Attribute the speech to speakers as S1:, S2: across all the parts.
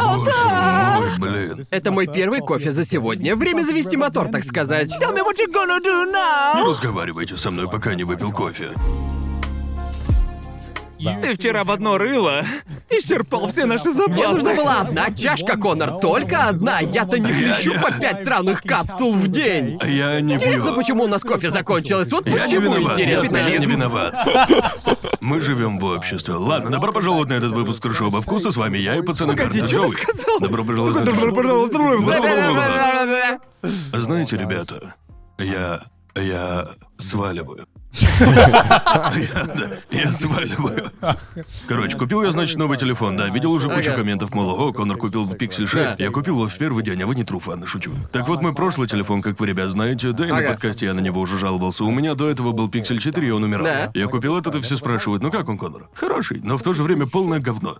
S1: А, Это мой первый кофе за сегодня. Время завести мотор, так сказать. Tell me what you gonna do
S2: Не
S1: now.
S2: разговаривайте со мной, пока не выпил кофе.
S3: Ты вчера в одно рыло исчерпал все наши запасы.
S1: Мне нужна была одна чашка, Конор, только одна. Я-то не хлещу по пять сраных капсул в день.
S2: А Я не
S1: Интересно,
S2: пью.
S1: почему у нас кофе закончилось? Вот
S2: Я не
S1: почему,
S2: виноват, я
S1: интересно.
S2: знаю, не виноват. Мы живем в обществе. Ладно, добро пожаловать на этот выпуск «Крышового вкуса». С вами я и пацаны Погоди, Джоуи. Добро пожаловать на «Крышовый Знаете, ребята, я... я сваливаю. Я, я сваливаю. Короче, купил я, значит, новый телефон, да, видел уже кучу
S1: Ага.
S2: комментов, мол, о, Конор купил Pixel 6. Я купил его в первый день, а вы не труфаны, шучу. Так вот, мой прошлый телефон, как вы, ребят, знаете, да и на
S1: Ага.
S2: подкасте я на него уже жаловался. У меня до этого был Pixel 4, и он умирал.
S1: Да.
S2: Я купил этот, и все спрашивают, ну как он, Конор? Хороший, но в то же время полное говно.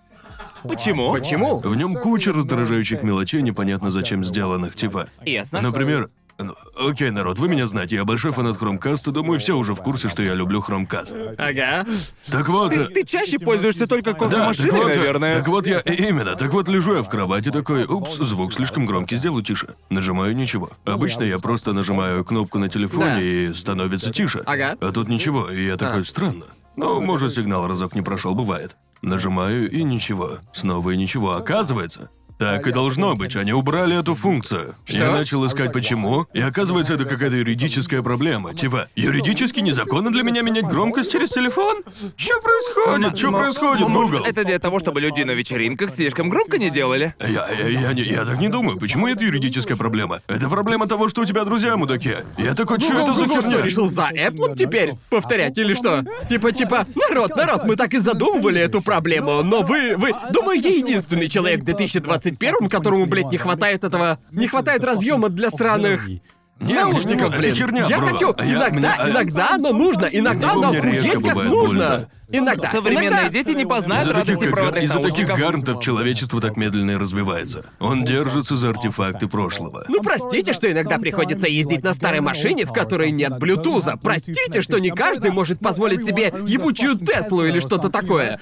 S3: Почему?
S1: Почему?
S2: В нем куча раздражающих мелочей, непонятно зачем сделанных, типа.
S3: Ясно.
S2: Например, ну, окей, народ, вы меня знаете, я большой фанат Хромкаста, думаю, все уже в курсе, что я люблю Хромкаст.
S3: Ага.
S2: Так вот... э,
S3: Ты чаще пользуешься только
S2: Да, так
S3: кофемашиной,
S2: вот, э,
S3: наверное.
S2: так вот я и- именно, так вот лежу я в кровати такой, упс, звук слишком громкий, сделаю тише. Нажимаю ничего. Обычно я просто нажимаю кнопку на телефоне
S1: Да.
S2: и становится тише.
S1: Ага. А.
S2: А тут ничего, и я такой, странно. Ну, может, сигнал разок не прошел, бывает. Нажимаю и ничего. Снова и ничего. Оказывается, так и должно быть, они убрали эту функцию. Я начал искать почему, и оказывается, это какая-то юридическая проблема. Типа, юридически незаконно для меня менять громкость через телефон? Что происходит? Что происходит, Гугл?
S3: Это для того, чтобы люди на вечеринках слишком громко не делали.
S2: Я, я, я, не- я так не думаю. Почему это юридическая проблема? Это проблема того, что у тебя друзья мудаки. Я такой, что это
S1: Google,
S2: за
S1: Google что,
S2: херня?
S1: решил за Apple теперь повторять или что? Типа, типа, народ, народ, мы так и задумывали эту проблему, но вы, вы,
S3: А,
S1: думаю, я единственный человек в 2021 которому, блядь, не
S3: а
S1: хватает этого, не хватает разъема для сраных
S2: Не, мне
S1: наушников,
S2: не-
S1: блин.
S2: Это херня,
S1: я
S2: бро.
S1: хочу,
S2: А я-
S1: иногда,
S2: мне- а-
S1: иногда оно нужно, иногда
S2: него
S1: оно
S2: мне редко
S1: охуеть как
S2: бывает
S1: нужно.
S2: польза.
S1: Иногда,
S3: Современные
S1: иногда.
S3: дети не познают
S2: Из-за таких,
S3: радости
S2: как гар-
S3: проводных
S2: из-за таких
S3: наушников.
S2: гарнтов человечество так медленно и развивается. Он держится за артефакты прошлого.
S1: Ну простите, что иногда приходится ездить на старой машине, в которой нет блютуза. Простите, что не каждый может позволить себе ебучую Теслу или что-то такое.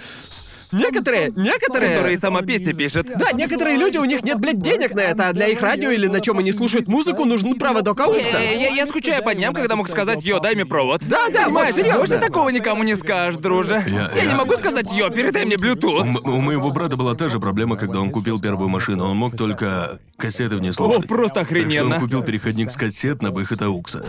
S1: Некоторые, некоторые...
S3: Которые сама песни пишет.
S1: Да, некоторые люди, у них нет, блядь, денег на это, а для их радио или на чем они слушают музыку, нужен проводок аукса.
S3: Э, Я, я скучаю по дням, когда мог сказать «Йо, дай мне провод».
S1: Да, да,
S3: Понимаешь,
S1: вот серьёзно.
S3: больше такого никому не скажешь, друже.
S2: Я-
S3: не
S2: я-
S3: могу сказать «Йо, передай мне
S2: У,
S3: Bluetooth».
S2: м- у моего брата была та же проблема, когда он купил первую машину. Он мог только кассеты в ней слушать.
S3: О, просто
S2: Так что он
S3: охрененно.
S2: купил переходник с кассет на выход аукса.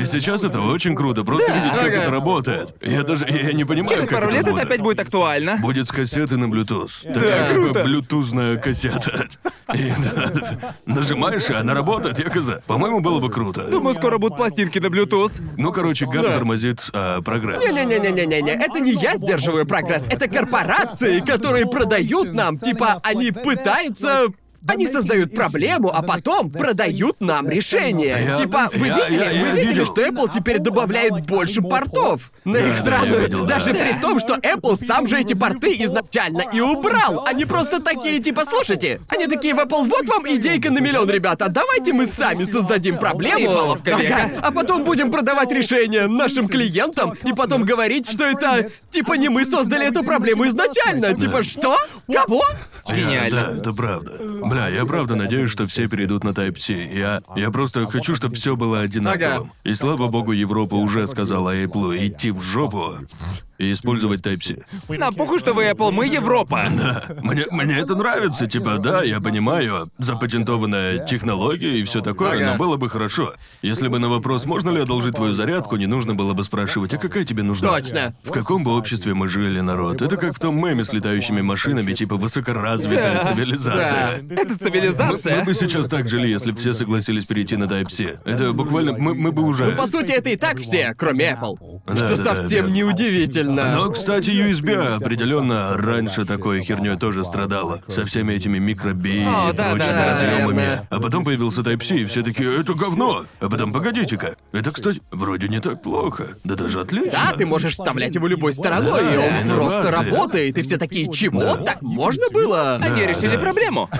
S2: И сейчас это очень круто, просто видеть, как
S3: ага.
S2: это работает. Я даже я не понимаю,
S3: Через
S2: как
S3: пару
S2: это
S3: лет это
S2: работает.
S3: опять будет актуально.
S2: Будет с кассеты на Bluetooth. Такая типа блютузная кассета. И, да, нажимаешь, и она работает, я коза. По-моему, было бы круто.
S3: Думаю, Ну, скоро будут пластинки на Bluetooth.
S2: Ну, короче, гад тормозит а, прогресс.
S1: Не-не-не-не-не-не, это не я сдерживаю прогресс, это корпорации, которые продают нам, типа, они пытаются... Они создают проблему, а потом продают нам решение.
S2: Я-
S1: типа, вы
S2: я-
S1: видели,
S2: я- я
S1: вы видели,
S2: видел.
S1: что Apple теперь добавляет больше портов на
S2: Да,
S1: их
S2: да,
S1: страну,
S2: я видел, да.
S1: даже при том, что Apple сам же эти порты изначально и убрал. Они просто такие, типа, слушайте, они такие в Apple, вот вам идейка на миллион, ребята, давайте мы сами создадим
S3: И
S1: проблему.
S3: баловка века.
S1: а потом будем продавать решение нашим клиентам и потом говорить, что это типа не мы создали эту проблему изначально. Типа что? Кого?
S2: Я-
S3: Гениально.
S2: да, это правда. Бля, я правда надеюсь, что все перейдут на Type-C. Я, я просто хочу, чтобы все было одинаковым.
S1: Ага.
S2: И слава богу, Европа уже сказала Apple идти в жопу и использовать Type-C.
S3: Нам похуй, что вы Apple, мы Европа.
S2: Да, мне, мне это нравится, типа, да, я понимаю, запатентованная технология и все такое,
S1: Ага.
S2: но было бы хорошо. Если бы на вопрос, можно ли одолжить твою зарядку, не нужно было бы спрашивать, а какая тебе нужна?
S1: Точно.
S2: В каком бы обществе мы жили, народ? Это как в том меме с летающими машинами, типа высокоразвитая цивилизация.
S3: Это
S2: Мы, мы
S3: цивилизация.
S2: бы сейчас так жили, если бы все согласились перейти на Type-C. Это буквально... Мы, мы бы уже...
S1: Ну, По сути, это и так все, кроме Apple.
S2: Да,
S1: что
S2: да, да,
S1: совсем
S2: да. Ну, Но,
S1: неудивительно.
S2: кстати, USB определенно раньше такой херней тоже страдала. Со всеми этими микроби
S3: О,
S2: и
S3: да,
S2: прочими
S3: да,
S2: разъемами.
S1: наверное.
S2: А потом появился Type-C, и все такие, это говно. А потом, погодите-ка, это, кстати, вроде не так плохо. Да даже отлично.
S1: Да, ты можешь вставлять его любой стороной, и
S2: Да,
S1: он просто
S2: инновации.
S1: работает, и все такие, чего? Так можно было?
S3: Они решили
S2: да.
S3: проблему.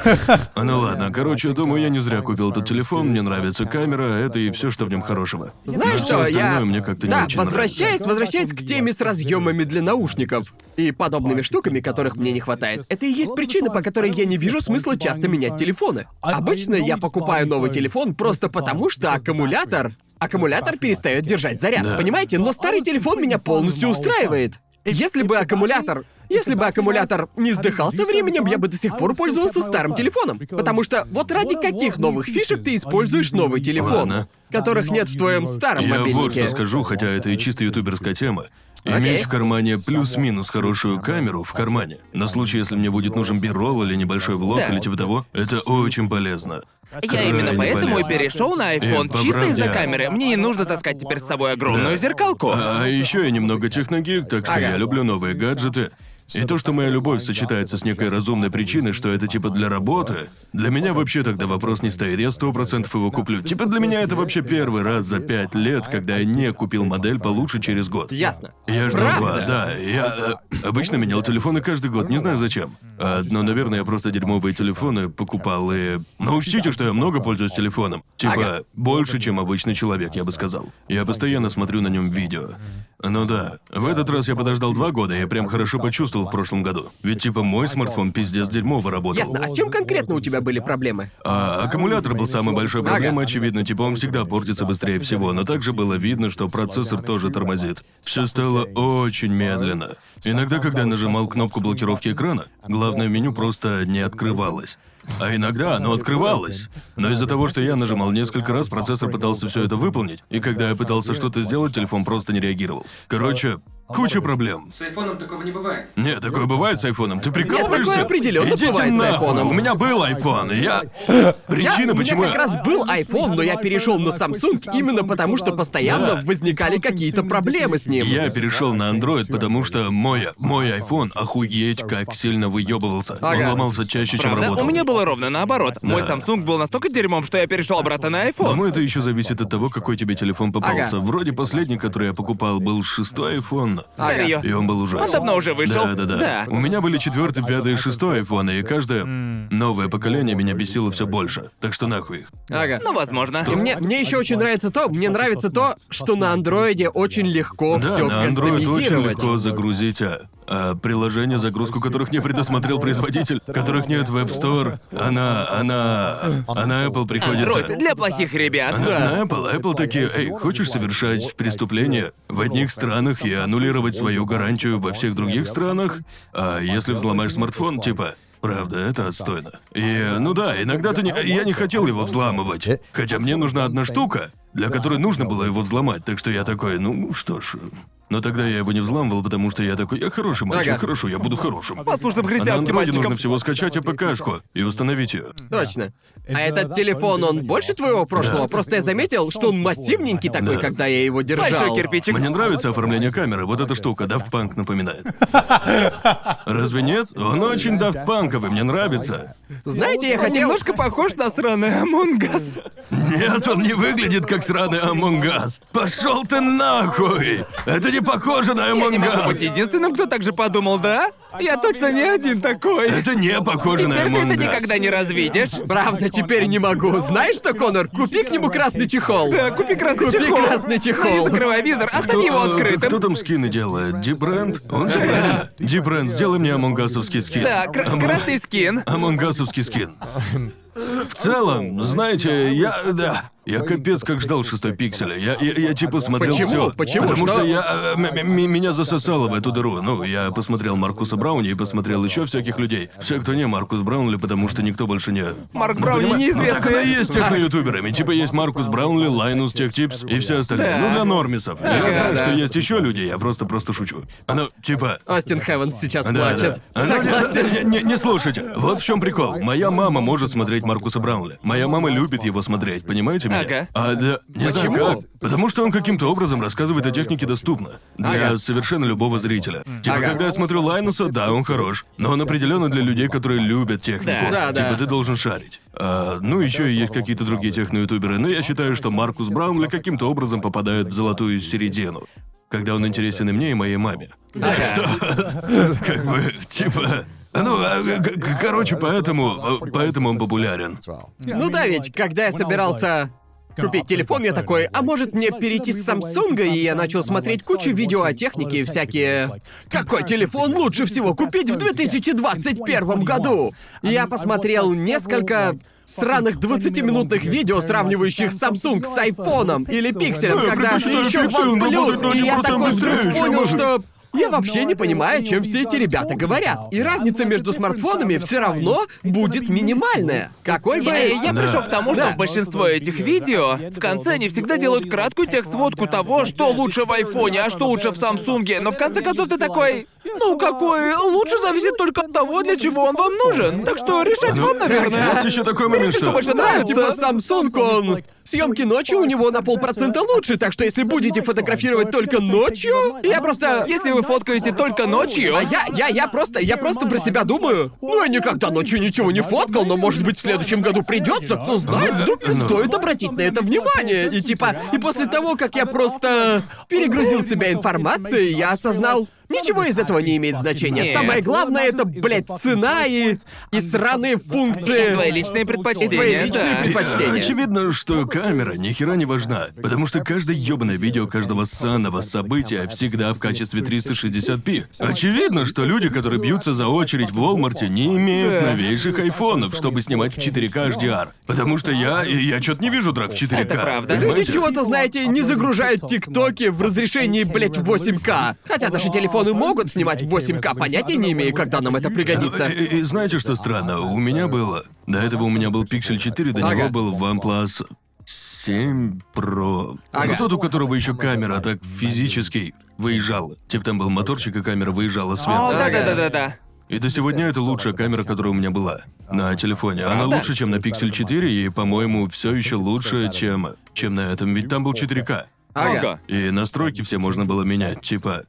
S2: А, Ну ладно, короче, я думаю, я не зря купил этот телефон, мне нравится камера, это и все, что в нем хорошего.
S1: Знаешь
S2: Но Ну, всё
S1: что, я...
S2: остальное мне как-то
S1: да,
S2: не очень нравится.
S1: возвращаясь, возвращаясь к теме с разъемами для наушников и подобными штуками, которых мне не хватает. Это и есть причина, по которой я не вижу смысла часто менять телефоны. Обычно я покупаю новый телефон просто потому, что аккумулятор... Аккумулятор перестает держать заряд,
S2: Да.
S1: понимаете? Но старый телефон меня полностью устраивает. Если бы аккумулятор... Если бы аккумулятор не сдыхал со временем, я бы до сих пор пользовался старым телефоном. Потому что вот ради каких новых фишек ты используешь новый телефон,
S2: Ладно.
S1: которых нет в твоем старом
S2: Я
S1: мобильнике?
S2: вот что скажу, хотя это и чисто ютуберская тема.
S1: Окей.
S2: Иметь в кармане плюс-минус хорошую камеру в кармане, на случай, если мне будет нужен биролл или небольшой влог
S1: Да.
S2: или типа того, это очень полезно.
S3: Я именно
S2: Крайне
S3: поэтому и
S2: полезно.
S3: перешел на iPhone
S2: Э, по
S3: чисто из-за
S2: правде.
S3: камеры. Мне не нужно таскать теперь с собой огромную
S2: Да.
S3: зеркалку.
S2: А еще я немного техногик, так что
S1: Ага.
S2: я люблю новые гаджеты. И то, что моя любовь сочетается с некой разумной причиной, что это типа для работы, для меня вообще тогда вопрос не стоит. Я сто процентов его куплю. Типа для меня это вообще первый раз за пять лет, когда я не купил модель получше через год.
S1: Ясно.
S2: Я ждал
S1: Правда?
S2: два, А, да. Я э, обычно менял телефоны каждый год, не знаю зачем. А, Но, наверное, я просто дерьмовые телефоны покупал и... Но учтите, что я много пользуюсь телефоном. Типа,
S1: Ага.
S2: больше, чем обычный человек, я бы сказал. Я постоянно смотрю на нем видео. Ну да, в этот раз я подождал два года, и я прям хорошо почувствовал в прошлом году. Ведь типа мой смартфон пиздец дерьмово работал.
S1: Ясно. А с чем конкретно у тебя были проблемы?
S2: А аккумулятор был самой большой проблемой, очевидно, типа он всегда портится быстрее всего, но также было видно, что процессор тоже тормозит. Все стало очень медленно. Иногда, когда я нажимал кнопку блокировки экрана, главное меню просто не открывалось. А иногда оно открывалось. Но из-за того, что я нажимал несколько раз, процессор пытался все это выполнить, и когда я пытался что-то сделать, телефон просто не реагировал. Короче, куча проблем.
S4: С айфоном такого не бывает.
S2: Нет, такое бывает с айфоном. Ты прикалываешься?
S1: такое определенно
S2: Идите
S1: бывает с
S2: нахуй.
S1: айфоном.
S2: У меня был айфон. и Я... Причина,
S1: я,
S2: почему
S1: У меня
S2: я...
S1: как раз был iPhone, но я перешел на Samsung именно потому, что постоянно
S2: Да.
S1: возникали какие-то проблемы с ним.
S2: Я перешел на Android, потому что мой, мой iPhone охуеть как сильно выебывался. Он
S1: Ага.
S2: ломался чаще, чем
S3: Правда?
S2: работал.
S3: У меня было ровно наоборот. Мой Samsung был настолько дерьмом, что я перешел обратно на iPhone.
S2: По-моему, это еще зависит от того, какой тебе телефон попался.
S1: Ага.
S2: Вроде последний, который я покупал, был шестой iPhone.
S3: Старьё.
S2: И он был ужасен.
S3: Он давно уже вышел.
S2: Да, да, да.
S3: Да.
S2: У меня были четвертый, пятый и шестой iPhone, и каждое новое поколение меня бесило все больше. Так что нахуй их.
S1: Ага.
S3: Ну, возможно.
S1: И мне, мне еще очень нравится то, мне нравится то, что на андроиде очень легко
S2: Да,
S1: все
S2: на Android очень
S1: кастомизировать.
S2: легко загрузить а, а, приложение, загрузку которых не предусмотрел производитель, которых нет в App Store. Она, она, а на Apple приходится.
S3: Android для плохих ребят.
S2: Она- На Apple, Apple такие, эй, хочешь совершать преступление в одних странах и аннулировать свою гарантию во всех других странах? А если взломаешь смартфон, типа, Правда, это отстойно. И, ну да, иногда ты не... Я не хотел его взламывать. Хотя мне нужна одна штука, для которой нужно было его взломать. Так что я такой, ну что ж... Но тогда я его не взламывал, потому что я такой, я хороший мальчик,
S1: Ага.
S2: хорошо, я буду хорошим.
S3: Послушным
S2: А на
S3: христианским
S2: андроиде нужно
S3: мальчиком.
S2: всего скачать АПКшку и установить ее.
S1: Точно. А этот телефон, он больше твоего прошлого? Просто я заметил, что он массивненький такой,
S2: Да.
S1: когда я его держал.
S3: Большой А кирпичик.
S2: Мне нравится оформление камеры, вот эта штука, Daft Punk напоминает. Разве нет? Он очень Daft Punk'овый, мне нравится.
S1: Знаете, я
S3: Он
S1: хотел...
S3: немножко похож на сраный Амунгас.
S2: Нет, он не выглядит как сраный Among Us. Пошел ты нахуй! Это не похоже на
S3: Я не
S2: Among
S3: могу быть
S2: Us.
S3: единственным, кто так же подумал, да? Я точно не один такой.
S2: Это не похоже на
S3: Теперь ты
S2: Among
S3: это
S2: Us.
S3: никогда не развидишь.
S1: Правда, теперь не могу. Знаешь что, Конор, купи к нему красный чехол.
S3: Да, купи красный
S1: Купи
S3: чехол.
S1: красный чехол.
S3: Ну и закрывай визор,
S2: Кто,
S3: оставь его
S2: э,
S3: открытым.
S2: Кто там скины делает? Дибренд? Он же правильно? Дибренд, сделай мне амонгасовский скин.
S3: Да, кра- красный скин.
S2: Амонгасовский скин. В целом, знаете, я... Да. Я капец как ждал шестой пикселя. Я, я, я типа смотрел
S1: Почему?
S2: всё.
S1: Почему?
S2: Потому
S1: Что?
S2: что, я... э, м- м- м- меня засосало в эту дыру. Ну, я посмотрел Маркуса Брауни и посмотрел еще всяких людей. Все, кто не Маркус Браунли, потому что никто больше не...
S3: Марк
S2: Ну,
S3: Брауни
S2: понимаешь? Ну, так оно и
S3: неизвестный.
S2: есть с техно-ютуберами. Типа есть Маркус Браунли, Лайнус Техтипс и все остальные. Ну, для нормисов. Я
S3: Ага,
S2: знаю,
S3: да. А
S2: что есть еще люди, я просто-просто шучу. Оно, типа...
S1: Остин Хевенс сейчас
S2: Да,
S1: плачет.
S2: да. Ну, не-
S1: Согласен.
S2: Не, не- не слушайте. Вот в чем прикол. Моя мама может смотреть Маркуса Браунли. Моя мама любит его смотреть, понимаете меня?
S3: Ага.
S2: А, да, не знаю
S1: Почему?
S2: как. Потому что он каким-то образом рассказывает о технике доступно. Для
S1: Ага.
S2: совершенно любого зрителя. Типа,
S1: Ага.
S2: когда я смотрю Лайнуса, да, он хорош. Но он определенно для людей, которые любят технику.
S1: Да, да,
S2: типа,
S1: да.
S2: ты должен шарить. А, ну, еще и есть какие-то другие техно-ютуберы. Но я считаю, что Маркус Браунли каким-то образом попадает в золотую середину. Когда он интересен и мне, и моей маме. Так что как бы, типа... Ну, а, к- к- короче, поэтому, э, поэтому он популярен.
S1: Ну да, ведь когда я собирался купить телефон, я такой, а может мне перейти с Самсунга, и я начал смотреть кучу видео о технике и всякие... Какой телефон лучше всего купить в 2021 году? Я посмотрел несколько сраных 20-минутных видео, сравнивающих Samsung с айфоном или пикселем,
S2: Да, я
S1: когда
S2: предпочитаю
S1: еще
S2: Pixel, он
S1: OnePlus,
S2: работает на
S1: и я
S2: 1%
S1: такой вдруг
S2: быстрее, чем
S1: понял,
S2: вы.
S1: что я вообще не понимаю, о чем все эти ребята говорят. И разница между смартфонами все равно будет минимальная. Какой бы...
S3: Я, я
S2: Да.
S3: пришел к тому, что
S1: Да.
S3: большинство этих видео в конце они всегда делают краткую текст-сводку того, что лучше в айфоне, а что лучше в Самсунге. Но в конце концов ты такой, ну какой, лучше зависит только от того, для чего он вам нужен. Так что решать
S2: Ну,
S3: вам, наверное.
S2: Есть еще такой момент,
S3: что
S2: что...
S3: больше
S1: Да,
S3: нравится.
S1: типа Samsung, он... Съемки ночью у него на полпроцента лучше, так что если будете фотографировать только ночью, я просто...
S3: Если вы фоткаете только ночью,
S1: А я, я, я просто, я просто про себя думаю. Ну, я никогда ночью ничего не фоткал, но может быть в следующем году придется, кто знает, вдруг не
S2: Ну.
S1: стоит обратить на это внимание. И типа, и после того, как я просто перегрузил себя информацией, я осознал, ничего из этого не имеет значения.
S3: Нет.
S1: Самое главное это, блядь, цена и и сраные функции.
S3: И твои личные предпочтения,
S1: И твои личные
S3: да.
S1: предпочтения.
S2: Очевидно, что камера ни хера не важна, потому что каждое ёбаное видео каждого санного события всегда в качестве 360p. Очевидно, что люди, которые бьются за очередь в Walmart, не имеют новейших айфонов, чтобы снимать в 4К HDR. Потому что я, и я чё-то не вижу драк в 4К.
S3: Это правда.
S1: Люди
S2: понимаете?
S1: чего-то, знаете, не загружают тиктоки в разрешении, блядь, в 8К. Хотя наши телефоны могут снимать в 8К, понятия не имею, когда нам это пригодится.
S2: И, и- и Э, знаете, что странно? У меня было... До этого у меня был Pixel 4, до
S1: Ага.
S2: него был OnePlus 7 Pro.
S1: Ага.
S2: Но тот, у которого еще камера так физически выезжала. Типа там был моторчик, и камера выезжала
S3: О,
S2: сверху.
S3: А, да, да, да, да, да.
S2: И до сегодня это лучшая камера, которая у меня была на телефоне. Она лучше, чем на Pixel 4, и, по-моему, все еще лучше, чем, чем на этом, ведь там был 4К.
S1: Ага.
S2: И настройки все можно было менять, типа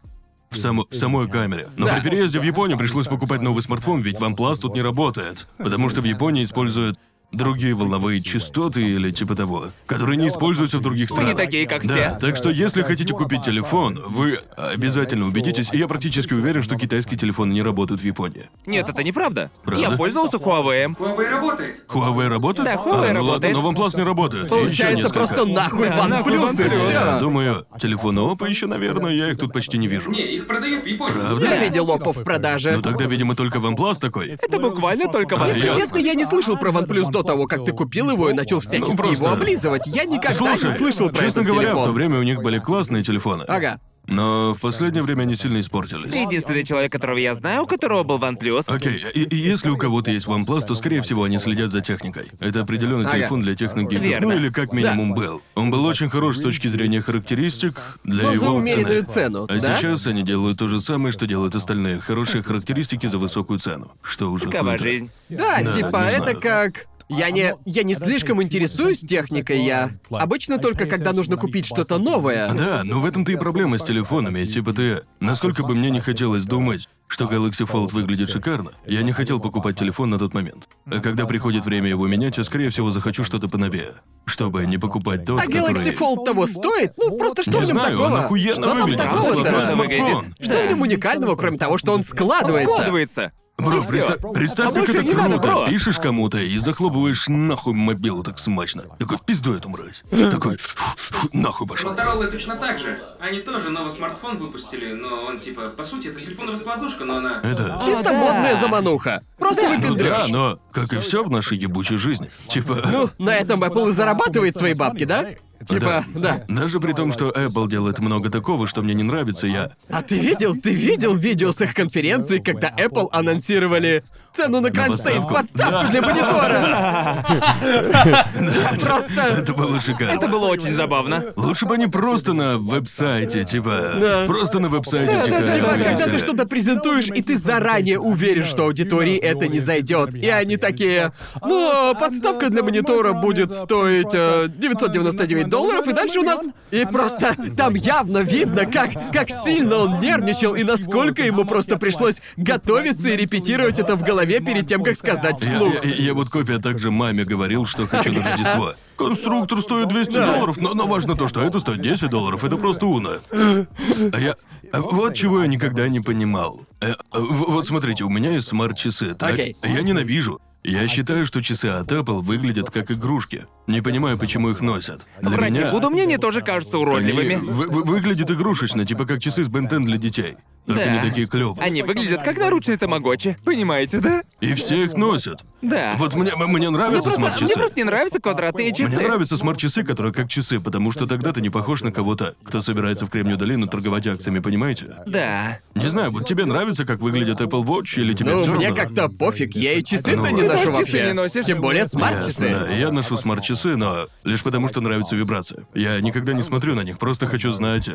S2: в, само- в самой камере. Но при переезде в Японию пришлось покупать новый смартфон, ведь OnePlus тут не работает. Потому что в Японии используют другие волновые частоты или типа того, которые не используются в других
S3: не
S2: странах.
S3: такие, как
S2: Да,
S3: все.
S2: так что если хотите купить телефон, вы обязательно убедитесь, и я практически уверен, что китайские телефоны не работают в Японии.
S3: Нет, это неправда.
S2: Правда?
S3: Я пользовался Huawei.
S4: Huawei работает.
S2: Huawei работает?
S3: Да, Huawei
S2: А, ну ладно,
S3: работает.
S2: но OnePlus не работает. Еще
S1: Получается
S2: несколько.
S1: просто нахуй
S3: Да, нахуй
S1: OnePlus и
S3: OnePlus.
S2: Да,
S1: все.
S2: Думаю, телефоны Oppo еще, наверное, я их тут почти не вижу.
S4: Не, их продают в Японии.
S2: Правда?
S1: Я видел опа в продаже.
S2: Ну тогда, видимо, только OnePlus такой.
S3: Это буквально только
S2: А,
S3: вас.
S1: Если
S2: ясно.
S1: честно, я не слышал про OnePlus до того, как ты купил его и начал всячески
S2: Ну, просто-
S1: его облизывать. Я никогда
S2: Слушай,
S1: не слышал про
S2: честно
S1: этот
S2: говоря,
S1: телефон.
S2: в то время у них были классные телефоны.
S1: Ага.
S2: Но в последнее время они сильно испортились.
S3: Ты единственный человек, которого я знаю, у которого был OnePlus.
S2: Окей, и, и если у кого-то есть OnePlus, то, скорее всего, они следят за техникой. Это определенный
S1: Ага.
S2: телефон для техники.
S3: Верно.
S2: Ну или как минимум был. Он был очень хорош с точки зрения характеристик для
S1: Но за
S2: его
S1: умеренную
S2: цены.
S1: цену,
S2: А
S1: да?
S2: сейчас они делают то же самое, что делают остальные. Хорошие характеристики за высокую цену. Что уже
S3: Какова
S2: круто.
S3: жизнь?
S1: Да,
S2: Да,
S1: типа,
S2: не
S1: это
S2: знаю.
S1: как. Я не. Я не слишком интересуюсь техникой, я. Обычно только когда нужно купить что-то новое.
S2: Да, но в этом-то и проблема с телефонами. Типа ты... Насколько бы мне не хотелось думать, что Galaxy Fold выглядит шикарно, я не хотел покупать телефон на тот момент. А когда приходит время его менять, я, скорее всего, захочу что-то поновее. Чтобы не покупать тот,
S1: А Galaxy
S2: который-
S1: Fold того стоит? Ну просто что
S2: Не
S1: в нем
S2: знаю, он
S1: такого?
S2: охуенно
S1: Что там
S2: выглядит.
S1: такого-то?
S2: Просто
S3: Классно выглядит.
S2: смартфон.
S1: Что в нем уникального, кроме того, что он складывается?
S3: Складывается.
S2: Бро,
S3: всё.
S2: представь, представь,
S3: А
S2: как
S3: больше
S2: это
S3: не
S2: круто.
S3: надо, бро.
S2: Пишешь кому-то и захлопываешь нахуй мобилу так смачно. Такой, в пизду эту мразь. Такой, «Фу, фу, нахуй
S4: С
S2: пошел.
S4: Motorola точно так же. Они тоже новый смартфон выпустили, но он типа, по сути, это телефон-раскладушка, но она...
S2: Это...
S1: Чисто
S3: О, да.
S1: модная замануха. Просто
S2: Ну да,
S1: выпендрешь.
S2: но, как и все в нашей ебучей жизни, типа...
S1: На этом Apple и зарабатывает свои бабки, да? Типа, да.
S2: Даже при том, что Apple делает много такого, что мне не нравится, я...
S1: А ты видел, ты видел видео с их конференции, когда Apple анонсировали цену на кронштейн в
S2: подставку.
S1: подставку для монитора? Я просто...
S2: Это было шикарно.
S3: Это было очень забавно.
S2: Лучше бы они просто на веб-сайте, типа...
S1: Да.
S2: Просто на веб-сайте
S1: Да,
S2: типа...
S1: да, типа, когда
S2: вывесили.
S1: ты что-то презентуешь, и ты заранее уверен, что аудитории это не зайдет. И они такие, ну, а подставка для монитора будет стоить э, 999 долларов, и дальше у нас... И просто там явно видно, как, как сильно он нервничал, и насколько ему просто пришлось готовиться и репетировать это в голове перед тем, как сказать
S2: Я,
S1: вслух.
S2: я- я вот копия также маме говорил, что хочу на Рождество. Конструктор стоит 200 долларов, но, но важно то, что это стоит 10 долларов, это просто уна. А я... а Вот чего я никогда не понимал. Э, э, в- Вот смотрите, у меня есть смарт-часы, так?
S1: Окей.
S2: Я ненавижу. Я считаю, что часы от Apple выглядят как игрушки. Не понимаю, почему их носят. Для
S3: Врать
S2: меня
S3: не буду, мне они тоже кажутся уродливыми.
S2: они вы- вы- выглядят игрушечно, типа как часы с Бентен для детей. Только
S3: Да.
S2: не такие клевые.
S3: Они выглядят как наручные тамагочи, понимаете, да?
S2: И все их носят.
S3: Да.
S2: Вот мне, мне
S3: мне,
S2: нравятся
S3: просто, мне
S2: смарт-часы.
S3: просто не нравятся квадратные часы.
S2: Мне нравятся смарт-часы, которые как часы, потому что тогда ты не похож на кого-то, кто собирается в Кремнию долину торговать акциями, понимаете?
S3: Да.
S2: Не знаю, вот тебе нравится, как выглядит Apple Watch, или тебе
S1: Ну,
S2: все
S1: мне
S2: равно?
S1: как-то пофиг, я и часы-то
S2: Ну,
S1: не
S2: ты
S3: даже
S1: ношу
S3: часы
S1: вообще.
S3: не носишь?
S1: Тем более
S2: Ясно, да.
S1: смарт-часы.
S2: Я ношу смарт-часы, но лишь потому, что нравится вибрация. Я никогда не смотрю на них, просто хочу знать.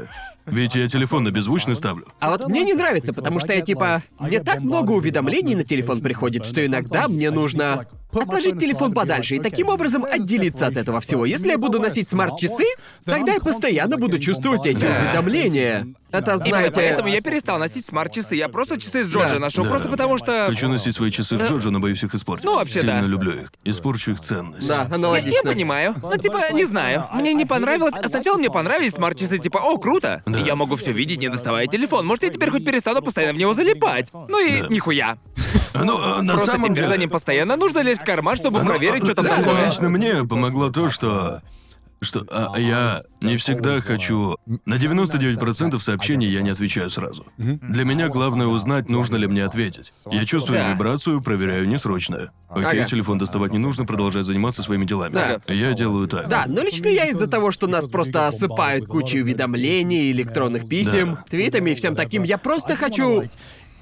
S2: Ведь я телефон на беззвучный ставлю.
S1: А вот мне не нравится, потому что я типа... Мне так много уведомлений на телефон приходит, что иногда мне нужно отложить телефон подальше и таким образом отделиться от этого всего. Если я буду носить смарт-часы, тогда я постоянно буду чувствовать эти
S5: Да.
S1: уведомления. Это,
S5: Именно
S1: знаете...
S3: Поэтому я перестал носить смарт-часы. Я просто часы с Джорджа
S1: Да,
S3: ношу,
S2: да.
S3: просто потому что.
S2: Хочу носить свои часы в Джорджа, но боюсь их испортить.
S3: Ну, вообще,
S2: Сильно
S3: да.
S2: люблю их. Испорчу их ценность.
S1: Да,
S3: Я,
S1: аналогично.
S3: я понимаю. Ну, типа, не знаю. Мне не понравилось. А сначала мне понравились смарт-часы, типа, о, круто.
S2: Да.
S3: Я могу все видеть, не доставая телефон. Может, я теперь хоть перестану постоянно в него залипать. Ну и нихуя.
S2: Ну, а на
S3: Просто
S2: самом
S3: теперь
S2: деле...
S3: за ним постоянно нужно лезть в карман, чтобы
S2: Ну,
S3: проверить, что там
S2: да,
S3: такое.
S2: Лично мне помогло то, что... Что а, я не всегда хочу... На 99% сообщений я не отвечаю сразу. Для меня главное узнать, нужно ли мне ответить. Я чувствую
S3: Да.
S2: вибрацию, проверяю несрочно. Окей,
S1: Ага.
S2: телефон доставать не нужно, продолжать заниматься своими делами.
S1: Да.
S2: Я делаю так.
S1: Да, но лично я из-за того, что нас просто осыпают кучей уведомлений, электронных писем,
S2: Да.
S1: твитами и всем таким, я просто хочу...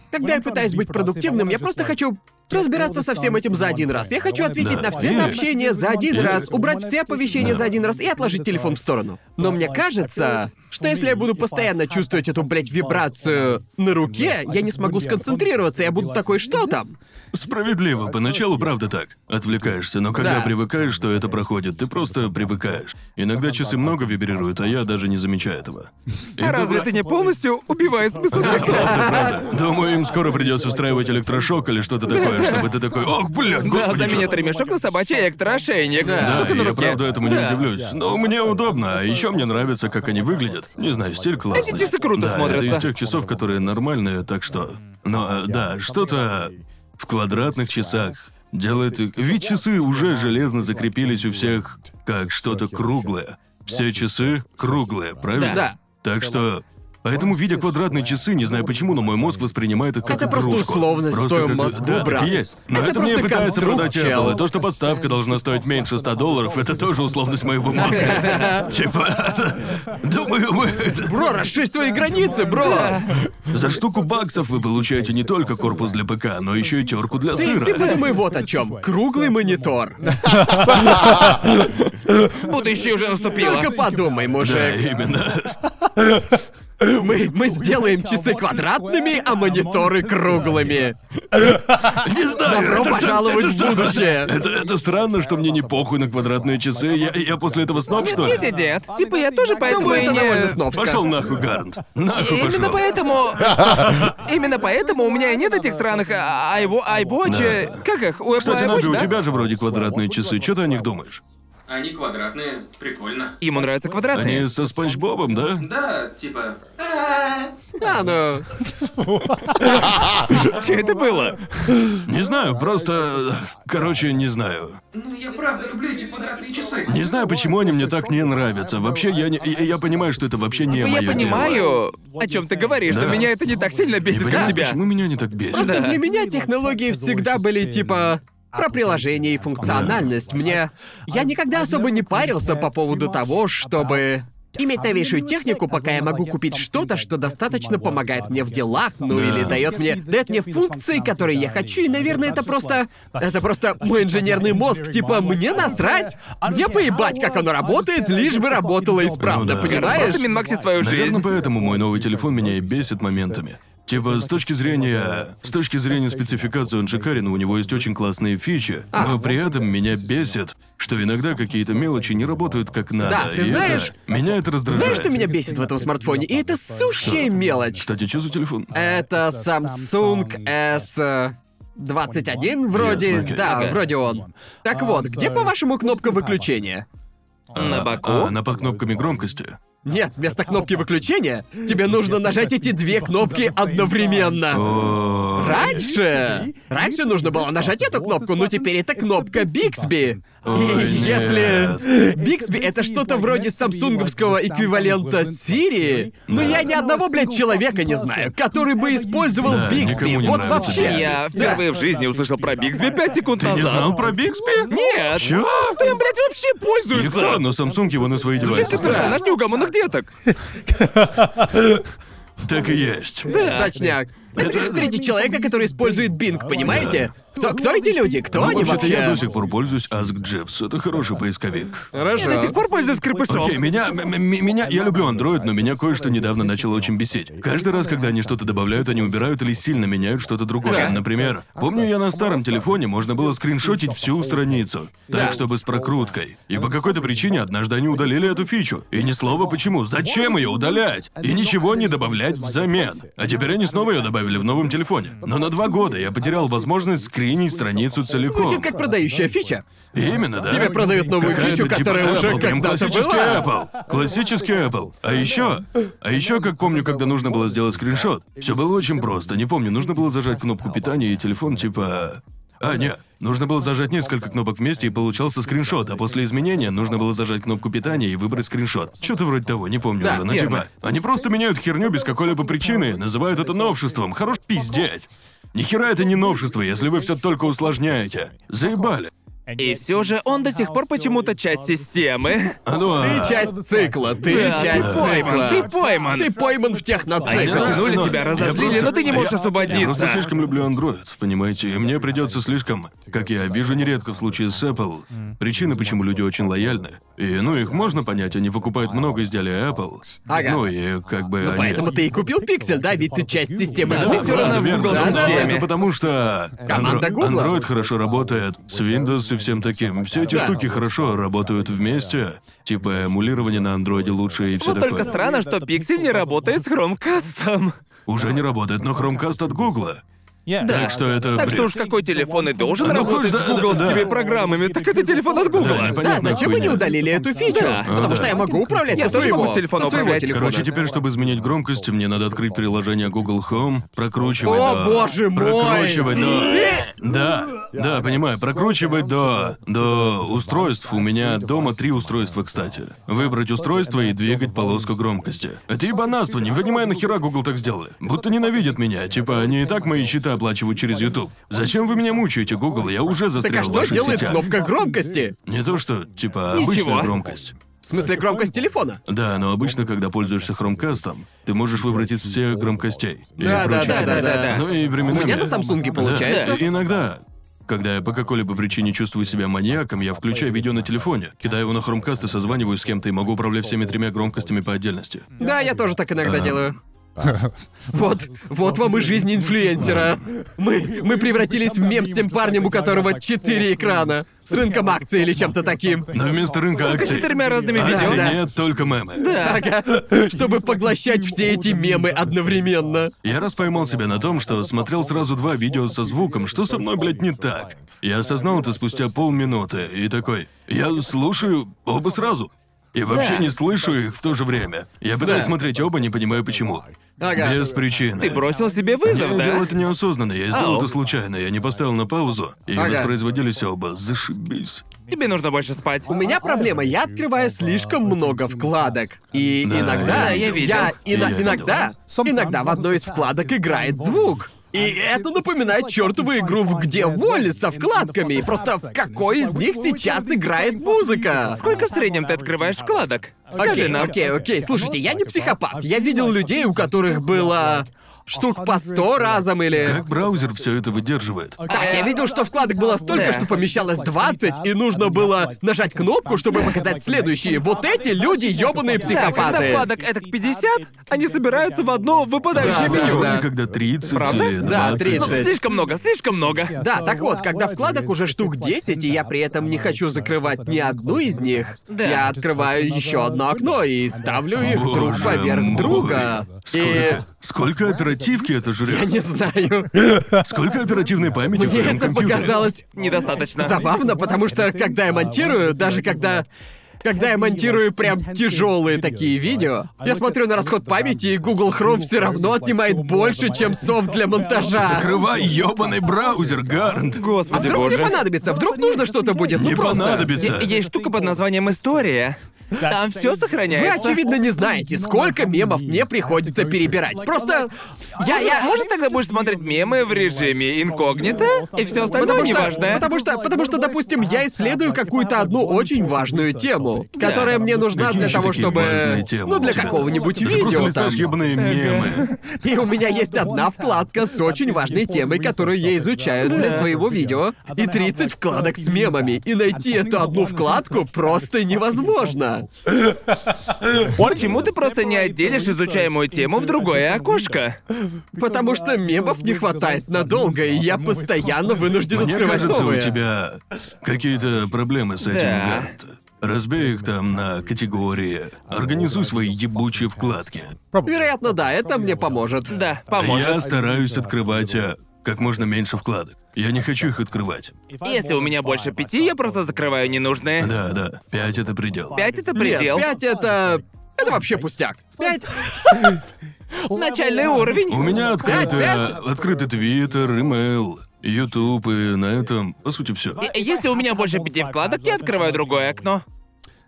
S1: Когда я пытаюсь быть продуктивным, я просто хочу разбираться со всем этим за один раз. Я хочу ответить
S2: Да.
S1: на все
S2: Или-
S1: сообщения за один
S2: Или-
S1: раз, убрать все оповещения
S5: Да.
S1: за один раз и отложить телефон в сторону. Но мне кажется, что если я буду постоянно чувствовать эту, блядь, вибрацию на руке, я не смогу сконцентрироваться, я буду такой, что там?
S2: Справедливо, поначалу правда так. Отвлекаешься, но когда
S1: Да.
S2: привыкаешь, что это проходит, ты просто привыкаешь. Иногда часы много вибрируют, а я даже не замечаю этого. И
S3: А разве
S2: бывает-
S3: это не полностью убивает смысл секса?
S2: Правда, правда. Думаю, им скоро придется устраивать электрошок или что-то такое, чтобы ты такой, ох, блядь,
S3: Да,
S2: господи, чёрт».
S3: заменят ремешок на собачий электрошейник.
S2: Да,
S3: Только на
S2: я
S3: руке.
S2: правда этому не
S3: Да.
S2: удивлюсь. Но мне удобно, а еще мне нравится, как они выглядят. Не знаю, стиль классный.
S3: Эти часы круто
S2: да,
S3: смотрятся.
S2: это из тех часов, которые нормальные, так что... Но, э, да, что-то в квадратных часах делает их... Ведь часы уже железно закрепились у всех как что-то круглое. Все часы круглые, правильно?
S1: Да.
S2: Так что... Поэтому, видя квадратные часы, не знаю почему, но мой мозг воспринимает их как
S1: Это просто
S2: игрушку.
S1: условность в твоем
S2: как-
S1: мозгу,
S2: да, так
S1: брат.
S2: и есть. Но
S1: Это
S2: А это, мне
S1: просто
S2: пытается
S1: конструкт,
S2: продать
S1: чел.
S2: Apple, и то, что подставка должна стоить меньше 100 долларов, это тоже условность моего мозга. Типа, думаю, мы...
S1: Бро, расширь свои границы, бро!
S2: За штуку баксов вы получаете не только корпус для ПК, но еще и терку для
S1: Ты, ты
S2: сыра.
S1: подумай вот о чем. Круглый монитор.
S3: Будущее уже наступило.
S1: Только подумай,
S2: Да,
S1: мужик.
S2: именно.
S1: Мы, мы сделаем часы квадратными, а мониторы круглыми.
S2: Не знаю,
S1: Добро
S2: это что-
S1: пожаловать
S2: это
S1: в
S2: что-
S1: будущее.
S2: Это, это странно, что мне не похуй на квадратные часы. Я, я после этого сноб, что
S3: Нет,
S2: ли?
S3: нет, нет. Типа я тоже поэтому
S1: Думаю,
S3: и
S1: это довольно
S3: не...
S1: снобско.
S2: Пошел нахуй, Гарнт. Нахуй
S3: Именно
S2: пошел.
S3: поэтому... Именно поэтому у меня и нет этих сраных а- а- айво- айвочи...
S2: Да.
S3: Как их? У Apple
S2: Кстати, Наби,
S3: iWatch,
S2: у
S3: да?
S2: тебя же вроде квадратные часы. Что ты о них думаешь?
S4: Они квадратные, прикольно.
S3: Ему нравятся квадратные.
S2: Они со Спанч Бобом, да?
S4: Да, типа...
S1: А, ну,
S3: Что это было?
S2: Не знаю, просто... Короче, не знаю.
S4: Ну, я правда люблю эти квадратные часы.
S2: Не знаю, почему они мне так не нравятся. Вообще, я не... Я, я понимаю, что это вообще не
S3: Ну,
S2: мое
S3: я понимаю, о чем ты говоришь, но
S2: Да.
S3: меня это не так сильно
S2: Не
S3: бесит, как
S2: понимаю,
S3: тебя.
S2: почему меня не так бесит.
S1: просто
S3: Да.
S1: для меня технологии всегда были типа про приложение и функциональность. Мне... Я никогда особо не парился по поводу того, чтобы иметь новейшую технику, пока я могу купить что-то, что достаточно помогает мне в делах, ну
S2: Да.
S1: или дает мне, дает мне функции, которые я хочу, и, наверное, это просто... Это просто мой инженерный мозг, типа, мне насрать, мне поебать, как оно работает, лишь бы работало исправно,
S2: Ну да.
S1: понимаешь?
S3: Просто минмакси свою
S2: Наверное,
S3: жизнь.
S2: поэтому мой новый телефон меня и бесит моментами. Типа, с точки зрения... С точки зрения спецификации он шикарен, у него есть очень классные фичи,
S1: А.
S2: но при этом меня бесит, что иногда какие-то мелочи не работают как надо.
S1: Да, ты
S2: и это-
S1: знаешь-
S2: Меня это раздражает.
S1: Знаешь, что меня бесит в этом смартфоне? И это сущая мелочь. Э,
S2: Кстати, что за телефон?
S1: Это Samsung S... э, 21 вроде,
S2: Ясно, окей.
S1: да,
S3: Ага.
S1: вроде он. Так вот, где, по-вашему, кнопка выключения?
S3: На боку.
S2: А, она под кнопками громкости.
S1: Нет, вместо кнопки выключения тебе нужно нажать эти две кнопки одновременно.
S2: О,
S1: Раньше... Раньше нужно было нажать эту кнопку, но теперь это кнопка Биксби.
S2: Ой,
S1: И Если... Биксби — это что-то вроде самсунговского эквивалента Сирии, но я ни одного, блядь, человека не знаю, который бы использовал
S2: Да,
S1: Биксби.
S2: никому не
S1: Вот
S2: нравится
S1: вообще.
S2: Биксби.
S3: Я
S1: Да.
S3: впервые в жизни услышал про Бигсби 5 секунд
S2: Ты не знал
S3: назад.
S2: про Биксби?
S3: Нет!
S2: Чё?
S3: Да им, блядь, вообще
S2: Никто,
S3: пользуются!
S2: но Samsung его на свои
S3: Ну Зачем
S2: девайсы
S3: ты
S2: ставит.
S3: персонаж неугомонных деток?
S2: Так и есть.
S1: э,
S2: Ну,
S1: Точняк. Это как встретить человека, который использует Бинг, понимаете? Кто, кто эти люди? Кто
S2: Ну,
S1: они
S2: вообще-то я до
S1: вообще?
S2: сих пор пользуюсь Ask Jeeves. Это хороший поисковик.
S3: Я до сих пор пользуюсь крепышом.
S2: Окей, меня, м- м- меня, я люблю Android, но меня кое-что недавно начало очень бесить. Каждый раз, когда они что-то добавляют, они убирают или сильно меняют что-то другое.
S3: Да.
S2: Например, помню, я на старом телефоне можно было скриншотить всю страницу, так чтобы с прокруткой. И по какой-то причине однажды они удалили эту фичу. И ни слова почему. Зачем ее удалять? И ничего не добавлять взамен. А теперь они снова ее добавили в новом телефоне. Но на два года я потерял возможность скринить страницу целиком.
S1: Звучит как продающая фича.
S2: Именно, да.
S1: Тебе продают новую
S2: Какая-то
S1: фичу,
S2: типа
S1: которая
S2: Apple,
S1: уже
S2: прям
S1: когда-то
S2: классический
S1: была.
S2: Apple. Классический Apple. А еще, а еще, как помню, когда нужно было сделать скриншот, все было очень просто. Не помню, нужно было зажать кнопку питания и телефон типа. А, нет. Нужно было зажать несколько кнопок вместе и получался скриншот, а после изменения нужно было зажать кнопку питания и выбрать скриншот. Что-то вроде того, не помню
S1: Да,
S2: уже, но
S1: верно.
S2: типа. Они просто меняют херню без какой-либо причины, называют это новшеством. Хорош пиздеть. Нихера это не новшество, если вы все только усложняете. Заебали.
S3: И все же он до сих пор почему-то часть системы.
S2: А ну, а...
S1: Ты часть цикла, ты
S3: Да, А ты
S1: часть цикла.
S3: пойман, ты пойман.
S1: Ты пойман в
S3: Они
S1: техноцикл.
S3: затянули
S2: Да,
S3: тебя,
S2: я
S3: разозлили,
S2: просто-
S3: но ты не можешь
S2: я-
S3: освободиться.
S2: Я просто слишком люблю Android, понимаете, и мне придется слишком, как я вижу нередко в случае с Apple, причины, почему люди очень лояльны. И, ну, их можно понять, они покупают много изделий Apple.
S1: Ага.
S2: Ну и как бы они...
S1: Поэтому ты и купил пиксель, да? Ведь ты часть системы.
S2: Да,
S1: Мы
S2: да,
S1: всё равно в
S2: верно,
S1: Google
S2: да, да,
S1: системе.
S2: это потому что
S1: Команда
S2: Andro-
S1: Гугла.
S2: Android хорошо работает с Windows и всем таким. Все эти
S1: Да.
S2: штуки хорошо работают вместе. Типа эмулирование на Android лучше и все
S1: Ну,
S3: Вот
S2: такое.
S3: только странно, что пиксель не работает с хромкастом.
S2: Уже не работает, но Chromecast от Гугла.
S3: Да.
S2: Так что это
S3: Так
S2: бред.
S3: что уж какой телефон и должен
S2: Ну,
S3: работать
S2: хоть
S3: с
S2: да,
S3: гугловскими
S2: да.
S3: программами, так это телефон от
S2: Да,
S3: гугла.
S2: непонятно.
S1: Да, зачем вы не
S2: хуйня.
S1: удалили эту фичу?
S3: Да.
S1: Потому что я могу управлять
S3: Я
S1: со
S3: тоже
S1: своего.
S3: могу с телефона
S1: со своего
S3: управлять.
S1: телефона.
S2: Короче, теперь, чтобы изменить громкость, мне надо открыть приложение Google Home, прокручивать
S1: О,
S2: до...
S1: боже мой!
S2: Прокручивать до... Да, да, понимаю, прокручивать до... до устройств. У меня дома три устройства, кстати. Выбрать устройство и двигать полоску громкости. Это ебанатство, не понимаю, нахера Google так сделали. Будто ненавидят меня, типа они и так мои счета оплачивают через YouTube. Зачем вы меня мучаете, Google? Я уже застрял
S1: Так а
S2: в
S1: что
S2: ваших
S1: делает
S2: сетях.
S1: кнопка громкости?
S2: Не то, что, типа,
S3: Ничего.
S2: обычная громкость.
S1: В смысле, громкость телефона?
S2: Да, но обычно, когда пользуешься хромкастом, ты можешь выбрать из всех громкостей. И
S1: Да, да,
S2: прочее.
S1: да, да, да, да.
S2: Ну и временами...
S1: У меня на Самсунге
S2: Да,
S1: получается.
S2: и- иногда. Когда я по какой-либо причине чувствую себя маньяком, я включаю видео на телефоне, кидаю его на хромкаст и созваниваюсь с кем-то и могу управлять всеми тремя громкостями по отдельности.
S1: Да, я тоже так иногда делаю. Вот, вот вам и жизнь инфлюенсера. Мы, мы превратились в мем с тем парнем, у которого четыре экрана. С рынком акций или чем-то таким.
S2: Но вместо рынка
S3: С
S2: акций...
S3: четырьмя разными
S1: Да,
S2: акций
S3: видео.
S1: да.
S2: нет, только мемы.
S1: Ага. Чтобы поглощать все эти мемы одновременно.
S2: Я раз поймал себя на том, что смотрел сразу два видео со звуком, что со мной, блядь, не так. Я осознал это спустя полминуты и такой, я слушаю оба сразу. И вообще
S3: Да.
S2: не слышу их в то же время. Я пытаюсь смотреть оба, не понимаю почему.
S1: Ага.
S2: Без причины.
S3: Ты бросил себе вызов,
S2: Я делал
S3: да?
S2: это неосознанно, я сделал
S3: Ау.
S2: это случайно, я не поставил на паузу, и
S1: Ага.
S2: воспроизводились оба. Зашибись.
S3: Тебе нужно больше спать.
S1: У меня проблема, я открываю слишком много вкладок. И
S2: Да,
S1: иногда...
S2: да,
S3: я видел.
S2: Я
S1: ино-
S2: видел.
S1: иногда... Иногда в одной из вкладок играет звук. И это напоминает чертову игру в «Где Волли» со вкладками. Просто в какой из них сейчас играет музыка?
S3: Сколько в среднем ты открываешь вкладок? Скажи
S1: Окей,
S3: нам.
S1: ну, окей, окей. Слушайте, я не психопат. Я видел людей, у которых было штук по сто разом или...
S2: Как браузер все это выдерживает?
S1: Так, я видел, что вкладок было столько,
S3: Да.
S1: что помещалось 20, и нужно было нажать кнопку, чтобы показать следующие. Вот эти люди ёбаные
S3: Да, когда
S1: психопаты.
S3: вкладок этак 50, они собираются в одно выпадающее
S1: Да,
S2: Я
S3: меню.
S1: да.
S2: помню, когда 30
S3: Правда?
S2: или 20.
S1: Да,
S3: Ну,
S1: 30.
S3: слишком много, слишком много.
S1: Да, так вот, когда вкладок уже штук 10, и я при этом не хочу закрывать ни одну из них,
S3: Да.
S1: я открываю еще одно окно и ставлю их друг
S2: Боже
S1: поверх
S2: мой.
S1: друга. И...
S2: Сколько, сколько оперативки это жрет?
S1: Я не знаю.
S2: Сколько оперативной памяти в
S1: Мне
S2: твоем
S1: это
S2: компьютере?
S1: показалось
S3: Недостаточно.
S1: забавно, потому что когда я монтирую, даже когда Когда я монтирую прям тяжелые такие видео, я смотрю на расход памяти, и Google Chrome все равно отнимает больше, чем софт для монтажа.
S2: Закрывай ёбаный браузер, Гарнт.
S1: А
S3: Господи
S1: вдруг
S3: боже.
S1: мне понадобится? Вдруг нужно что-то будет? Ну
S2: Не
S1: просто.
S2: понадобится.
S3: Е- Есть штука под названием «История». Там все
S1: Вы,
S3: сохраняется.
S1: очевидно, не знаете, сколько мемов мне приходится перебирать. Просто... Я, я...
S3: Может, тогда будешь смотреть мемы в режиме инкогнито, и все остальное
S1: Потому что,
S3: неважное.
S1: потому что, потому что, допустим, я исследую какую-то одну очень важную тему, которая мне нужна
S2: Какие
S1: для
S2: ещё
S1: того,
S2: такие
S1: чтобы,
S2: важные темы
S1: ну, для
S2: у тебя?
S1: какого-нибудь
S2: Ты же просто
S1: видео там.
S2: листаешь ёбаные мемы.
S1: И у меня есть одна вкладка с очень важной темой, которую я изучаю для своего
S3: А
S1: видео, и 30 вкладок с мемами. И найти эту одну вкладку просто невозможно.
S3: Почему ты просто не отделишь изучаемую тему в другое окошко?
S1: Потому что мемов не хватает надолго, и я постоянно вынужден
S2: Мне
S1: открывать
S2: кажется,
S1: новые.
S2: у тебя какие-то проблемы с этим,
S3: Да.
S2: Гарнт. Разбей их там на категории. Организуй свои ебучие вкладки.
S1: Вероятно, да, это мне поможет.
S3: Да, поможет.
S2: Я стараюсь открывать э, как можно меньше вкладок. Я не хочу их открывать.
S3: Если у меня больше пяти, я просто закрываю ненужные.
S2: Да, да. Пять это предел.
S3: Пять — это
S1: Нет,
S3: предел.
S1: пять это... Это вообще пустяк. Пять...
S3: Начальный уровень.
S2: У меня открыто,
S1: пять?
S2: открытый Твиттер, имейл, Ютуб, и на этом, по сути, все.
S3: Э, Если у меня больше пяти вкладок, я открываю другое окно.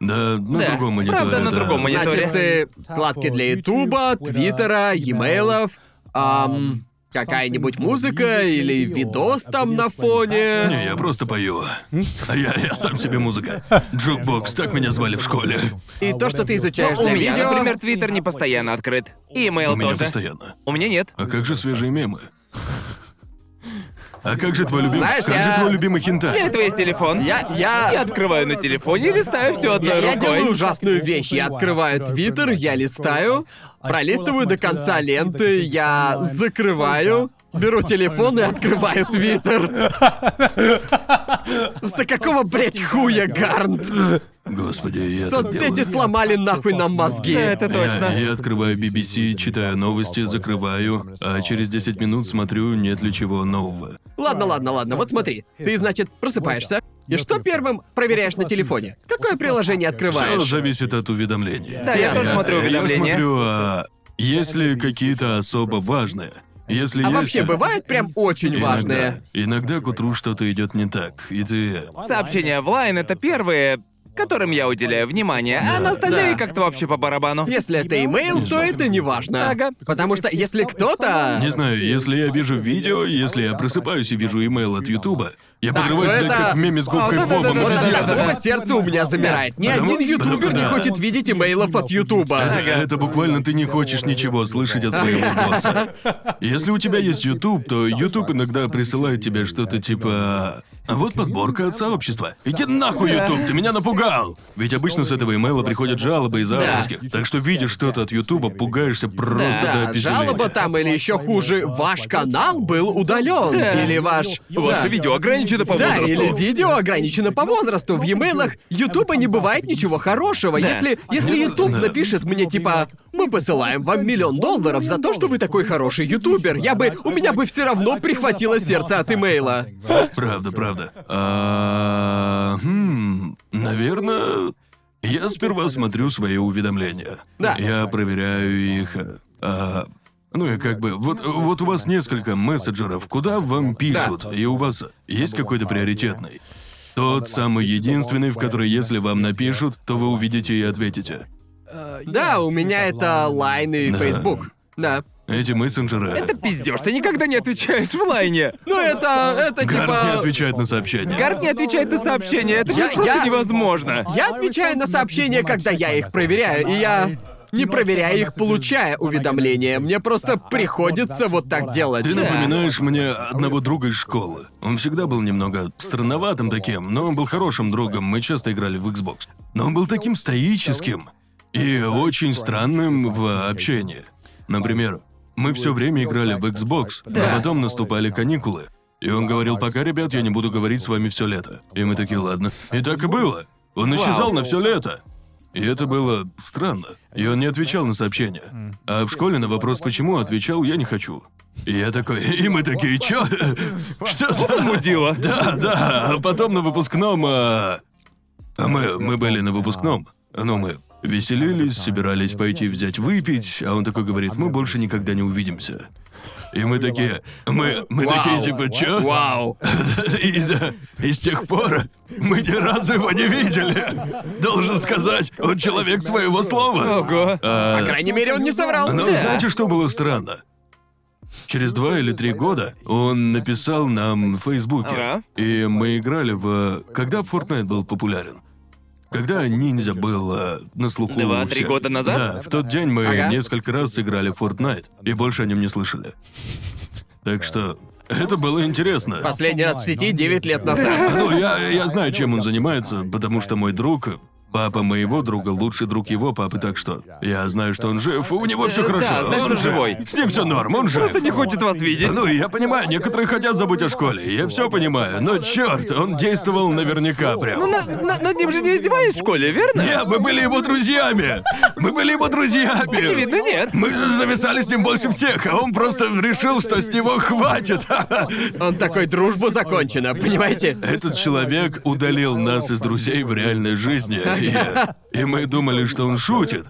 S2: Да, на
S3: Да,
S2: другом мониторе.
S3: правда, на
S2: да.
S3: другом мониторе.
S1: Значит, ты вкладки для Ютуба, Твиттера, емейлов, ам, какая-нибудь музыка или видос там на
S2: Не,
S1: фоне.
S2: я просто пою. А я, я сам себе музыка. Джокбокс, так меня звали в школе.
S1: И то, что ты изучаешь
S3: Но Ну, у
S1: для
S3: меня,
S1: видео.
S3: например, Твиттер не постоянно открыт. И
S2: У
S3: имейл
S2: меня
S3: тоже.
S2: постоянно.
S3: У меня нет.
S2: А как же свежие мемы? А как же твой любимый...
S1: Знаешь,
S2: как
S1: я-
S2: же твой любимый хентай?
S3: Я этого есть телефон.
S1: Я, я,
S3: Я открываю на телефоне и листаю все
S1: я,
S3: одной
S1: я
S3: рукой.
S1: делаю ужасную вещь. Я открываю Твиттер, я листаю, пролистываю до конца ленты, я закрываю, беру телефон и открываю Твиттер. Просто какого, блядь, хуя, Гарнт?
S2: Господи, я так
S1: Соцсети
S2: делаю.
S1: сломали нахуй нам мозги.
S3: Да, это
S2: Я,
S3: точно.
S2: я открываю BBC, читаю новости, закрываю, а через 10 минут смотрю, нет ли чего нового.
S1: Ладно, ладно, ладно, вот смотри. Ты, значит, просыпаешься. И что первым проверяешь на телефоне? Какое приложение
S2: Все
S1: открываешь?
S2: зависит от уведомлений.
S3: Да, я
S1: Я-
S3: тоже смотрю
S2: Я
S3: уведомления.
S2: смотрю, а есть ли какие-то особо важные? Если
S1: А
S2: есть,
S1: вообще
S2: то-
S1: бывают прям очень
S2: Иногда-
S1: важные.
S2: Иногда к утру что-то идет не так, и ты.
S3: Сообщения в Line — это первые, которым я уделяю внимание, а на остальные
S1: Да.
S3: как-то вообще по барабану.
S1: Если это имейл, то это не важно.
S3: Ага.
S1: Потому что если кто-то...
S2: Не знаю, если я вижу видео, если я просыпаюсь и вижу имейл от Ютуба, я
S1: Да,
S2: подрываюсь,
S1: но
S2: блядь,
S1: это-
S2: как в меме с губкой
S3: А, да-да-да-да-да-да.
S2: Бобом
S1: Вот от
S2: обезьяна.
S1: такого сердце у меня замирает. Ни
S2: Потому-
S1: один ютубер не
S2: потому- да.
S1: хочет видеть имейлов от Ютуба.
S2: Это, это буквально ты не хочешь ничего слышать от своего босса. Если у тебя есть YouTube, то YouTube иногда присылает тебе что-то типа... «А Вот подборка от сообщества. Иди нахуй, YouTube, ты меня напугал! Ведь обычно с этого имейла приходят жалобы из-за авторских. Так что видишь что-то от YouTube, пугаешься просто до
S1: Да,
S2: опиздения.
S1: жалоба там или еще хуже, ваш канал был удален. Или ваш...
S3: Ваше
S1: Да.
S3: видео ограничено по
S1: Да,
S3: возрасту.
S1: или видео ограничено по возрасту. В e-mail'ах Ютуба не бывает ничего хорошего. Если, если Ютуб
S2: Да.
S1: напишет мне типа «Мы посылаем вам миллион долларов за то, что вы такой хороший ютубер», я бы... У меня бы все равно прихватило сердце от имейла.
S2: Правда, правда. А, хм, наверное, я сперва смотрю свои уведомления.
S1: Да.
S2: Я проверяю их. а, ну и как бы, вот, вот у вас несколько мессенджеров, куда вам пишут, и у вас есть какой-то приоритетный. Тот самый единственный, в который, если вам напишут, то вы увидите и ответите.
S1: Да, у меня это Лайн и
S2: Да.
S1: Facebook. Да.
S2: Эти мессенджеры.
S3: Это пиздешь, ты никогда не отвечаешь в лайне.
S1: Ну это... это
S2: Гард не
S1: типа...
S2: отвечает на сообщения.
S3: Гард не отвечает на сообщения, это же
S1: Я-
S3: просто
S1: я-
S3: невозможно.
S1: Я отвечаю на сообщения, когда я их проверяю, и я... Не проверяя их, получая уведомления, мне просто приходится вот так делать.
S2: Ты ну,
S1: Да.
S2: напоминаешь мне одного друга из школы. Он всегда был немного странноватым таким, но он был хорошим другом, мы часто играли в Xbox. Но он был таким стоическим и очень странным в общении. Например, мы все время играли в Xbox,
S1: Да.
S2: а потом наступали каникулы. И он говорил, пока, ребят, я не буду говорить с вами все лето. И мы такие, ладно. И так и было. Он исчезал на все лето. И это было странно. И он не отвечал на сообщения. А в школе на вопрос, почему, отвечал, я не хочу. И я такой, и мы такие, чё? Что за мудила? Да, да. А потом на выпускном... а, А мы, мы были на выпускном. Ну, мы веселились, собирались пойти взять выпить, а он такой говорит, мы больше никогда не увидимся. И мы такие, мы, мы
S1: Вау.
S2: такие, типа, чё?
S1: Вау.
S2: И, да, и с тех пор мы ни разу его не видели. Должен сказать, он человек своего слова. А,
S3: Ого. А
S1: По крайней мере, он не соврал.
S2: Ну,
S1: Да.
S2: знаете, что было странно? Через два или три года он написал нам в Фейсбуке,
S3: Ага.
S2: и мы играли в... Когда Fortnite был популярен? Когда ниндзя был э, на слуху у
S3: Два-три
S2: всех.
S3: года назад?
S2: Да, в тот день мы
S1: Ага.
S2: несколько раз сыграли в Fortnite, и больше о нем не слышали. Так что это было интересно.
S1: Последний раз в сети 9 лет назад.
S2: Ну, я, я знаю, чем он занимается, потому что мой друг, папа моего друга, лучший друг его папы, так что я знаю, что он жив, и у него все
S3: Э, да,
S2: хорошо.
S3: знаешь,
S2: он
S3: он живой.
S2: С ним все норм, он жив.
S3: Просто не хочет вас видеть.
S2: Ну, я понимаю, некоторые хотят забыть о школе, я все понимаю, но черт, он действовал наверняка прям.
S3: Ну, на- на- над ним же не издевались в школе, верно?
S2: Не, мы были его друзьями! Мы были его друзьями!
S3: Очевидно, нет.
S2: Мы зависали с ним больше всех, а он просто решил, что с него хватит.
S1: Он такой, дружба закончена, понимаете?
S2: Этот человек удалил нас из друзей в реальной жизни, и, и мы думали, что он шутит.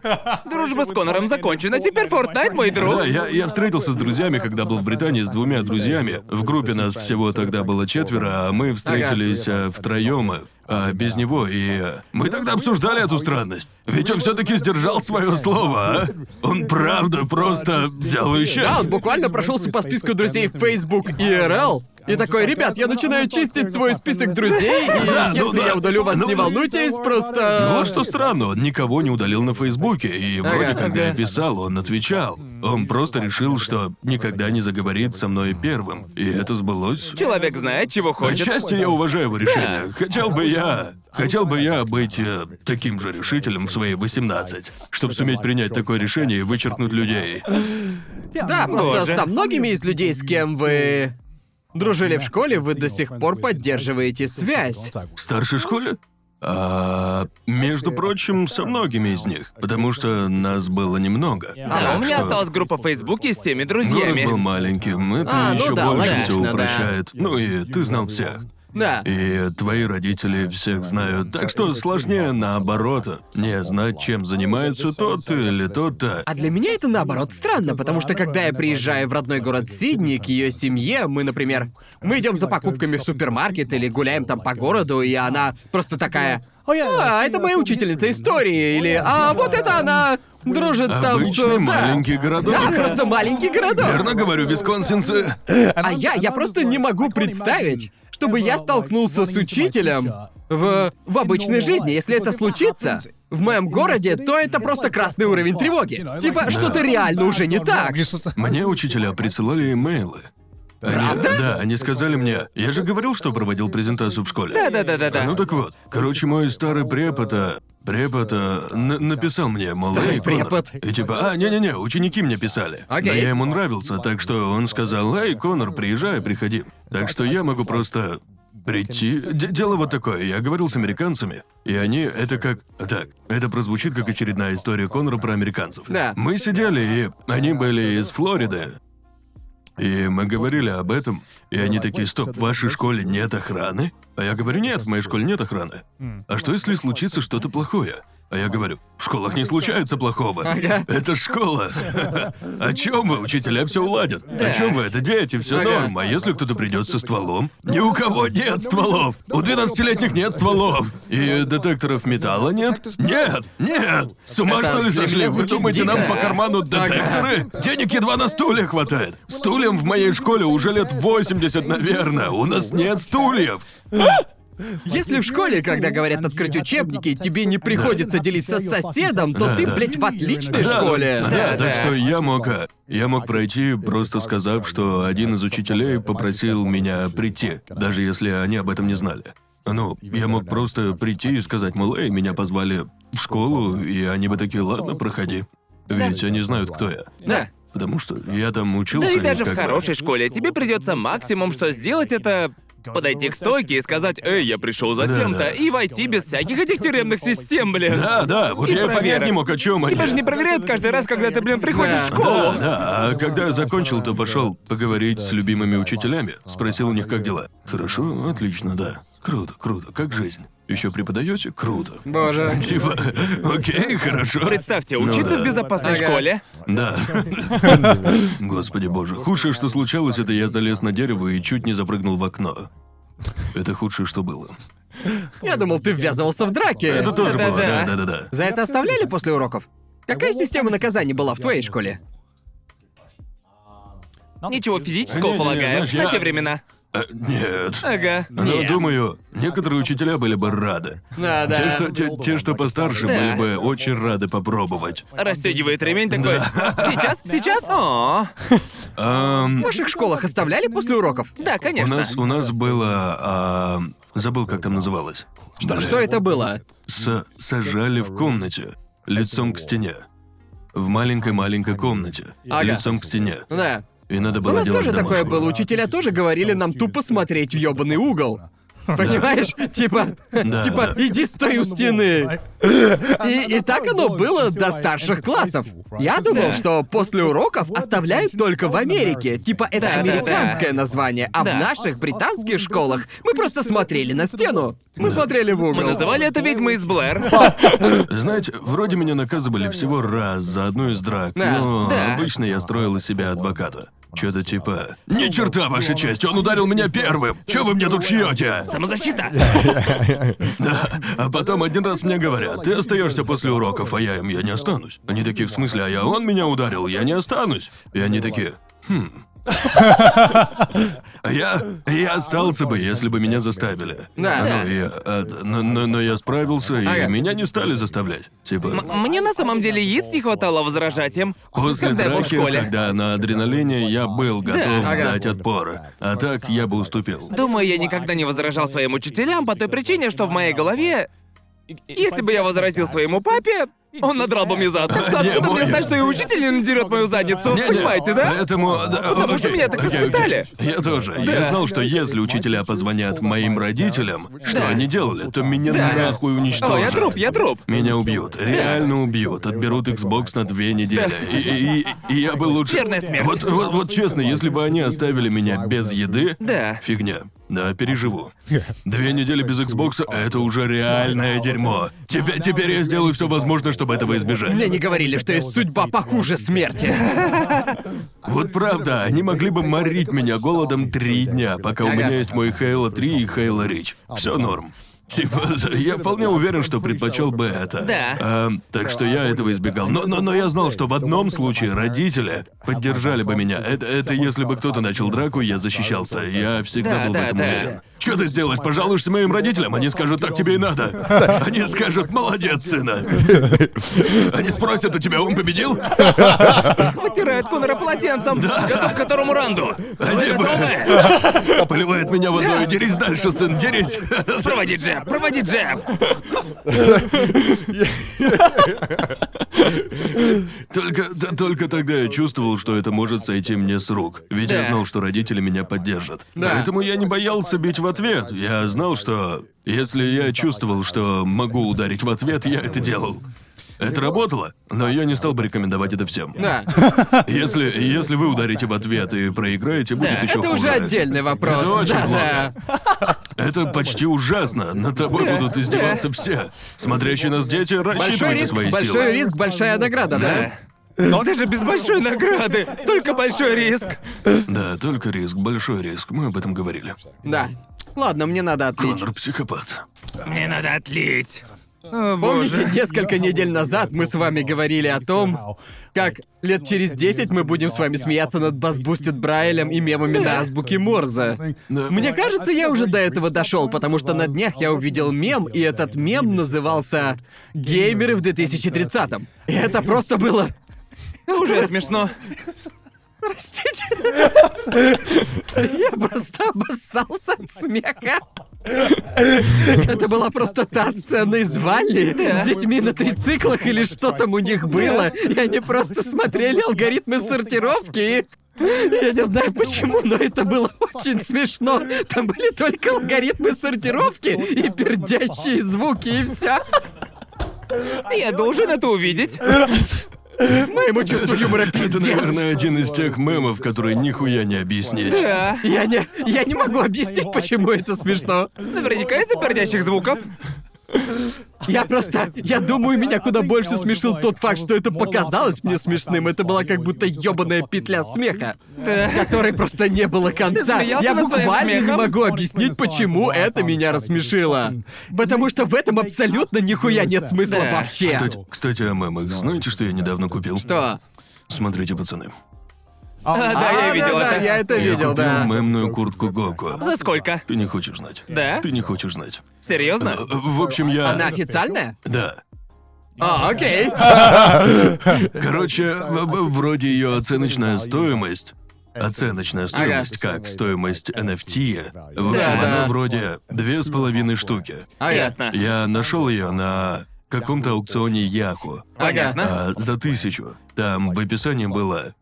S3: Дружба с Конором закончена, теперь Фортнайт мой друг.
S2: Да, я, я встретился с друзьями, когда был в Британии, с двумя друзьями. В группе нас всего тогда было четверо, а мы встретились э, втроем, а, без него, и э, мы тогда обсуждали эту странность. Ведь он все-таки сдержал свое слово, а? Он правда просто взял и исчез.
S1: Да, он буквально прошелся по списку друзей в Facebook и РЛ. И такой, ребят, я начинаю чистить свой список друзей,
S2: Да,
S1: и
S2: ну
S1: если
S2: да.
S1: я удалю вас,
S2: Ну,
S1: не волнуйтесь,
S2: Ну,
S1: просто...
S2: Вот что странно, он никого не удалил на Фейсбуке, и вроде
S1: Ага.
S2: когда я писал, он отвечал. Он просто решил, что никогда не заговорит со мной первым, и это сбылось.
S3: Человек знает, чего хочет.
S2: Отчасти я уважаю его решение. Хотел бы я... Хотел бы я быть э, таким же решителем в свои 18, чтобы суметь принять такое решение и вычеркнуть людей.
S1: Да, просто
S3: Боже.
S1: со многими из людей, с кем вы дружили в школе, вы до сих пор поддерживаете связь.
S2: В старшей школе? А, между прочим, со многими из них, потому что нас было немного.
S3: А,
S2: Так
S3: у меня
S2: что-
S3: осталась группа в Фейсбуке с теми
S2: Город был
S3: друзьями.
S2: маленьким, это
S1: А, ну
S2: еще
S1: да,
S2: больше
S1: логично,
S2: все
S1: да.
S2: упрощает. Ну и ты знал всех.
S1: Да.
S2: И твои родители всех знают, так что сложнее наоборот. Не знать, чем занимается тот или тот-то.
S1: А для меня это наоборот странно, потому что когда я приезжаю в родной город Сидни к ее семье, мы, например, мы идем за покупками в супермаркет или гуляем там по городу, и она просто такая. А, это моя учительница истории, или А, вот это она дружит А там с.
S2: Обычный
S1: да».
S2: маленький городок.
S1: Да, просто маленький городок.
S2: Верно говорю, висконсинцы.
S1: А я, я просто не могу представить, чтобы я столкнулся с учителем в, в обычной жизни. Если это случится в моем городе, то это просто красный уровень тревоги. Типа, что-то реально уже не так.
S2: Мне учителя присылали имейлы. Они- да, они сказали мне. Я же говорил, что проводил презентацию в школе.
S3: Да-да-да-да-да.
S2: Ну так вот, короче, мой старый препод, препота написал мне, мол,
S1: Старый
S2: «Эй, Конор».
S1: препод.
S2: И типа, а, не-не-не, ученики мне писали.
S1: Окей.
S2: Но я ему нравился, так что он сказал, эй, Конор, приезжай, приходи. Так что я могу просто прийти. Д- дело вот такое, я говорил с американцами, и они, это как... Так, это прозвучит как очередная история Конора про американцев.
S1: Да.
S2: Мы сидели, и они были из Флориды, и мы говорили об этом, и они такие, стоп, в вашей школе нет охраны? А я говорю, нет, в моей школе нет охраны. А что если случится что-то плохое? А я говорю, в школах не случается плохого. Это школа. О чем вы, учителя все уладят? О чем вы? Это дети, все
S1: Ага.
S2: норм. А если кто-то придет со стволом? Ни у кого нет стволов! У 12-летних нет стволов! И детекторов металла нет? Нет! Нет! С ума
S1: Это
S2: что ли
S1: для
S2: сошли?
S1: меня
S2: Вы
S1: звучит
S2: думаете, нам
S1: дико. а?
S2: по карману детекторы? Денег едва на стулья хватает. Стульям в моей школе уже лет 80, наверное. У нас нет стульев.
S1: Если в школе, когда говорят открыть учебники, тебе не приходится делиться с соседом, «Ну, то ты, блядь, в отличной
S2: Да,
S1: школе.
S2: Да,
S3: Да,
S2: так
S3: да.
S2: что я мог, а, я мог пройти, просто сказав, что один из учителей попросил меня прийти, даже если они об этом не знали. Ну, я мог просто прийти и сказать, мол, «Эй, меня позвали в школу, и они бы такие, ладно, проходи. Ведь они знают, кто я.
S1: Да.
S2: Потому что я там учился.
S3: Да и
S2: и
S3: даже
S2: как
S3: в
S2: бы-
S3: хорошей школе тебе придется максимум, что сделать, это подойти к стойке и сказать, эй, я пришел за
S2: Да-да.
S3: тем-то, и войти без всяких этих тюремных систем, блин.
S2: Да, да, вот
S3: И
S2: я и понять
S3: проверок.
S2: не мог, о чем они.
S3: Тебя же не проверяют каждый раз, когда ты, блин, приходишь
S1: Да.
S3: в школу.
S2: Да, да. А когда я закончил, то пошел поговорить с любимыми учителями. Спросил у них, как дела. Хорошо, отлично, да. Круто, круто, как жизнь. Еще преподаете? Круто.
S1: Боже.
S2: Типа, окей, хорошо.
S3: Представьте,
S2: Ну
S3: учиться
S2: да.
S3: в безопасной
S1: Ага.
S3: школе.
S2: Да. Господи боже, худшее, что случалось, это я залез на дерево и чуть не запрыгнул в окно. Это худшее, что было.
S1: Я думал, ты ввязывался в драки.
S2: Это тоже
S3: Да-да-да.
S2: было, да-да-да.
S1: За это оставляли после уроков? Какая система наказаний была в твоей школе?
S3: Ничего физического,
S2: Не-не-не,
S3: полагаю,
S2: знаешь,
S3: на
S2: я-
S3: те времена.
S2: Э, Нет.
S3: Ага.
S2: Но думаю, некоторые учителя были бы рады.
S1: Да, да.
S2: Те, что, те, те, что постарше,
S3: Да.
S2: были бы очень рады попробовать.
S3: Расстегивает ремень такой. Сейчас, сейчас. О,
S2: Ам,
S1: В ваших школах оставляли после уроков?
S3: да,
S2: у
S3: конечно.
S2: нас у нас было. ам, забыл, как там называлось. Что,
S1: Что это было?
S2: С сажали в комнате, лицом к стене. В маленькой-маленькой комнате,
S1: Ага. Ну
S2: лицом к стене.
S1: Да.
S2: И надо
S1: У
S2: было
S1: нас
S2: делать
S1: тоже такое
S2: домашку.
S1: было. Учителя тоже говорили нам тупо смотреть в ёбаный угол. Понимаешь? Типа,
S2: Да, да.
S1: типа, иди стой у стены. И, и так оно было до старших классов. Я думал,
S3: Да.
S1: что после уроков оставляют только в Америке. Типа, это
S3: Да, да,
S1: американское
S3: да.
S1: название. А в
S3: Да.
S1: наших британских школах мы просто смотрели на стену. Мы смотрели в
S3: Мы
S1: угол.
S3: называли это ведьмы из Блэр.
S2: Знаете, вроде меня наказывали всего раз за одну из драк,
S1: Да,
S2: но
S3: да.
S2: обычно я строил из себя адвоката. Что-то типа... Ни черта, ваша честь, он ударил меня первым! Че вы мне тут шьете?
S3: Самозащита.
S2: Да. А потом один раз мне говорят, ты остаешься после уроков, а я им, я не останусь. Они такие, в смысле, а я он меня ударил, я не останусь. И они такие, хм. А Я, я остался бы, если бы меня заставили.
S1: Да, да.
S2: Ну, я- а, но, но- но я справился, и
S1: Ага.
S2: меня не стали заставлять. Типа,
S3: М- Мне на самом деле яиц не хватало возражать им.
S2: После
S3: когда я был в
S2: драки,
S3: школе.
S2: когда на адреналине, я был готов
S1: ага.
S2: дать отпор. А так я бы уступил.
S3: Думаю, я никогда не возражал своим учителям по той причине, что в моей голове, если бы я возразил своему папе, он надрал бы мне зад. Так что
S2: Не,
S3: откуда мне
S2: мой-
S3: знать, что и учитель не надерет мою задницу?
S2: Не-не,
S3: Понимаете, да? Ну,
S2: Поэтому... да,
S3: Потому что
S2: окей,
S3: меня так
S2: окей, окей.
S3: воспитали.
S2: Я тоже. Я знал, что если учителя позвонят моим родителям, что
S3: Да.
S2: они делали, то меня
S3: Да.
S2: нахуй уничтожат.
S3: О, я труп, я труп.
S2: Меня убьют, реально убьют, отберут Xbox на две недели. И, и- и я бы лучше...
S3: Верная смерть.
S2: Вот, вот, вот честно, если бы они оставили меня без еды,
S3: Да.
S2: фигня. Да, переживу. Две недели без Xbox это уже реальное дерьмо. Теперь, теперь я сделаю все возможное, чтобы этого избежать.
S1: Мне не говорили, что есть судьба похуже смерти.
S2: Вот правда, они могли бы морить меня голодом три дня, пока у
S1: Ага.
S2: меня есть мой Halo 3 и Halo Reach. Все норм. Типа, я вполне уверен, что предпочел бы это.
S3: Да.
S2: Эм, так что я этого избегал. Но, но, но я знал, что в одном случае родители поддержали бы меня. Это, это если бы кто-то начал драку, я защищался. Я всегда
S3: Да,
S2: был в
S3: да,
S2: этом
S3: да.
S2: уверен. Что ты сделаешь? Пожалуешься моим родителям? Они скажут, так тебе и надо. Они скажут, молодец, сына. Они спросят у тебя, он победил?
S3: Вытирает Конора полотенцем. Готов к которому ранду.
S2: Они бы...
S3: Готовы?
S2: Поливает меня водой. Дерись дальше, сын, дерись.
S3: Проводи джеб, проводи джеб.
S2: Только, да, только тогда я чувствовал, что это может сойти мне с рук. Ведь я
S3: Да.
S2: знал, что родители меня поддержат.
S1: Да.
S2: Поэтому я не боялся бить в ответ. Я знал, что если я чувствовал, что могу ударить в ответ, я это делал. Это работало, но я не стал бы рекомендовать это всем.
S1: Да.
S2: Если, если вы ударите в ответ и проиграете, будет еще
S1: Это уже
S2: хуже.
S1: отдельный вопрос.
S2: Это очень
S1: Да,
S2: плохо.
S1: да.
S2: Это почти ужасно. Над тобой будут издеваться все. Смотрящие нас дети,
S1: Большой
S2: рассчитывайте
S1: риск,
S2: свои силы.
S1: большой риск, большая награда, да?
S3: Но даже без большой награды, только большой риск.
S2: Да, только риск, большой риск. Мы об этом говорили.
S1: Да. Ладно, мне надо отлить.
S2: Конор психопат.
S3: Мне надо отлить.
S1: Помните, несколько недель назад мы с вами говорили о том, как лет через 10 мы будем с вами смеяться над Базбустит Брайлем и мемами на азбуке Морзе. Мне кажется, я уже до этого дошел, потому что на днях я увидел мем, и этот мем назывался «Геймеры в 2030-м». И это просто было...
S3: Уже смешно.
S1: Простите. Я просто обоссался от смеха. Это была просто та сцена из Валли с детьми на трициклах или что там у них было. И они просто смотрели алгоритмы сортировки и... Я не знаю почему, но это было очень смешно. Там были только алгоритмы сортировки и пердящие звуки, и все.
S3: Я должен это увидеть.
S1: Моему чувству юмора
S2: Это,
S1: пиздец.
S2: наверное, один из тех мемов, которые нихуя не объяснить.
S3: Да.
S1: Я не, я не могу объяснить, почему это смешно.
S3: Наверняка из-за пердящих звуков.
S1: Я просто... Я думаю, меня куда больше смешил тот факт, что это показалось мне смешным. Это была как будто ёбаная петля смеха, которой просто не было конца.
S3: Ты смеялся
S1: Я
S3: над своим
S1: буквально не
S3: смехом?
S1: могу объяснить, почему это меня рассмешило. Потому что в этом абсолютно нихуя нет смысла
S3: Да.
S1: вообще.
S2: Кстати, кстати, о мемах. Знаете, что я недавно купил?
S1: Что?
S2: Смотрите, пацаны.
S3: А, да, я
S1: А,
S3: видел
S1: да,
S3: это.
S1: я это
S2: я
S1: видел,
S2: купил
S1: да.
S2: мемную куртку Гоку.
S3: За сколько?
S2: Ты не хочешь знать.
S3: Да?
S2: Ты не хочешь знать. Э,
S3: Серьезно?
S2: В общем, я...
S1: Она официальная?
S2: Да.
S1: А, окей.
S2: Короче,
S1: А
S2: в- в- вроде ее оценочная стоимость. Оценочная стоимость, как стоимость NFT. В общем,
S1: Да,
S2: она
S1: да.
S2: вроде две с половиной штуки.
S1: Ага.
S3: Ясно.
S2: Я нашел ее на каком-то аукционе Яху.
S1: Ага.
S2: А, за тысячу. Там в описании было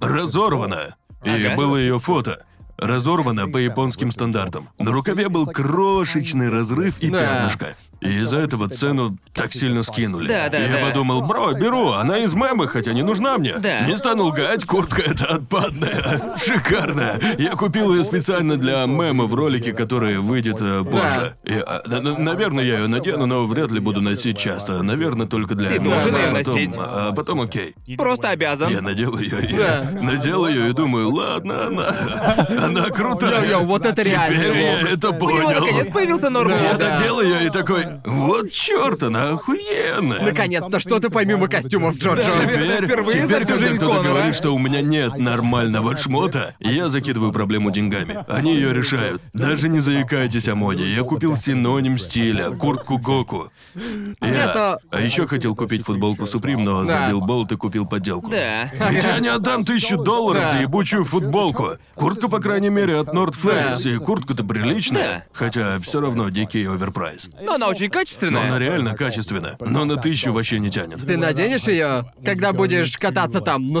S2: разорвано. И
S3: Ага.
S2: было ее фото. Разорвано по японским стандартам. На рукаве был крошечный разрыв и
S1: Да.
S2: пятнышко. И из-за этого цену так сильно скинули.
S3: Да, да,
S2: И я
S3: да.
S2: подумал, бро, беру, она из мема, хотя не нужна мне.
S3: Да.
S2: Не стану лгать, куртка это отпадная. Шикарная. Я купил ее специально для мема в ролике, который выйдет э, позже. И, а, на- на- наверное, я ее надену, но вряд ли буду носить часто. Наверное, только для
S3: Ты
S2: мема.
S3: должен её
S2: а потом,
S3: носить.
S2: а потом окей.
S3: Просто
S2: Я
S3: обязан.
S2: надел ее, я надел ее и думаю, ладно, она, она крутая.
S1: Йо-йо, вот это реально.
S2: Теперь я это
S3: У него
S2: понял.
S3: наконец появился нормал.
S1: Да,
S2: Я
S1: да.
S2: надел ее и такой, вот черт, она охуенная.
S1: Наконец-то что-то помимо костюмов Джорджа.
S2: Теперь,
S3: Впервые за
S2: теперь
S3: всю
S2: когда
S3: жизнь
S2: кто-то
S3: Конора.
S2: говорит, что у меня нет нормального шмота, я закидываю проблему деньгами. Они ее решают. Даже не заикайтесь о моде. Я купил синоним стиля, куртку Гоку. Я...
S1: Это-
S2: А еще хотел купить футболку Supreme, но
S1: Да.
S2: забил болт и купил подделку.
S3: Да.
S2: Ведь я не отдам тысячу долларов за
S1: Да.
S2: ебучую футболку. Куртка, по крайней мере, от North Face, и куртка-то приличная.
S3: Да.
S2: Хотя все равно дикий оверпрайс.
S3: Но она очень
S2: Но
S3: качественная.
S2: она реально качественная, но на тысячу вообще не тянет.
S1: Ты наденешь ее, когда будешь кататься там на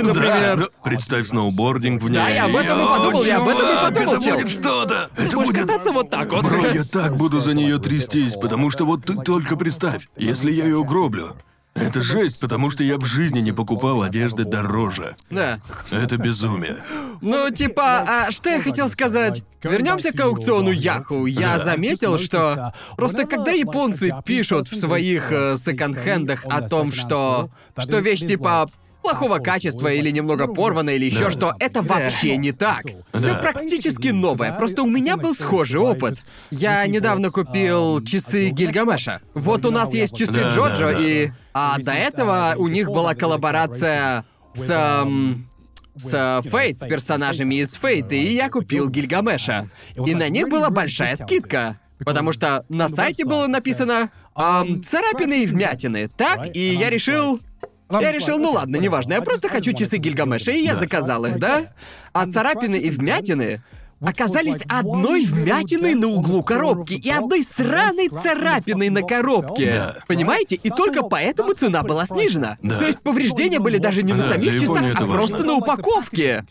S2: Ну да,
S1: например?
S2: да. Представь сноубординг в ней.
S1: Да, я об этом и
S2: О,
S1: подумал, я об этом и
S2: чувак,
S1: подумал, Ну,
S2: Это
S1: чел.
S2: будет что-то. Это
S3: Будешь
S2: будет...
S3: кататься вот так вот.
S2: Бро, я так буду за нее трястись, потому что вот ты только представь, если я ее гроблю. Это жесть, потому что я в жизни не покупал одежды дороже.
S1: Да.
S2: Это безумие.
S1: Ну, типа, а что я хотел сказать? Вернемся к аукциону Яху. Я заметил, что просто когда японцы пишут в своих э, секонд-хендах о том, что что вещь типа плохого качества или немного порвана или еще
S2: Да.
S1: что, это вообще не так. Все
S2: Да.
S1: практически новое. Просто у меня был схожий опыт. Я недавно купил часы Гильгамеша. Вот у нас есть часы
S2: Да, да,
S1: Джоджо
S2: да.
S1: и а до этого у них была коллаборация с эм, с Фейт, с персонажами из Фейт, и я купил Гильгамеша. И на них была большая скидка. Потому что на сайте было написано ам, «царапины и вмятины», так? И я решил... Я решил, ну ладно, неважно, я просто хочу часы Гильгамеша, и я заказал их, да? А царапины и вмятины оказались одной вмятиной на углу коробки и одной сраной царапиной на коробке.
S2: Да.
S1: Понимаете? И только поэтому цена была снижена.
S2: Да.
S1: То есть повреждения были даже не на
S2: Да,
S1: самих
S2: для
S1: часах,
S2: Японии это
S1: а просто
S2: важно.
S1: на упаковке.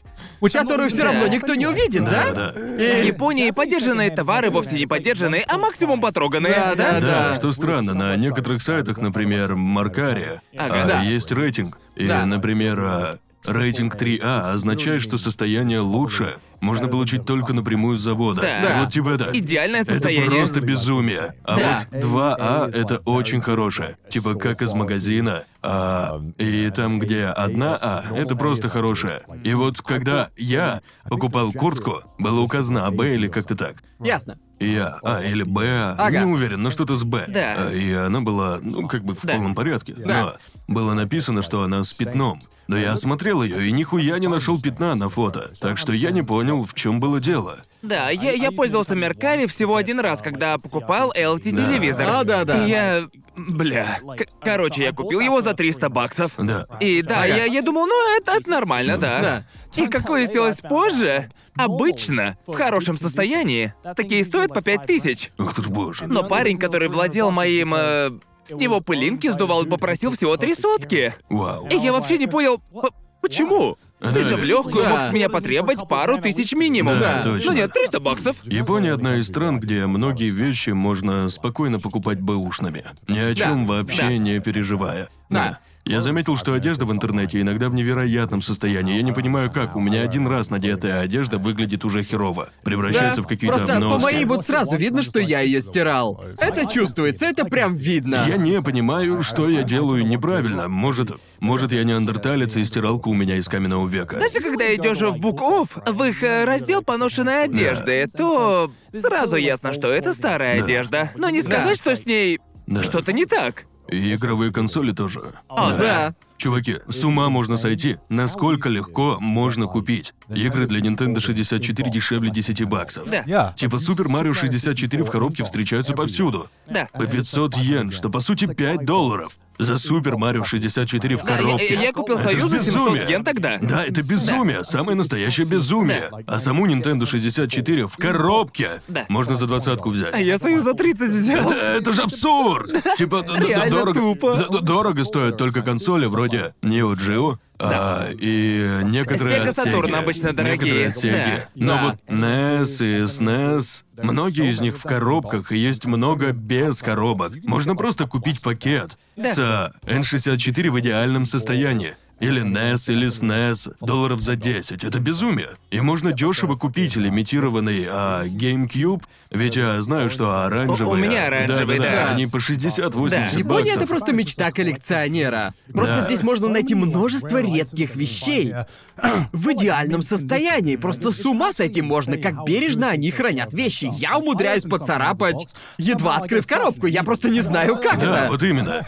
S1: Которую все равно никто не увидит, да?
S2: Да, да.
S3: В Японии подержанные товары вовсе не подержанные, а максимум потроганные.
S1: Да, да,
S2: Да,
S1: Да.
S2: что странно, на некоторых сайтах, например, Маркария,
S3: Ага.
S2: а,
S1: Да.
S2: есть рейтинг. И,
S1: Да.
S2: например, а, рейтинг 3А означает, что состояние лучше. Можно получить только напрямую с завода.
S3: Да.
S2: Вот типа это.
S3: Идеальное
S2: Это
S3: состояние.
S2: просто безумие. А
S3: Да.
S2: вот 2А это очень хорошее. Типа как из магазина. А, и там, где одна А, это просто хорошее. И вот когда я покупал куртку, было указано А, Б или как-то так.
S1: Ясно.
S2: Я, а, или Б,
S1: Ага.
S2: не уверен, но что-то с Б.
S3: Да.
S2: А, И она была, ну, как бы в
S3: Да.
S2: полном порядке.
S1: Да.
S2: Но было написано, что она с пятном. Но я осмотрел ее и нихуя не нашел пятна на фото. Так что я не понял, в чем было дело.
S3: Да, я, я пользовался Меркари всего один раз, когда покупал LT-телевизор.
S1: Да, А, да, да.
S3: И Я... Бля. К- короче, я купил его за 300 баксов.
S2: Да.
S3: И да, я, я думал, ну это, это нормально, да.
S1: Да.
S3: И как выяснилось позже, обычно, в хорошем состоянии, такие стоят по 5000.
S2: Ух ты ж боже.
S3: Но парень, который владел моим... э, с него пылинки сдувал и попросил всего три сотки.
S2: Вау.
S3: И я вообще не понял, п- почему? Ты же в легкую
S1: Да.
S3: мог с меня потребовать пару тысяч минимум.
S2: Да,
S3: Ну
S2: точно.
S3: нет, 300 баксов.
S2: Япония одна из стран, где многие вещи можно спокойно покупать бэушными, ни о чем вообще
S3: Да.
S2: не переживая.
S1: Да.
S2: Я заметил, что одежда в интернете иногда в невероятном состоянии. Я не понимаю, как. У меня один раз надетая одежда выглядит уже херово. Превращается
S1: Да,
S2: в какие-то
S1: Просто по
S2: обноски.
S1: моей вот сразу видно, что я ее стирал. Это чувствуется, это прям видно.
S2: Я не понимаю, что я делаю неправильно. Может, может я неандерталец и стиралка у меня из каменного века.
S3: Даже когда идешь в Book Off, в их э, раздел поношенной одежды, то сразу ясно, что это старая
S2: Да.
S3: одежда. Но не сказать, что с ней
S2: Да.
S3: что-то не так.
S2: И игровые консоли тоже.
S3: А, да.
S2: Чуваки, с ума можно сойти. Насколько легко можно купить. Игры для Nintendo 64 дешевле 10 баксов.
S3: Да.
S2: Типа Супер Марио 64 в коробке встречаются повсюду.
S3: Да.
S2: По 500 йен, что по сути 5 долларов. За Супер Марио 64 в
S3: Да, я,
S2: коробке.
S3: я- я купил
S2: Это ж
S3: Союз за 700
S2: безумие.
S3: йен тогда.
S2: Да, это безумие, самое настоящее безумие. А саму Nintendo 64 в коробке
S3: Да.
S2: можно за двадцатку взять.
S3: А я свою за 30 взял.
S2: Да, это же абсурд! Типа, д- д-
S3: Реально
S2: дорого,
S3: тупо.
S2: д- д- дорого стоят только консоли вроде Neo Geo, а, и некоторые
S3: Sega
S2: от
S3: Saturn
S2: Sega.
S3: обычно
S2: Некоторые
S3: дорогие,
S2: от Sega.
S3: да.
S2: Но
S3: Да.
S2: вот NES и SNES, многие из них в коробках, и есть много без коробок. Можно просто купить пакет с а, N64 в идеальном состоянии. Или NES, или SNES, долларов за 10. Это безумие. И можно дешево купить лимитированный а, GameCube, ведь я знаю, что оранжевый...
S3: У- у меня
S2: а,
S3: оранжевый,
S2: да-да-да,
S3: да.
S2: Они по 60-80
S3: Да.
S2: баксов.
S1: Япония это просто мечта коллекционера. Просто
S2: Да.
S1: здесь можно найти множество редких вещей в идеальном состоянии. Просто с ума сойти можно, как бережно они хранят вещи. Я умудряюсь поцарапать, едва открыв коробку. Я просто не знаю, как
S2: Да,
S1: это.
S2: вот именно.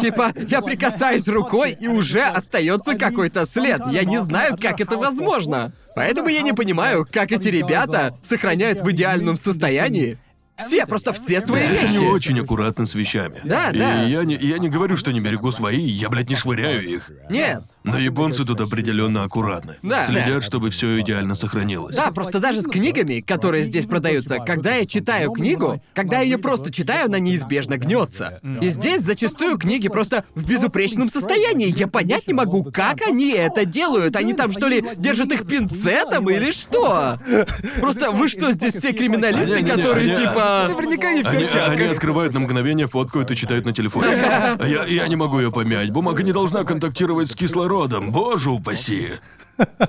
S1: Типа, я прикасаюсь рукой, и уже остается какой-то след. Я не знаю, как это возможно. Поэтому я не понимаю, как эти ребята сохраняют в идеальном состоянии все, просто все свои
S2: Здесь
S1: вещи.
S2: они очень аккуратны с вещами.
S1: Да,
S2: и
S1: да.
S2: Я не, я не говорю, что не берегу свои, я, блядь, не швыряю их.
S1: Нет,
S2: Но японцы тут определенно аккуратны.
S1: Да.
S2: Следят, чтобы все идеально сохранилось.
S1: Ну, Да, просто даже с книгами, которые здесь продаются, когда я читаю книгу, когда я ее просто читаю, она неизбежно гнется. И здесь зачастую книги просто в безупречном состоянии. Я понять не могу, как они это делают. Они там что ли держат их пинцетом или что? Просто вы что, здесь все криминалисты,
S2: Не-не-не,
S1: которые
S2: они-
S1: типа...
S3: Наверняка не в
S2: Они, они
S3: перчатках.
S2: открывают на мгновение, фоткают и читают на телефоне. А Я, я не могу ее помять. Бумага не должна контактировать с кислородом. Боже упаси.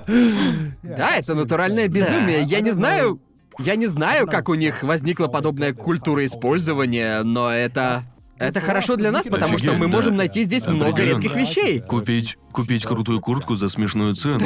S1: Да, это натуральное безумие. Я не знаю... Я не знаю, как у них возникла подобная культура использования, но это... Это хорошо для нас, потому что мы
S2: Офигенно.
S1: можем найти здесь много
S2: Определенно.
S1: редких вещей.
S2: Купить, купить крутую куртку за смешную цену.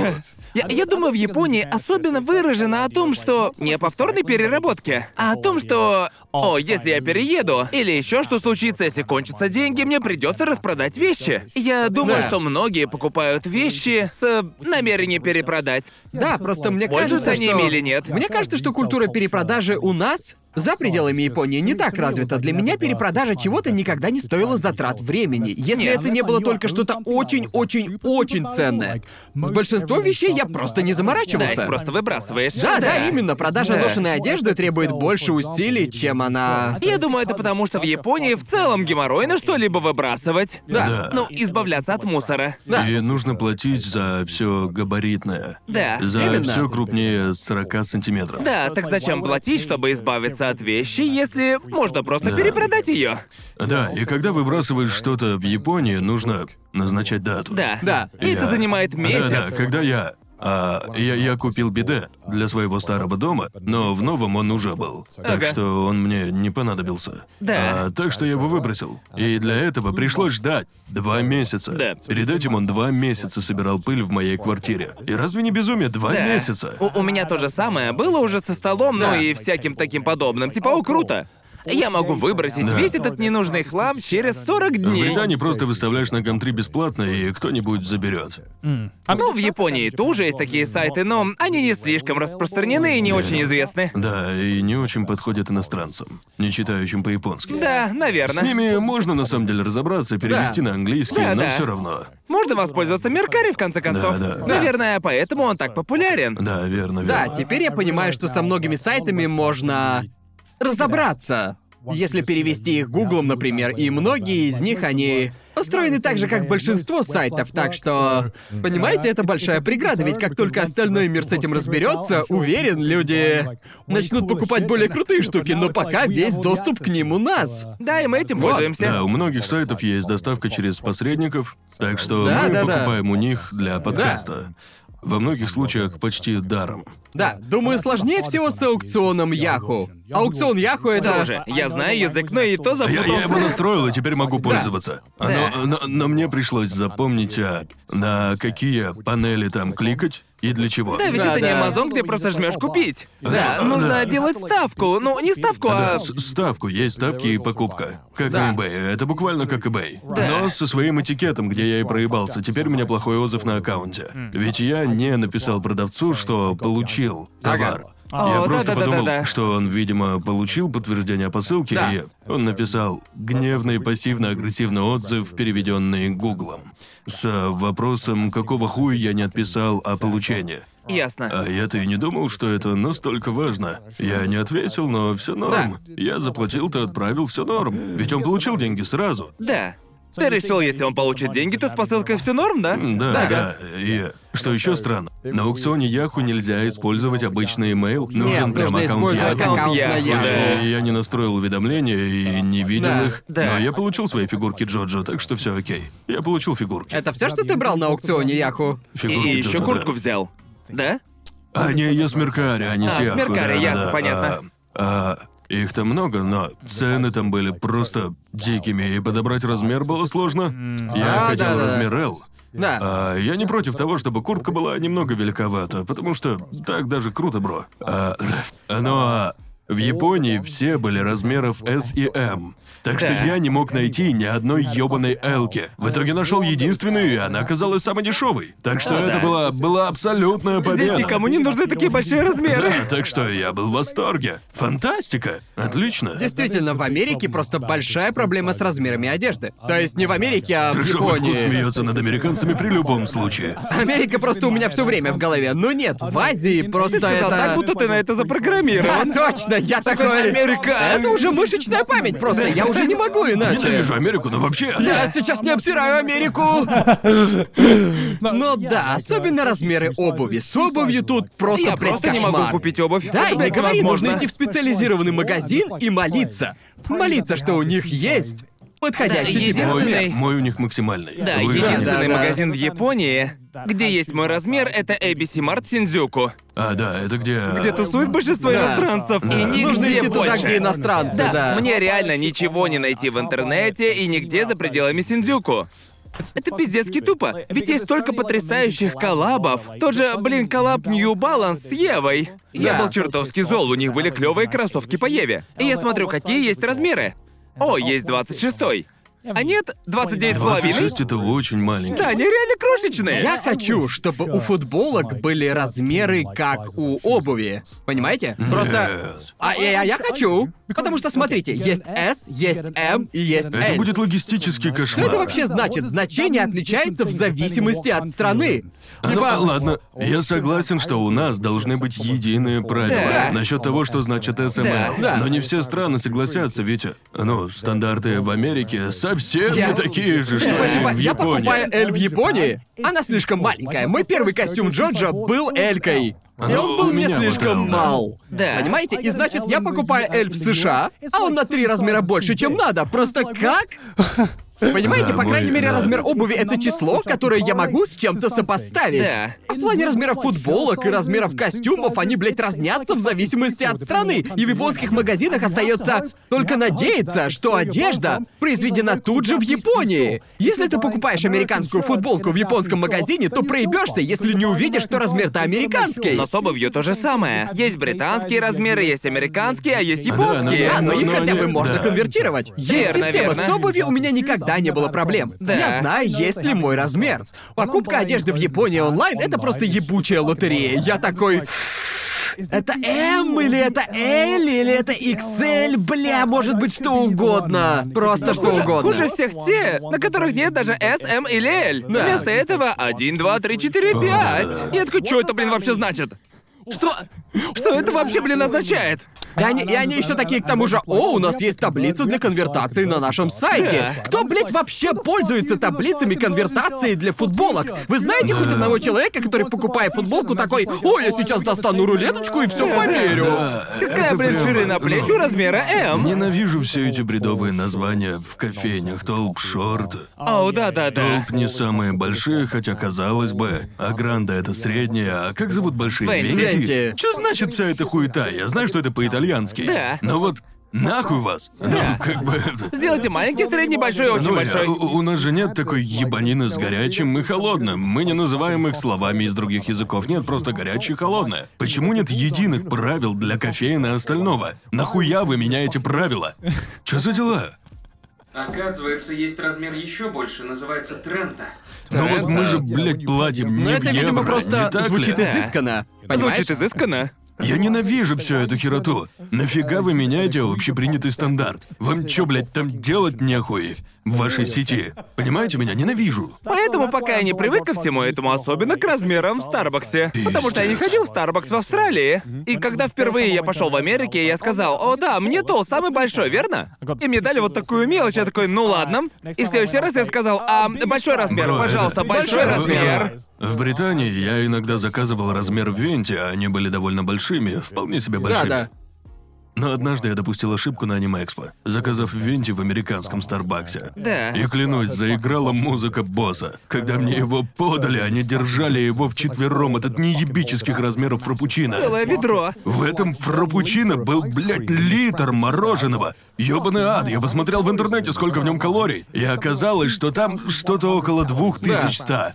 S3: Я, я думаю, в Японии особенно выражено о том, что не о повторной переработке, а о том, что о, если я перееду, или еще что случится, если кончатся деньги, мне придется распродать вещи. Я думаю,
S1: Да.
S3: что многие покупают вещи с э, намерением перепродать.
S1: Да, просто мне
S3: Пользуются
S1: кажется,
S3: они
S1: что...
S3: ими или нет?
S1: Мне кажется, что культура перепродажи у нас за пределами Японии не так развита. Для меня перепродажа чего-то никогда не стоила затрат времени, если
S3: Нет. ну
S1: это не было только что-то очень-очень-очень
S3: ну,
S1: ценное. С большинством вещей я просто не
S3: Да,
S1: заморачивался.
S3: их просто выбрасываешь.
S1: Да, да, именно. Продажа
S3: Да.
S1: ношенной одежды требует больше усилий, чем она...
S3: Я думаю, это потому, что в Японии в целом геморройно что-либо выбрасывать.
S2: Да.
S3: Ну, избавляться от мусора.
S1: Да.
S2: И нужно платить за все габаритное.
S3: Да,
S2: За
S1: именно.
S2: все крупнее 40 сантиметров.
S3: Да, так зачем платить, чтобы избавиться от вещи, если можно просто перепродать ее?
S2: Да, и когда выбрасываешь что-то в Японии, нужно назначать дату.
S3: Да.
S1: Да.
S3: И это
S2: Я-
S3: занимает месяц.
S2: Да, да, когда я... а, я, я купил биде для своего старого дома, но в новом он уже был. Так
S3: Ага.
S2: что он мне не понадобился.
S3: Да.
S2: А, так что я его выбросил. И для этого пришлось ждать два месяца.
S3: Да.
S2: Перед этим он два месяца собирал пыль в моей квартире. И разве не безумие? Два
S3: Да.
S2: месяца.
S3: У, у меня то же самое было уже со столом, ну
S1: Да.
S3: и всяким таким подобным. Типа, о, круто. Я могу выбросить
S2: Да.
S3: весь этот ненужный хлам через 40
S2: В
S3: дней.
S2: Британии просто выставляешь на Гамтри бесплатно, и кто-нибудь заберет.
S3: Ну, в Японии тоже есть такие сайты, но они не слишком распространены и не очень известны.
S2: Да, и не очень подходит иностранцам, не читающим по-японски.
S3: Да,
S2: С
S3: наверное.
S2: ними можно на самом деле разобраться, перевести
S1: Да.
S2: на английский,
S3: Да,
S2: но
S3: да.
S2: все равно.
S3: Можно воспользоваться Меркари, в конце концов.
S2: Да, да.
S3: Наверное, поэтому он так популярен.
S2: Да,
S1: А
S2: верно, верно.
S1: Да, теперь я понимаю, что со многими сайтами можно разобраться. Если перевести их гуглом, например, и многие из них, они устроены так же, как большинство сайтов, так что... Понимаете, это большая преграда, ведь как только остальной мир с этим разберется, уверен, люди начнут покупать более крутые штуки, но пока весь доступ к ним у нас.
S3: Да, и мы этим
S1: Вот.
S3: пользуемся.
S2: Да, у многих сайтов есть доставка через посредников, так что
S1: Да,
S2: мы
S1: да, да.
S2: покупаем у них для подкаста. Во многих случаях почти даром.
S1: Да, думаю, сложнее всего с аукционом Яху. Аукцион Яху это...
S3: Тоже. Я знаю язык, но и то
S2: Я, я его
S3: запутался.
S2: настроил, и теперь могу пользоваться. Но, но- но мне пришлось запомнить, а, на какие панели там кликать и для чего.
S3: Да, ведь
S1: Да,
S3: это не
S1: да.
S3: Амазон, где просто жмешь купить.
S2: Да,
S3: Да, нужно
S2: да.
S3: делать ставку. Ну, не ставку, а.
S2: Да, с- ставку, есть ставки и покупка. Как
S1: Да.
S2: на eBay, это буквально как eBay.
S3: Да.
S2: Но со своим этикетом, где я и проебался, теперь у меня плохой отзыв на аккаунте. Ведь я не написал продавцу, что получил товар.
S3: О,
S2: Я просто
S3: да-да-да-да-да.
S2: подумал, что он, видимо, получил подтверждение посылки,
S1: Да.
S2: и он написал гневный пассивно-агрессивный отзыв, переведенный Гуглом, с вопросом, какого хуя я не отписал о получении.
S3: Ясно.
S2: А я-то и не думал, что это настолько важно. Я не ответил, но все норм. Я заплатил, ты отправил, все норм. Ведь он получил деньги сразу.
S3: Да. Ты решил, если он получит деньги, то с посылкой все норм, да?
S2: Да, да. И что еще странно, на аукционе Яху нельзя использовать обычный имейл. Нужен
S1: Нет,
S2: прям
S1: нужно
S2: аккаунт
S1: использовать
S2: Yahoo.
S1: аккаунт на
S3: Yahoo,
S1: Яху.
S2: Да, Я не настроил уведомления и не видел
S1: Да.
S2: их.
S3: Да.
S2: Но я получил свои фигурки Джоджо, так что все окей. Я получил фигурки.
S1: Это все, что ты брал на аукционе Яху?
S3: И,
S2: Фигурки
S3: еще
S2: Джоджо,
S3: куртку
S2: да.
S3: взял. Да?
S2: А, не, я с Меркария, а не
S3: А,
S2: с
S3: с
S2: Яху,
S3: Меркария,
S2: да,
S3: ясно,
S2: да,
S3: понятно.
S2: а, а, их там много, но цены там были просто дикими, и подобрать размер было сложно. Я
S1: А,
S2: хотел
S1: да-да.
S2: размер L.
S1: Да.
S2: А, я не против того, чтобы куртка была немного великовата, потому что так даже круто, бро. А, но а, в Японии все были размеров S и M. Так что
S3: Да.
S2: я не мог найти ни одной ёбаной элки. В итоге нашел единственную, и она оказалась самой дешевой. Так что это
S3: да.
S2: была, была абсолютная победа.
S3: Здесь никому не нужны такие большие размеры.
S2: Да, так что я был в восторге. Фантастика! Отлично.
S1: Действительно, в Америке просто большая проблема с размерами одежды. То есть не в Америке, а в
S2: Трешовый вкус
S1: Японии.
S2: смеется над американцами при любом случае.
S1: Америка просто у меня все время в голове. Ну нет, в Азии
S3: Ты
S1: просто это...
S3: сказал так, будто ты на это
S1: Да,
S3: запрограммирован.
S1: точно, я такой...
S3: американец.
S1: Это уже мышечная память просто, я уже не могу иначе.
S2: Ненавижу Америку, но вообще...
S1: Я сейчас не обсираю Америку!
S3: Ну
S1: Но Ну да, особенно размеры обуви. С обувью тут просто,
S3: Я
S1: блядь,
S3: просто не
S1: кошмар.
S3: могу купить обувь.
S1: Да,
S3: Это,
S1: и не
S3: блядь,
S1: говори, нужно
S3: невозможно.
S1: идти в специализированный магазин и молиться. Молиться, что у них есть подходящий тебе
S2: Мой,
S3: единственный-
S1: размер.
S2: мой у них максимальный.
S3: Да,
S2: Вы же-
S1: да,
S3: единственный
S1: да.
S3: магазин в Японии, где есть мой размер, это ABC Mart Синдзюку.
S2: А, да, это где...
S3: Где тусует большинство иностранцев.
S2: Да.
S3: И нигде
S1: Нужно идти туда,
S3: больше.
S1: где иностранцы,
S3: Да,
S1: да.
S3: мне реально ничего не найти в интернете и нигде за пределами Синдзюку. Это пиздецки тупо, ведь есть столько потрясающих коллабов. Тот же, блин, коллаб New Balance с Евой. Я
S1: Да.
S3: был чертовски зол, у них были клевые кроссовки по Еве. И я смотрю, какие есть размеры. О, есть 26-й. А нет, 29,5.
S2: 26 это очень маленький.
S3: Да, они реально крошечные.
S1: Я хочу, чтобы у футболок были размеры, как у обуви. Понимаете? Просто...
S2: Нет.
S1: А я, я хочу. Потому что, смотрите, есть S, есть M и есть L.
S2: Это будет логистический
S1: э, Что
S2: кошмар.
S1: это вообще значит? Значение отличается в зависимости от страны.
S2: Ну,
S1: Типа,
S2: ладно, я согласен, что у нас должны быть единые правила
S3: Да.
S2: насчет того, что значит СМЛ.
S3: Да,
S1: да.
S2: Но не все страны согласятся, Витя. Ну, стандарты в Америке совсем
S1: Я-
S2: не такие же, что
S1: типа,
S2: и
S1: типа,
S2: в
S1: я
S2: Японии.
S1: покупаю Эль в Японии, она слишком маленькая. Мой первый костюм Джоджо был Элькой. И он
S2: Ну, у
S1: был мне
S2: меня
S1: слишком
S2: вот так, да.
S1: мал.
S3: Да.
S1: Понимаете? И значит, я покупаю Эль в США, а он на три размера больше, чем надо. Просто как? Понимаете,
S2: Да,
S1: по
S2: мой-
S1: крайней мере,
S2: да.
S1: размер обуви это число, которое я могу с чем-то сопоставить.
S3: Да.
S1: А в плане размеров футболок и размеров костюмов они, блядь, разнятся в зависимости от страны. И в японских магазинах остается только надеяться, что одежда произведена тут же в Японии. Если ты покупаешь американскую футболку в японском магазине, то проебешься, если не увидишь, что размер-то американский.
S3: Но с обувью то же самое. Есть британские размеры, есть американские, а есть
S2: да,
S3: японские.
S1: Да, но
S2: Но-
S1: их
S2: но
S1: хотя бы
S2: не-
S1: можно
S2: да.
S1: конвертировать. Есть
S3: Верно,
S1: система.
S3: верно.
S1: С обувью у меня никогда не было проблем.
S3: Да.
S1: Я знаю, есть ли мой размер. Покупка одежды в Японии онлайн — это просто ебучая лотерея. Я такой... Это М или это L или это XL, бля, может быть что угодно. Просто что
S3: Хуже-
S1: угодно.
S3: Хуже всех те, на которых нет даже S, M или L.
S1: Да.
S3: Вместо этого 1, 2, 3, 4, 5. Я такой, что это, блин, вообще значит? Что? Что это вообще, блин, означает?
S1: И они, и они еще такие, к тому же, о, у нас есть таблица для конвертации на нашем сайте.
S3: Да.
S1: Кто, блядь, вообще пользуется таблицами конвертации для футболок? Вы знаете хоть одного человека, который, покупая футболку, такой, о, я сейчас достану рулеточку и все померю.
S2: Да,
S3: Какая,
S2: это
S3: блин,
S2: прямо,
S3: ширина
S2: ну,
S3: плеч у размера М?
S2: Ненавижу все эти бредовые названия в кофейнях, толп шорт.
S3: О, да-да-да.
S2: Толп не самые большие, хотя казалось бы. А гранда это средняя, а как зовут большие
S3: Венти.
S1: Венти.
S2: венти? Что значит вся эта хуета? Я знаю, что это по-итальянски.
S3: Да.
S2: Но вот нахуй вас.
S3: Да.
S2: Ну, как бы...
S3: Сделайте маленький, средний, большой, очень
S2: Ну,
S3: большой.
S2: я- у, у нас же нет такой ебанины с горячим и холодным. Мы не называем их словами из других языков. Нет, просто горячее и холодное. Почему нет единых правил для кофеина и остального? Нахуя вы меняете правила? Что за дела?
S4: Оказывается, есть размер еще больше, называется Трента.
S2: Ну вот мы же, блядь, платим
S1: Но
S2: не в
S1: Ну, это, видимо,
S2: евро, не
S1: просто
S2: так ли?
S1: звучит
S3: Да.
S1: изысканно. Понимаешь?
S3: Звучит изысканно.
S2: Я ненавижу всю эту хероту. Нафига вы меняете общепринятый стандарт? Вам чё, блядь, там делать нехуй в вашей сети? Понимаете меня? Ненавижу.
S3: Поэтому пока я не привык ко всему этому, особенно к размерам в Старбаксе. Потому что я не ходил в Старбакс в Австралии. И когда впервые я пошел в Америке, я сказал, о да, мне тол самый большой, верно? И мне дали вот такую мелочь, я такой, ну ладно. И в следующий раз я сказал, а большой размер,
S2: Бро,
S3: пожалуйста,
S2: это-
S3: большой
S2: Бро,
S3: размер.
S2: В Британии я иногда заказывал размер в Венте, а они были довольно большими, вполне себе
S1: Да,
S2: большими.
S1: да.
S2: Но однажды я допустил ошибку на аниме Экспо, заказав Венти в американском Старбаксе.
S3: Да.
S2: И клянусь, заиграла музыка босса. Когда мне его подали, они держали его вчетвером от неебических размеров фрапучино.
S3: Целое ведро.
S2: В этом фрапучино был, блядь, литр мороженого. Ёбаный ад, я посмотрел в интернете, сколько в нем калорий. И оказалось, что там что-то около 2100.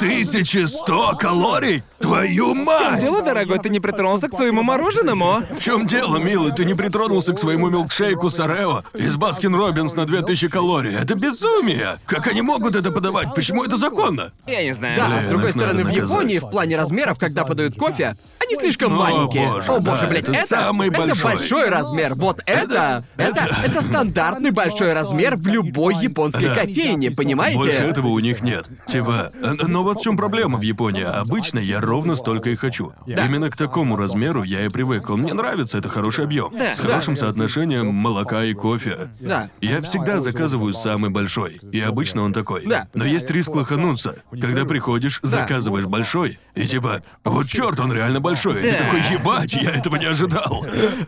S2: 2100 калорий? Твою мать!
S3: Дело, дорогой, ты не притронулся к своему мороженому.
S2: В чем дело, милый? Ты не притронулся к своему милкшейку Сарео из Баскин Робинс на 2000 калорий. Это безумие! Как они могут это подавать? Почему это законно?
S3: Я не знаю.
S1: Да,
S2: Блин,
S1: а с другой
S2: их надо
S1: стороны, в
S2: наказать.
S1: Японии в плане размеров, когда подают кофе, они слишком
S2: О,
S1: маленькие.
S2: боже,
S1: О боже,
S2: да,
S1: блядь,
S2: это
S1: это,
S2: самый
S1: это
S2: большой.
S1: размер. Вот это, это, это, стандартный большой размер в любой японской
S2: Да.
S1: кофейне, понимаете?
S2: Больше этого у них нет. Типа, э, но вот в чем проблема в Японии. Обычно я ровно столько и хочу. Именно к такому размеру я и привык. Он мне нравится, это хороший объем.
S3: Да.
S2: С хорошим соотношением молока и кофе.
S1: Да.
S2: Я всегда заказываю самый большой. И обычно он такой.
S1: Да.
S2: Но есть риск лохануться. Когда приходишь, заказываешь большой, и типа, вот черт, он реально большой. И ты
S3: Да.
S2: такой, ебать, я этого не ожидал.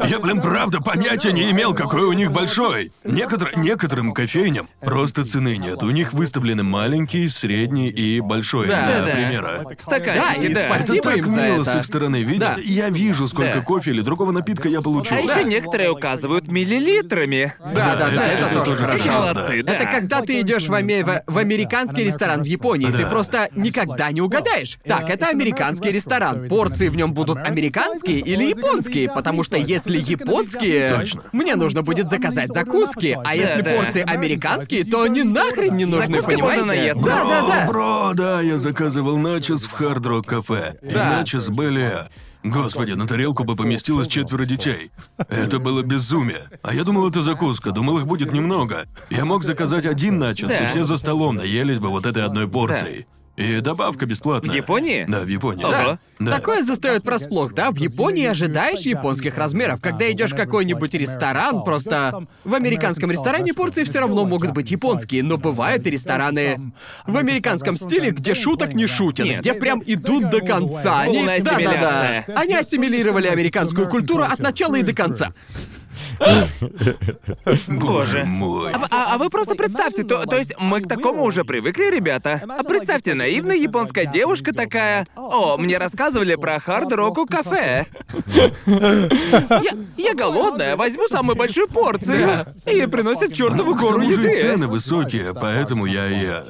S2: Я, блин, правда понятия не имел, какой у них большой. Некотор- некоторым кофейням просто цены нет. У них выставлены маленький, средний и большой
S1: Да,
S2: для
S3: да, да.
S2: примера.
S1: Да,
S3: Стаканчики,
S1: и
S3: да.
S1: спасибо.
S2: Это так
S1: им за
S2: мило
S1: это.
S2: с их стороны, видишь?
S1: Да.
S2: Я вижу, сколько
S3: Да.
S2: кофе или другого напитка я получил.
S3: А еще
S1: Да.
S3: некоторые указывают миллилитрами.
S1: Да, да, да,
S2: это-
S1: А, это,
S2: это
S1: тоже
S2: тоже
S1: хорошо.
S2: хорошо,
S3: Молодцы, да.
S1: Это когда ты идешь в, Аме- в- в американский ресторан в Японии, ты
S2: Да.
S1: просто никогда не угадаешь. Так, это американский ресторан. Порции в нем будут американские или японские, потому что если японские,
S2: Точно.
S1: мне нужно будет заказать закуски, а если
S3: да.
S1: порции американские, то они нахрен не нужны,
S3: Закуски можно
S1: понимаете?
S3: наесться.
S1: Да, да, да.
S2: Бро, да, я заказывал начос в Hard Rock кафе. И
S1: Да.
S2: начос были... Господи, на тарелку бы поместилось четверо детей. Это было безумие. А я думал, это закуска, думал, их будет немного. Я мог заказать один начос,
S3: Да.
S2: и все за столом наелись бы вот этой одной порцией. И добавка бесплатная.
S3: В Японии?
S2: Да, в Японии.
S3: Ого.
S2: Да.
S1: Такое застает врасплох, да? В Японии ожидаешь японских размеров. Когда идешь в какой-нибудь ресторан, просто в американском ресторане порции все равно могут быть японские, но бывают и рестораны в американском стиле, где шуток не шутят,
S3: Нет.
S1: где прям идут до конца. Они,
S3: Полная
S1: да, да,
S3: ассимиляция.
S1: да. Они ассимилировали американскую культуру от начала и до конца.
S2: Боже
S3: Боже.
S2: мой.
S3: А, в- а- а вы просто представьте, то, то есть мы к такому уже привыкли, ребята. А представьте, наивная японская девушка такая. О, мне рассказывали про хард-року кафе. Я, я голодная, возьму самую большую порцию. И ей приносят чертову
S2: Ну, к
S3: гору
S2: тому же и
S3: еды.
S2: цены высокие, поэтому я и... э,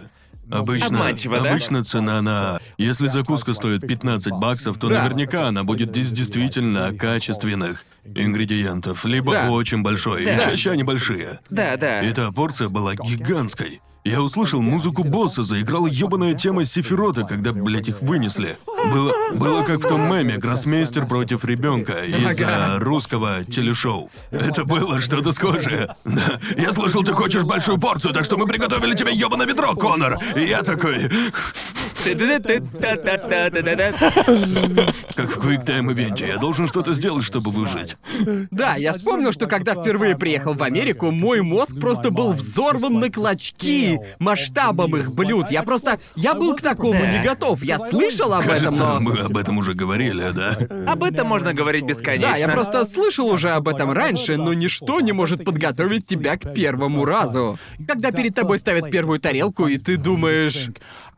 S2: Обычно,
S3: Обманчиво, да?
S2: обычно цена на... Если закуска стоит 15 баксов, то
S1: Да.
S2: наверняка она будет из действительно качественных ингредиентов. Либо
S1: Да.
S2: очень большой, и
S3: Да.
S2: чаще они большие.
S3: Да, да.
S2: И та порция была гигантской. Я услышал музыку босса, заиграла ёбаная тема Сефирота, когда, блядь, их вынесли. Было, было как в том меме «Гроссмейстер против ребенка из э,
S1: Ага.
S2: русского телешоу. Это было что-то схожее. Да. Я слышал, ты хочешь большую порцию, так что мы приготовили тебе ёбаное ведро, Конор. И я такой... Как в Quick Time Event, я должен что-то сделать, чтобы выжить.
S1: Да, я вспомнил, что когда впервые приехал в Америку, мой мозг просто был взорван на клочки масштабом их блюд. Я просто... Я был к такому
S3: Да.
S1: не готов. Я слышал об этом,
S2: Кажется,
S1: но...
S2: мы об этом уже говорили, да?
S3: Об этом можно говорить бесконечно.
S1: Да, я просто слышал уже об этом раньше, но ничто не может подготовить тебя к первому разу. Когда перед тобой ставят первую тарелку, и ты думаешь...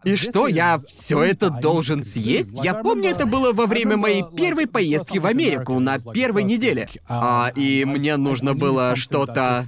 S1: И что, я все это должен съесть? Я помню, это было во время моей первой поездки в Америку на первой неделе. А, и мне нужно было что-то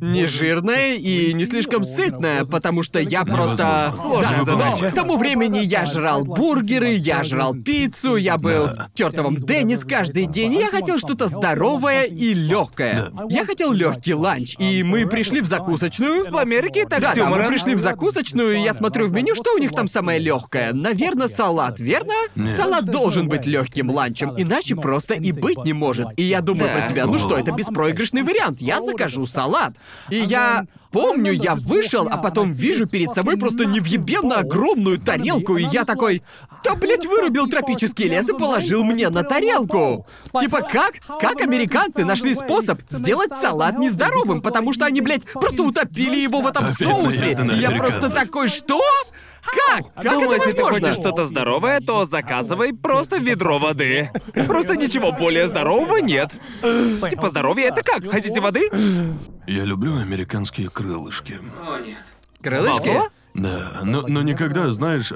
S1: не жирное и не слишком сытное, потому что я просто...
S3: Сложно
S1: Да,
S2: выполнять.
S1: но к тому времени я жрал бургеры, я жрал пиццу, я был в чертовом Деннис каждый день, и я хотел что-то здоровое и легкое. Я хотел легкий ланч, и мы пришли в закусочную.
S3: В Америке так
S1: Да, да, мы
S3: юморно.
S1: пришли в закусочную, и я смотрю в меню, что у них там самое легкое. Наверное, салат, верно?
S2: Нет.
S1: Салат должен быть легким ланчем, иначе просто и быть не может. И я думаю
S3: Да.
S1: про себя, ну что, это беспроигрышный вариант, я закажу салат. И я помню, я вышел, а потом вижу перед собой просто невъебенно огромную тарелку, и я такой,
S3: А
S1: да, блядь, вырубил тропический лес и положил мне на тарелку. Типа
S3: а
S1: как? Как американцы нашли способ сделать салат нездоровым, потому что они, блядь, просто утопили его в этом
S2: Опять
S1: соусе.
S2: наезды на
S1: И я
S2: американцев.
S1: просто такой, что? Как? Как
S3: Думаю,
S1: это
S3: если ты
S1: возможно?
S3: хочешь что-то здоровое, то заказывай просто ведро воды. Просто ничего более здорового нет. Типа здоровье это как? Хотите воды?
S2: Я люблю американские крылышки.
S4: О, нет.
S1: Крылышки?
S3: Бабло?
S2: Да, но, но никогда, знаешь...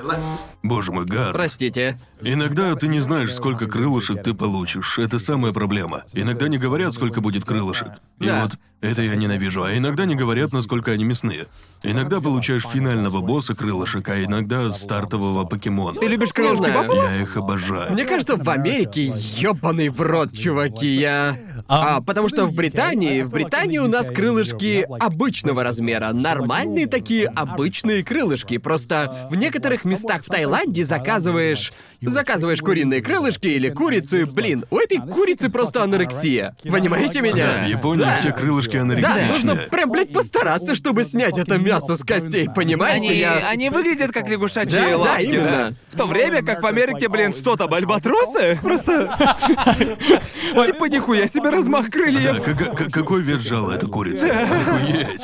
S2: Боже мой, Гард.
S1: Простите.
S2: Иногда ты не знаешь, сколько крылышек ты получишь. Это самая проблема. Иногда не говорят, сколько будет крылышек. И
S1: Да.
S2: вот это я ненавижу. А иногда не говорят, насколько они мясные. Иногда получаешь финального босса крылышек, а иногда стартового покемона.
S3: Ты любишь крылышки
S1: Не знаю.
S3: бабло?
S2: Я их обожаю.
S1: Мне кажется, в Америке ёбаный в рот, чуваки, я... А, потому что в Британии, в Британии у нас крылышки обычного размера, нормальные такие обычные крылышки. Просто в некоторых местах в Таиланде заказываешь... Заказываешь куриные крылышки или курицу, и, блин, у этой курицы просто анорексия. Понимаете меня?
S2: Да, в Японии
S1: Да.
S2: все крылышки
S1: Да,
S2: анорексичные.
S1: нужно прям, блядь, постараться, чтобы снять это мясо с костей, понимаете?
S3: Они,
S1: я...
S3: они выглядят как лягушачьи
S1: Да, да,
S3: лапки,
S1: именно.
S3: В то время как в Америке, блин, что там, альбатросы? Просто... Типа нихуя себе размах
S2: Да,
S3: крыльев.
S2: как- как- какой вес жала эта курица? Охуеть.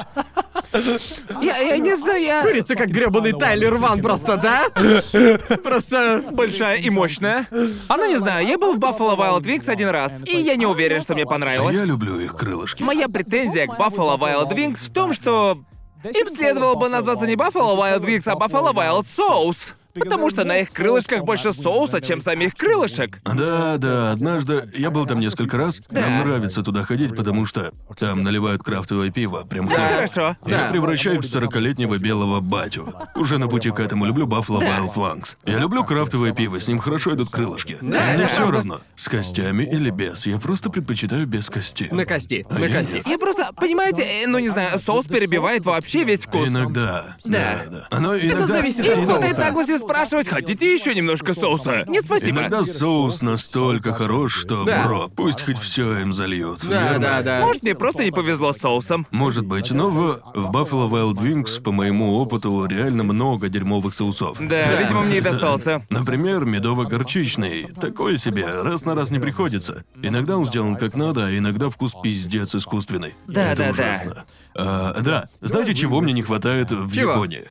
S3: Я, я не знаю, я...
S1: Курица как грёбаный Тайлер Ван просто, да? Просто...
S3: Большая и мощная. А ну не знаю, я был в Buffalo Wild Wings один раз, и я не уверен, что мне
S1: Э,
S3: понравилось.
S2: Я люблю их крылышки.
S3: Моя претензия к Buffalo Wild Wings в том, что им следовало бы назваться не Buffalo Wild Wings, а Buffalo Wild Sauce. Потому что на их крылышках больше соуса, чем самих крылышек.
S2: Да, да, однажды я был там несколько раз. Нам нравится туда ходить, потому что там наливают крафтовое пиво, прям
S3: Да,
S2: хлеб.
S3: хорошо.
S2: Я
S1: Да.
S2: превращаюсь в сорокалетнего белого батю. Уже на пути к этому люблю Buffalo Wild Wings. Я люблю крафтовое пиво, с ним хорошо идут крылышки. Мне все равно, с костями или без. Я просто предпочитаю без кости.
S1: На кости,
S2: А
S1: на
S2: я
S1: кости.
S2: нет.
S3: Я просто, понимаете, э, ну не знаю, соус перебивает вообще весь вкус.
S2: Иногда. Да. да. Но иногда...
S1: зависит
S3: И
S1: от
S3: вот
S1: соуса.
S3: это наглости спрашивать, хотите еще немножко соуса? Нет, спасибо.
S2: Иногда соус настолько хорош, что,
S1: Да.
S2: бро, пусть хоть все им зальют.
S1: Да,
S2: верно?
S1: да, да.
S3: Может, мне просто не повезло с соусом.
S2: Может быть, но в, в Buffalo Wild Wings, по моему опыту, реально много дерьмовых соусов.
S3: Да, видимо, мне и достался.
S2: Например, медово-горчичный. Такой себе, раз на раз не приходится. Иногда он сделан как надо, а иногда вкус пиздец искусственный.
S3: Да,
S2: Это
S3: да, да.
S2: ужасно. А, да, знаете, чего мне не хватает в
S1: Чего?
S2: Японии?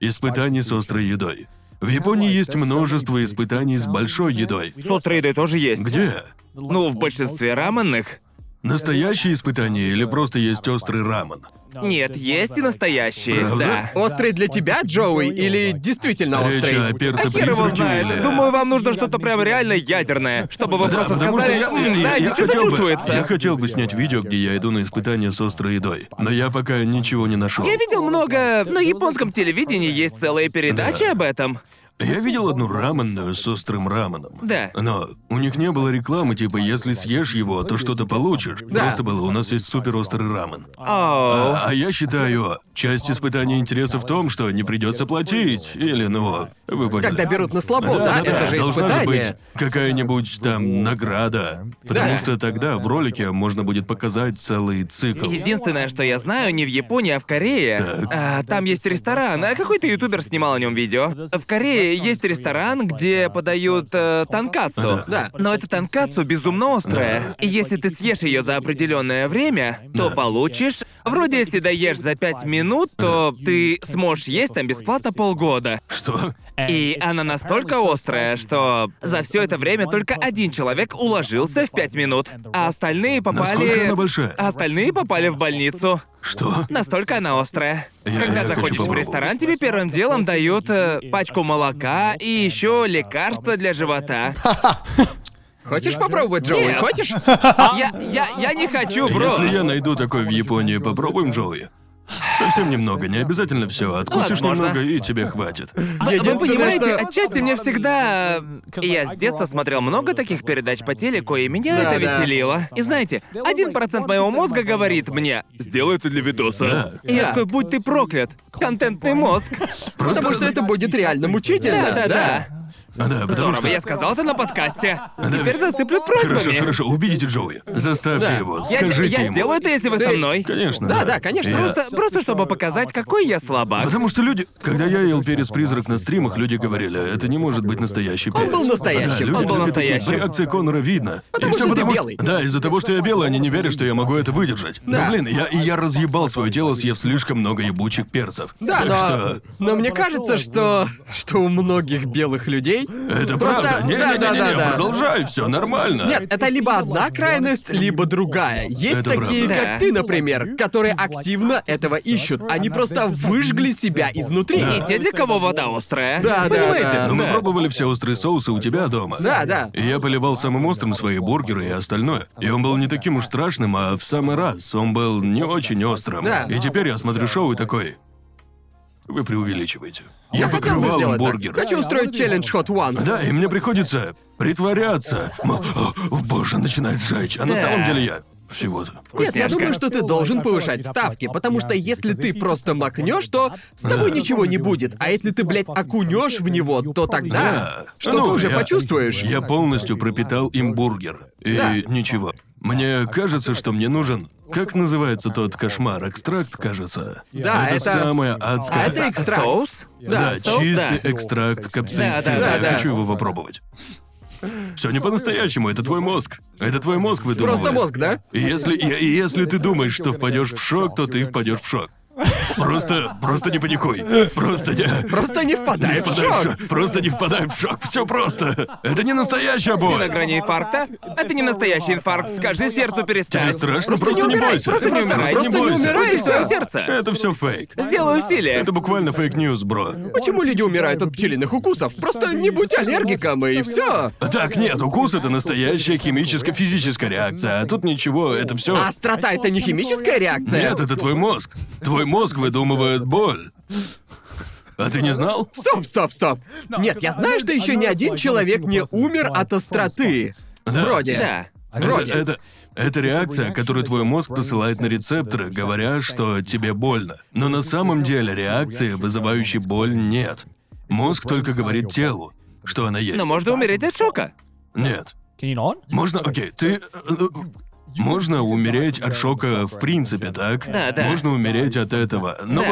S2: Испытаний с острой едой. В Японии есть множество испытаний с большой едой.
S3: С острой едой тоже есть.
S2: Где?
S3: Ну, в большинстве раменных.
S2: Настоящие испытания или просто есть острый рамен?
S3: Нет, есть и настоящие,
S2: Правда?
S3: да.
S1: Острый для тебя, Джоуи, или действительно
S2: Речь о
S1: острый?
S2: перце
S3: А хер его
S2: призраке
S3: знает.
S2: или...
S3: Думаю, вам нужно что-то прям реально ядерное, чтобы вы
S2: Да,
S3: просто
S2: потому что
S3: сказали,
S2: я, я-
S3: «М, знаете,
S2: я
S3: что-то
S2: хотел бы,
S3: чувствуется.
S2: я хотел бы снять видео, где я иду на испытания с острой едой, но я пока ничего не нашел.
S3: Я видел много... На японском телевидении есть целые передачи об этом.
S2: Я видел одну раменную с острым раменом.
S3: Да.
S2: Но у них не было рекламы, типа, если съешь его, то что-то получишь. Просто было, у нас есть супер острый рамен.
S3: Оу.
S2: А, а я считаю, часть испытания интереса в том, что не придется платить, или, ну, Вы поняли.
S1: Когда берут на слабо, А да, это же
S2: должна же
S1: испытание.
S2: быть какая-нибудь там награда. Потому
S1: Да.
S2: что тогда в ролике можно будет показать целый цикл.
S3: Единственное, что я знаю, не в Японии, а в Корее.
S2: Так.
S3: А, там есть ресторан, а какой-то ютубер снимал о нем видео. В Корее есть ресторан, где подают э, танкацу.
S1: Да.
S3: Но эта танкацу безумно острая. И если ты съешь ее за определенное время, то
S2: Да.
S3: получишь. Вроде если доешь за пять минут, то ты сможешь есть там бесплатно полгода.
S2: Что?
S3: И она настолько острая, что за все это время только один человек уложился в пять минут, а остальные
S2: Насколько
S3: попали.
S2: она большая?
S3: а Остальные попали в больницу.
S2: Что?
S3: Настолько она острая.
S2: Я-
S3: Когда
S2: я
S3: заходишь
S2: хочу
S3: в
S2: попробовать.
S3: ресторан, тебе первым делом дают э, пачку молока и еще лекарства для живота.
S1: Хочешь попробовать, Джоуи?
S3: Нет.
S1: Хочешь?
S3: Я, я, я не хочу, бро.
S2: Если я найду такой в Японии, попробуем, Джоуи. Совсем немного, не обязательно все. Откусишь
S3: Возможно.
S2: немного, и тебе хватит.
S3: Вы- Вы
S1: Единственное,
S3: понимаете,
S1: что-
S3: отчасти мне всегда... э, Я с детства смотрел много таких передач по телеку, и меня
S1: Да,
S3: это
S1: да.
S3: веселило. И знаете, один процент моего мозга говорит мне, сделай это для видоса.
S2: Да.
S3: И я
S1: Да.
S3: такой, будь ты проклят, контентный мозг.
S1: Потому что это будет реально мучительно.
S3: Да, да, да.
S2: А, Да, потому что...
S3: Здорово, я сказал это на подкасте.
S2: да.
S3: Теперь засыплют
S2: Хорошо,
S3: просьбами.
S2: хорошо, убедите Джоуи. Заставьте
S1: Да.
S2: его,
S3: Я,
S2: скажите
S3: я
S2: ему.
S3: сделаю это, если вы со
S1: Ты-
S3: мной.
S2: Конечно.
S1: Да, да, конечно.
S2: Я-
S3: Просто, просто чтобы показать, какой я
S1: А
S3: слабак.
S2: Потому что люди, когда я ел перец призрак на стримах, люди говорили, это не может быть настоящий перец.
S1: был настоящим.
S2: Да, люди
S3: Он был
S2: такие,
S3: настоящим.
S2: «По реакции Конора видно.
S1: Потому
S2: и все
S1: что ты
S2: потому
S1: белый.
S2: Да, из-за того, что я белый, они не верят, что я могу это выдержать.
S1: Да.
S2: Но, блин, я, и я разъебал свое тело, съев слишком много ебучих перцев.
S1: Да,
S2: так
S1: но,
S2: что
S1: но мне кажется, что что у многих белых людей
S2: это
S1: просто-
S2: правда. Не,
S1: да,
S2: не, не,
S1: да,
S2: не,
S1: да, да.
S2: продолжай, все нормально.
S1: Нет, это либо одна крайность, либо другая. Есть
S2: Это
S1: такие,
S3: правда. Да.
S1: как ты, например, которые активно этого ищут. Они просто выжгли себя изнутри.
S3: И те, для кого вода острая.
S1: Да, да,
S3: Понимаете?
S1: да.
S2: Но мы пробовали все острые соусы у тебя дома.
S1: Да, да.
S2: И я поливал самым острым свои бургеры и остальное. И он был не таким уж страшным, а в самый раз. Он был не очень острым.
S1: Да.
S2: И теперь я смотрю шоу и такой... Вы преувеличиваете. Я,
S1: Я хотел бы
S2: покрывал им
S1: сделать так.
S2: бургер.
S1: Хочу устроить челлендж Hot Ones.
S2: Да, и мне приходится притворяться. Мол, «О, боже, начинает жечь. А на
S3: Да.
S2: самом деле я... Всего-то.
S1: Нет, я
S3: Вкусняшка.
S1: думаю, что ты должен повышать ставки, потому что если ты просто макнешь, то с тобой ничего не будет. А если ты, блядь, окунешь в него, то тогда
S2: Да.
S1: что
S2: Ну,
S1: ты уже
S2: я-
S1: почувствуешь.
S2: Я полностью пропитал им бургер. И
S1: Да.
S2: ничего. Мне кажется, что мне нужен. Как называется тот кошмар? Экстракт, кажется.
S1: Да, это-
S2: самое
S1: А
S2: адское.
S1: это экстракт.
S3: Соус?
S2: Да,
S1: Да,
S3: соус,
S2: чистый
S3: да.
S2: экстракт капсаицина.
S3: Да, да, да,
S2: Я
S1: да.
S2: хочу его попробовать. Все не по-настоящему, это твой мозг. Это твой мозг выдумывает.
S1: Просто мозг, да?
S2: И Если, и, и если ты думаешь, что впадешь в шок, то ты впадешь в шок. Просто, просто не паникуй. Просто не...
S1: Просто
S2: Не
S1: не впадай в
S2: впадай в
S1: шок.
S2: шок. Просто не впадай в шок. Все просто. Это не настоящая
S3: Ты на
S2: боль.
S3: грани инфаркта? Это не настоящий инфаркт. Скажи сердцу
S2: Тебе
S3: перестать.
S2: страшно, просто, не,
S1: умирай,
S2: бойся.
S1: просто не
S2: Просто
S1: умирай, просто не
S2: бойся.
S1: умирай,
S3: Ради
S1: и всё.
S3: своего сердца.
S2: Это все фейк.
S3: Сделаю усилие.
S2: Это буквально фейк-ньюс, бро.
S1: Почему люди умирают от пчелиных укусов? Просто не будь аллергиком и все.
S2: Так, нет, укус это настоящая химическо-физическая реакция, а тут ничего, это все.
S1: А острота это не химическая реакция?
S2: Нет, это твой мозг. Твой мозг выдумывает боль. А ты не знал?
S1: Стоп, стоп, стоп. Нет, я знаю, что еще ни один человек не умер от остроты.
S2: Да.
S1: Вроде.
S3: Да.
S2: Это,
S1: Вроде.
S2: это, это реакция, которую твой мозг посылает на рецепторы, говоря, что тебе больно. Но на самом деле реакции, вызывающей боль, нет. Мозг только говорит телу, что она есть.
S3: Но можно умереть от шока.
S2: Нет. Можно, окей, ты... э, э, Можно умереть от шока в принципе, так?
S3: Да, да.
S2: Можно умереть от этого. Но
S3: Да.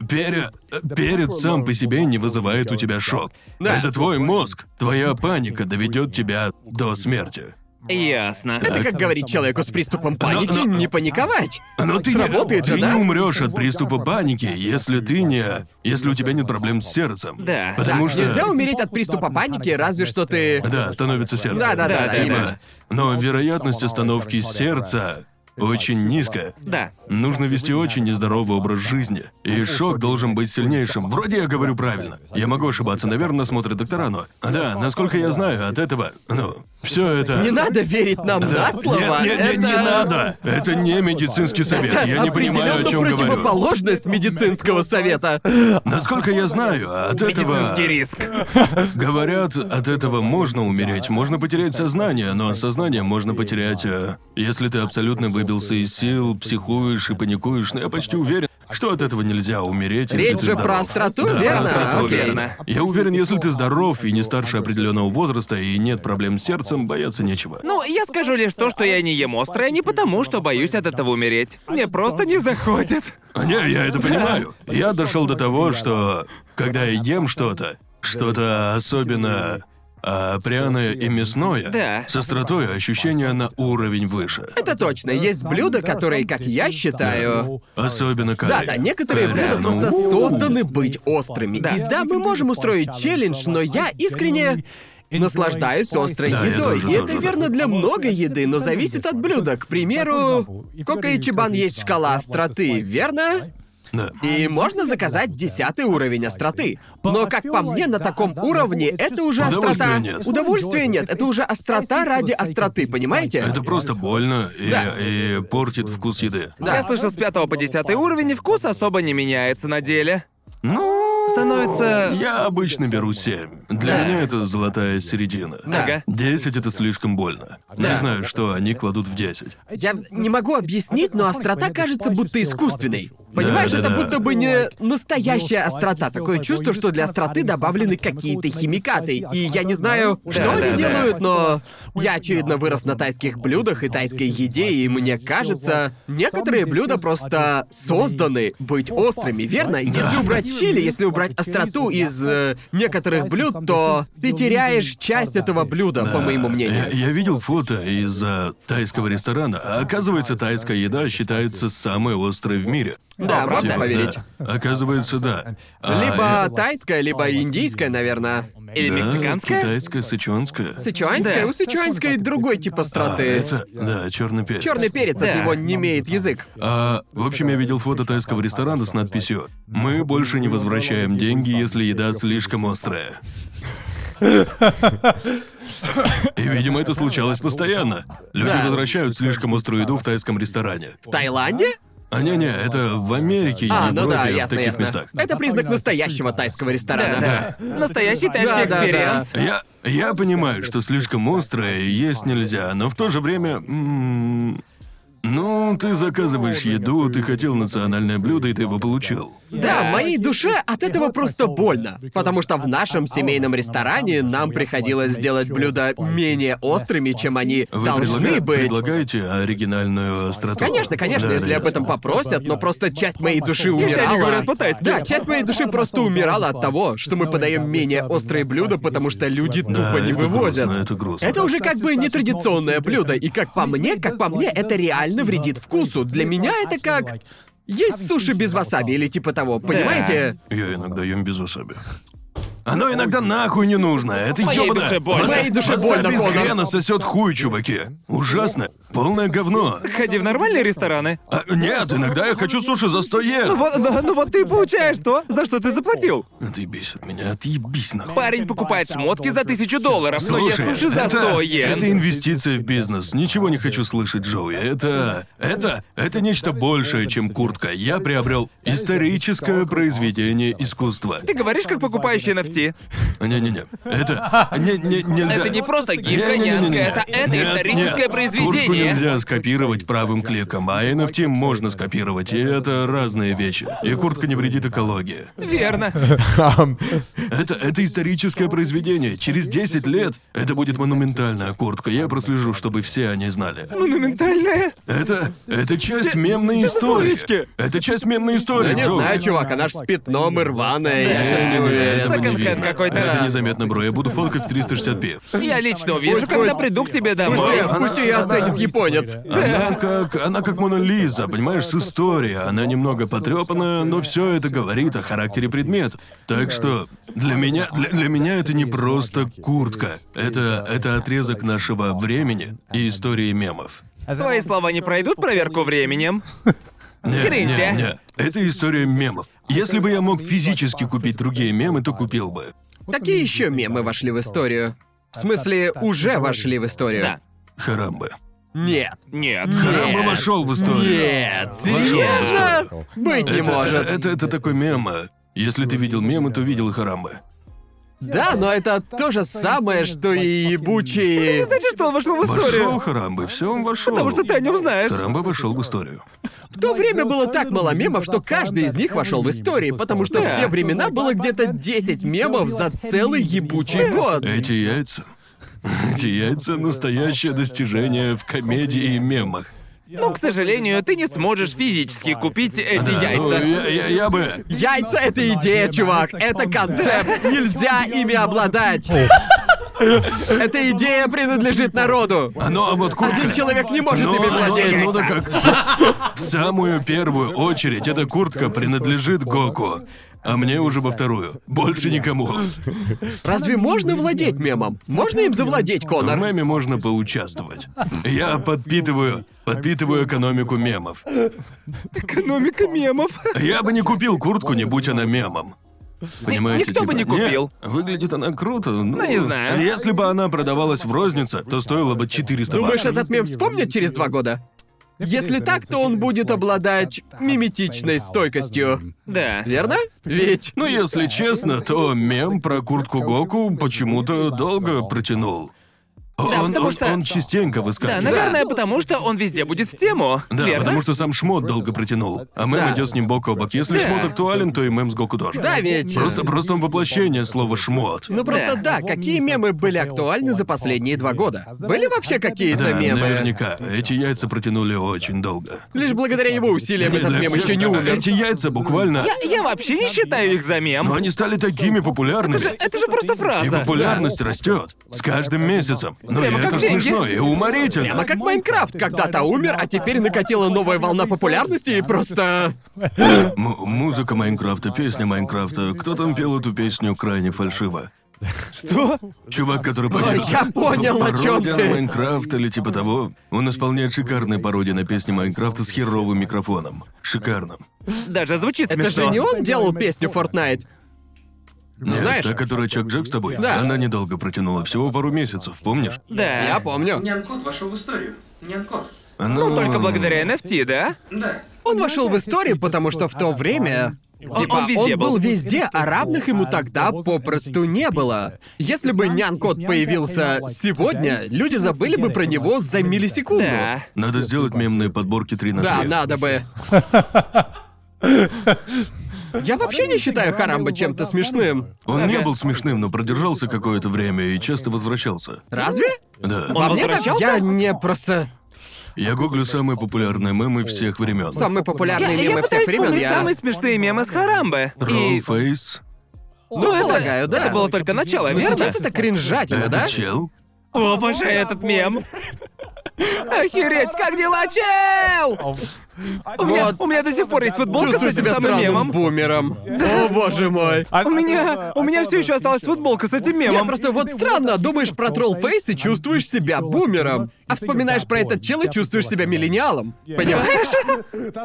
S2: вот пере- э, перец сам по себе не вызывает у тебя шок.
S1: Да.
S2: Это твой мозг, твоя паника доведет тебя до смерти.
S3: Ясно.
S1: Это как говорить человеку с приступом
S2: Но- но-
S1: паники не паниковать.
S2: Но ты,
S1: Сработает
S2: не,
S1: же,
S2: ты
S1: да?
S2: не умрешь от приступа паники, если ты не. если у тебя нет проблем с сердцем.
S3: Да.
S2: Потому
S1: Да,
S2: что.
S1: Нельзя умереть от приступа паники, разве что ты...
S2: Да, становится сердце.
S1: Да, да,
S3: да, да,
S2: Типа,
S1: да.
S2: Но вероятность остановки сердца очень низкая.
S3: Да.
S2: Нужно вести очень нездоровый образ жизни. И шок должен быть сильнейшим. Вроде я говорю правильно. Я могу ошибаться, наверное, смотрят доктора, но... Да, насколько я знаю, от этого... Ну, все это...
S1: Не надо верить нам
S2: Да.
S1: на слово.
S2: Нет, нет, нет, не
S1: это-
S2: надо! Это не медицинский совет.
S1: это
S2: я не понимаю, о чем
S1: определенно
S2: говорю.
S1: противоположность медицинского совета.
S2: Насколько я знаю, от этого...
S3: Медицинский риск.
S2: Говорят, от этого можно умереть, можно потерять сознание, но сознание можно потерять, э, если ты абсолютно выбился из сил, психуешь и паникуешь, но я почти уверен. Что от этого нельзя умереть, если
S1: Речь
S2: ты
S1: же
S2: здоров.
S1: про остроту,
S2: Да,
S1: верно?
S2: про остроту,
S1: Окей.
S2: верно. Я уверен, если ты здоров и не старше определенного возраста и нет проблем с сердцем, бояться нечего.
S3: Ну, я скажу лишь то, что я не ем острое не потому, что боюсь от этого умереть. Мне просто не заходит.
S2: Не, я это понимаю. Я дошел до того, что когда я ем что-то, что-то особенно а, пряное и мясное,
S3: Да.
S2: с остротой ощущение на уровень выше.
S1: Это точно. Есть блюда, которые, как я считаю...
S2: Особенно карри.
S1: Да, да, некоторые блюда
S2: Карри, ну,
S1: просто
S2: у-у-у.
S1: созданы быть острыми.
S3: Да.
S1: И да, мы можем устроить челлендж, но я искренне наслаждаюсь острой
S2: Да, я
S1: едой.
S2: тоже,
S1: и это
S2: тоже.
S1: верно для много еды, но зависит от блюда. К примеру, кока и чебан есть шкала остроты, верно?
S2: Да.
S1: И можно заказать десятый уровень остроты. Но, как по мне, на таком уровне это уже острота...
S2: Удовольствия нет.
S1: Удовольствия нет, это уже острота ради остроты, понимаете?
S2: Это просто больно и,
S1: Да.
S2: и портит вкус еды.
S3: Я слышал, с 5 по 10 уровень и вкус особо не меняется на деле. Ну, становится...
S2: Я обычно беру 7. Для меня это золотая середина.
S3: Ага.
S2: 10 это слишком больно. Не знаю, что они кладут в 10.
S1: Я не могу объяснить, но острота кажется будто искусственной. Понимаешь, это
S2: да.
S1: будто бы не настоящая острота. Такое чувство, что для остроты добавлены какие-то химикаты. И я не знаю, что
S3: Да,
S1: они
S3: да, да.
S1: делают, но я, очевидно, вырос на тайских блюдах и тайской еде, и мне кажется, некоторые блюда просто созданы быть острыми, верно? Если убрать чили, если убрать остроту из э, некоторых блюд, то ты теряешь часть этого блюда, по моему мнению.
S2: Э, Я, я видел фото из э, тайского ресторана. А оказывается, тайская еда считается самой острой в мире.
S1: Да,
S2: Типа,
S1: можно поверить.
S2: да. Оказывается, да. А,
S1: Либо
S2: э,
S1: тайская, либо индийская, наверное.
S3: Или
S2: да,
S3: мексиканская?
S2: Китайская, сычуанская.
S1: Сычуанская,
S3: Да.
S1: у сычуанской другой тип
S2: А,
S1: остроты.
S2: это, да, черный перец.
S1: Черный перец
S3: Да.
S1: от него не имеет язык.
S2: А, в общем, я видел фото тайского ресторана с надписью «Мы больше не возвращаем деньги, если еда слишком острая». И, видимо, это случалось постоянно. Люди
S1: Да.
S2: возвращают слишком острую еду в тайском ресторане.
S1: В Таиланде?
S2: А не-не, это в Америке и
S1: А, ну
S2: Европе,
S1: да,
S2: в
S1: ясно,
S2: таких
S1: ясно.
S2: местах.
S1: Это признак настоящего тайского ресторана.
S3: Да. Настоящий тайский
S1: Да, да, да.
S3: экспириенс.
S2: Я, я понимаю, что слишком острое есть нельзя, но в то же время... м, Ну, ты заказываешь еду, ты хотел национальное блюдо, и ты его получил.
S1: Да, моей душе от этого просто больно. Потому что в нашем семейном ресторане нам приходилось сделать блюда менее острыми, чем они
S2: Вы
S1: должны
S2: предлага-
S1: быть.
S2: предлагаете оригинальную остроту?
S1: Конечно, конечно,
S2: Да,
S1: если
S2: да,
S1: об этом попросят, но просто часть моей души
S3: они
S1: умирала.
S3: говорят по-тайски.
S1: Да, часть моей души просто умирала от того, что мы подаем менее острые блюда, потому что люди
S2: Да,
S1: тупо не
S2: это
S1: вывозят.
S2: грустно, это грустно.
S1: Это уже как бы нетрадиционное блюдо, и как по мне, как по мне, это реально вредит вкусу. Для меня это как... Есть суши без васаби или типа того, понимаете?
S2: Я иногда ем без васаби. Оно иногда нахуй не нужно, это
S3: Моей
S2: ёбаное.
S3: душе больно.
S2: Васа-
S1: Моей душе
S2: васаби
S1: больно,
S2: из
S1: Конор.
S2: хрена сосет хуй, чуваки. Ужасно. Полное говно.
S3: Ходи в нормальные рестораны.
S2: А, нет, иногда я хочу суши за 100
S3: Ну
S2: йен.
S3: вот, ну, ну вот ты и получаешь то, за что ты заплатил.
S2: Отъебись от меня, отъебись нахуй.
S3: Парень покупает шмотки за тысячу долларов,
S2: Слушай,
S3: но я суши за
S2: это,
S3: 100 йен.
S2: это инвестиция в бизнес. Ничего не хочу слышать, Джоуи. Это, это, это нечто большее, чем куртка. Я приобрел историческое произведение искусства.
S3: Ты говоришь, как покупающий NFT.
S2: Не-не-не, это... Не, не, нельзя.
S3: Это не просто гифка,
S2: Не-не-не-не-не.
S3: нянка, это, это
S2: Нет,
S3: историческое
S2: нет. Куртку
S3: произведение.
S2: нельзя скопировать правым кликом, а NFT можно скопировать, и это разные вещи. И куртка не вредит экологии.
S3: Верно.
S2: Это, это историческое произведение. Через 10 лет это будет монументальная куртка. Я прослежу, чтобы все они знали. Ну,
S3: Монументальное.
S2: Это... Это часть мемной
S3: чё за словечки?
S2: истории. Это часть мемной истории,
S1: Я Ну, не
S2: Джоуи.
S1: знаю, чувак,
S3: а
S1: она ж с пятном и рваная, я чё-то не
S2: Не-не-не,
S1: уверен.
S2: этого не
S3: Second hand
S2: видно.
S3: какой-то, да.
S2: Это незаметно, бро. Я буду фоткать в 360p.
S3: Я лично увижу,
S1: Пусть,
S3: когда
S1: пусть.
S3: приду к тебе
S1: Пусть
S3: домой.
S1: её- Пусть ее оценит японец.
S2: Она как, она как Мона Лиза, понимаешь, с историей. Она немного потрепанная, но все это говорит о характере предмета. Так что для меня, для, для меня это не просто куртка. Это, это отрезок нашего времени и истории мемов.
S3: Твои слова не пройдут проверку временем.
S2: Не,
S3: Скриньте.
S2: не, не. Это история мемов. Если бы я мог физически купить другие мемы, то купил бы.
S1: Какие еще мемы вошли в историю? В смысле, уже вошли в историю?
S3: Да.
S2: Харамба.
S1: Нет.
S3: Нет.
S2: Харамба вошел в историю.
S1: Нет,
S2: Вошел в
S1: серьезно?
S2: историю.
S1: Быть не
S2: Это-
S1: может.
S2: Это, это такой мем. а. Если ты видел мемы, то видел и Харамбы.
S1: Да, но это то же самое, что и ебучие...
S3: Значит, что он вошел в
S2: Вошел
S3: историю.
S2: Харамбы, все, он вошел.
S3: Потому что ты о нем знаешь.
S2: Харамба вошел в историю.
S1: В то время было так мало мемов, что каждый из них вошел в истории, потому что
S3: Да.
S1: в те времена было где-то 10 мемов за целый ебучий год.
S2: Эти яйца. Эти яйца — настоящее достижение в комедии и мемах.
S3: Ну, к сожалению, ты не сможешь физически купить эти
S2: Да, ну,
S3: яйца.
S2: я- я- я бы...
S1: Яйца — это идея, чувак. Это концепт. Нельзя ими обладать. Эта идея принадлежит народу.
S2: А ну, а вот курка...
S1: Один человек не может
S2: Ну,
S1: ими
S2: оно-
S1: владеть.
S2: оно-то как. В самую первую очередь эта куртка принадлежит Гоку. А мне уже во вторую. Больше никому.
S1: Разве можно владеть мемом? Можно им завладеть,
S2: В
S1: Конор?
S2: меме можно поучаствовать. Я подпитываю, подпитываю экономику мемов.
S3: Экономика мемов.
S2: Я бы не купил куртку, не будь она мемом. Понимаете,
S3: никто бы
S2: типа,
S3: не купил.
S2: «Не, выглядит она круто. Ну,
S3: не знаю.
S2: Если бы она продавалась в рознице, то стоила бы 400
S1: Думаешь,
S2: баксов.
S1: этот мем вспомнят через два года? Если так, то он будет обладать миметичной стойкостью.
S3: Да.
S1: Верно? Ведь...
S2: Ну, если честно, то мем про куртку Гоку почему-то долго протянул. он,
S3: потому
S2: он-
S3: что-
S2: он частенько
S3: Да,
S2: выскакивает.
S3: наверное, потому что он везде будет в тему.
S2: Да,
S3: верно?
S2: потому что сам шмот долго протянул, а мем
S1: Да.
S2: идет с ним бок о бок. Если
S3: Да.
S2: шмот актуален, то и мем с Гоку тоже.
S1: Да, ведь...
S2: Просто, просто он воплощение слова шмот.
S1: Ну просто
S5: Да.
S1: да, какие мемы были актуальны за последние два года? Были вообще какие-то
S2: да, ну,
S1: мемы?
S2: наверняка. Эти яйца протянули очень долго.
S1: Лишь благодаря его усилиям
S2: И
S1: этот
S2: для
S1: мем
S2: всех-
S1: еще не умер.
S2: Эти яйца буквально...
S3: Я, я вообще не считаю их за мем.
S2: Но
S1: Ну,
S2: они стали такими популярными.
S3: Же- Это же просто
S2: И
S3: фраза.
S2: популярность растет с каждым месяцем. Ну и
S3: Прямо как
S2: это
S3: деньги.
S2: смешно и уморительно.
S1: Прямо как Майнкрафт когда-то умер, а теперь накатила новая волна популярности и просто...
S2: М- музыка Майнкрафта, песня Майнкрафта. Кто там пел эту песню крайне фальшиво?
S1: Что?
S2: Чувак, который поет.
S1: я понял, о чём
S2: Пародия
S1: ты.
S2: на Майнкрафт или типа того. Он исполняет шикарные пародии на песни Майнкрафта с херовым микрофоном. Шикарным.
S3: Даже звучит
S1: Это
S3: смешно.
S1: же не он делал песню Fortnite?
S2: Нет,
S1: Ну, знаешь-
S2: Та, которая Чак Джек с тобой.
S1: Да. Ну,
S2: Она недолго протянула, всего пару месяцев, помнишь?
S3: Да.
S1: Я помню.
S4: Нянкот вошел в историю. Нянкот.
S2: Она...
S3: Ну, только благодаря NFT, да?
S4: Да.
S1: Он вошел в историю, потому что в то время...
S5: Он-
S1: Типа,
S3: он
S1: он,
S3: везде был.
S1: был везде, а равных ему тогда попросту не было. Если бы Нян-код появился сегодня, люди забыли бы про него за миллисекунду.
S3: Да.
S2: Надо сделать мемные подборки 3 на 3.
S1: Да, надо бы. Я вообще не считаю Харамба чем-то смешным.
S2: Он не
S3: Ага.
S2: был смешным, но продержался какое-то время и часто возвращался.
S1: Разве?
S2: Да.
S3: Он
S1: Мне так-
S3: возвращался?
S1: я не просто
S2: Я гуглю самые популярные мемы всех времен.
S1: самые
S3: Я,
S1: популярные
S3: я
S1: мемы
S3: пытаюсь
S1: всех времен.
S3: вспомнить
S1: Я...
S3: самые смешные мемы с Харамбе. И...
S2: Троллфейс.
S1: Ну,
S3: это-
S1: полагаю, да.
S3: Это было только начало,
S1: Но
S3: верно?
S1: сейчас это кринжатина,
S2: Это
S1: да?
S2: чел?
S3: О, обожаю этот мем. Охереть, как дела, чел? У меня,
S1: Вот.
S3: у меня до сих пор есть футболка с
S1: Чувствую
S3: этим
S1: себя
S3: самым
S1: сраным
S3: мемом.
S1: бумером. О, боже мой.
S3: У меня, у меня все еще осталась футболка с этим
S1: Я
S3: мемом.
S1: просто вот странно, думаешь про троллфейс и чувствуешь себя бумером. А вспоминаешь про этот чел и чувствуешь себя миллениалом. Понимаешь?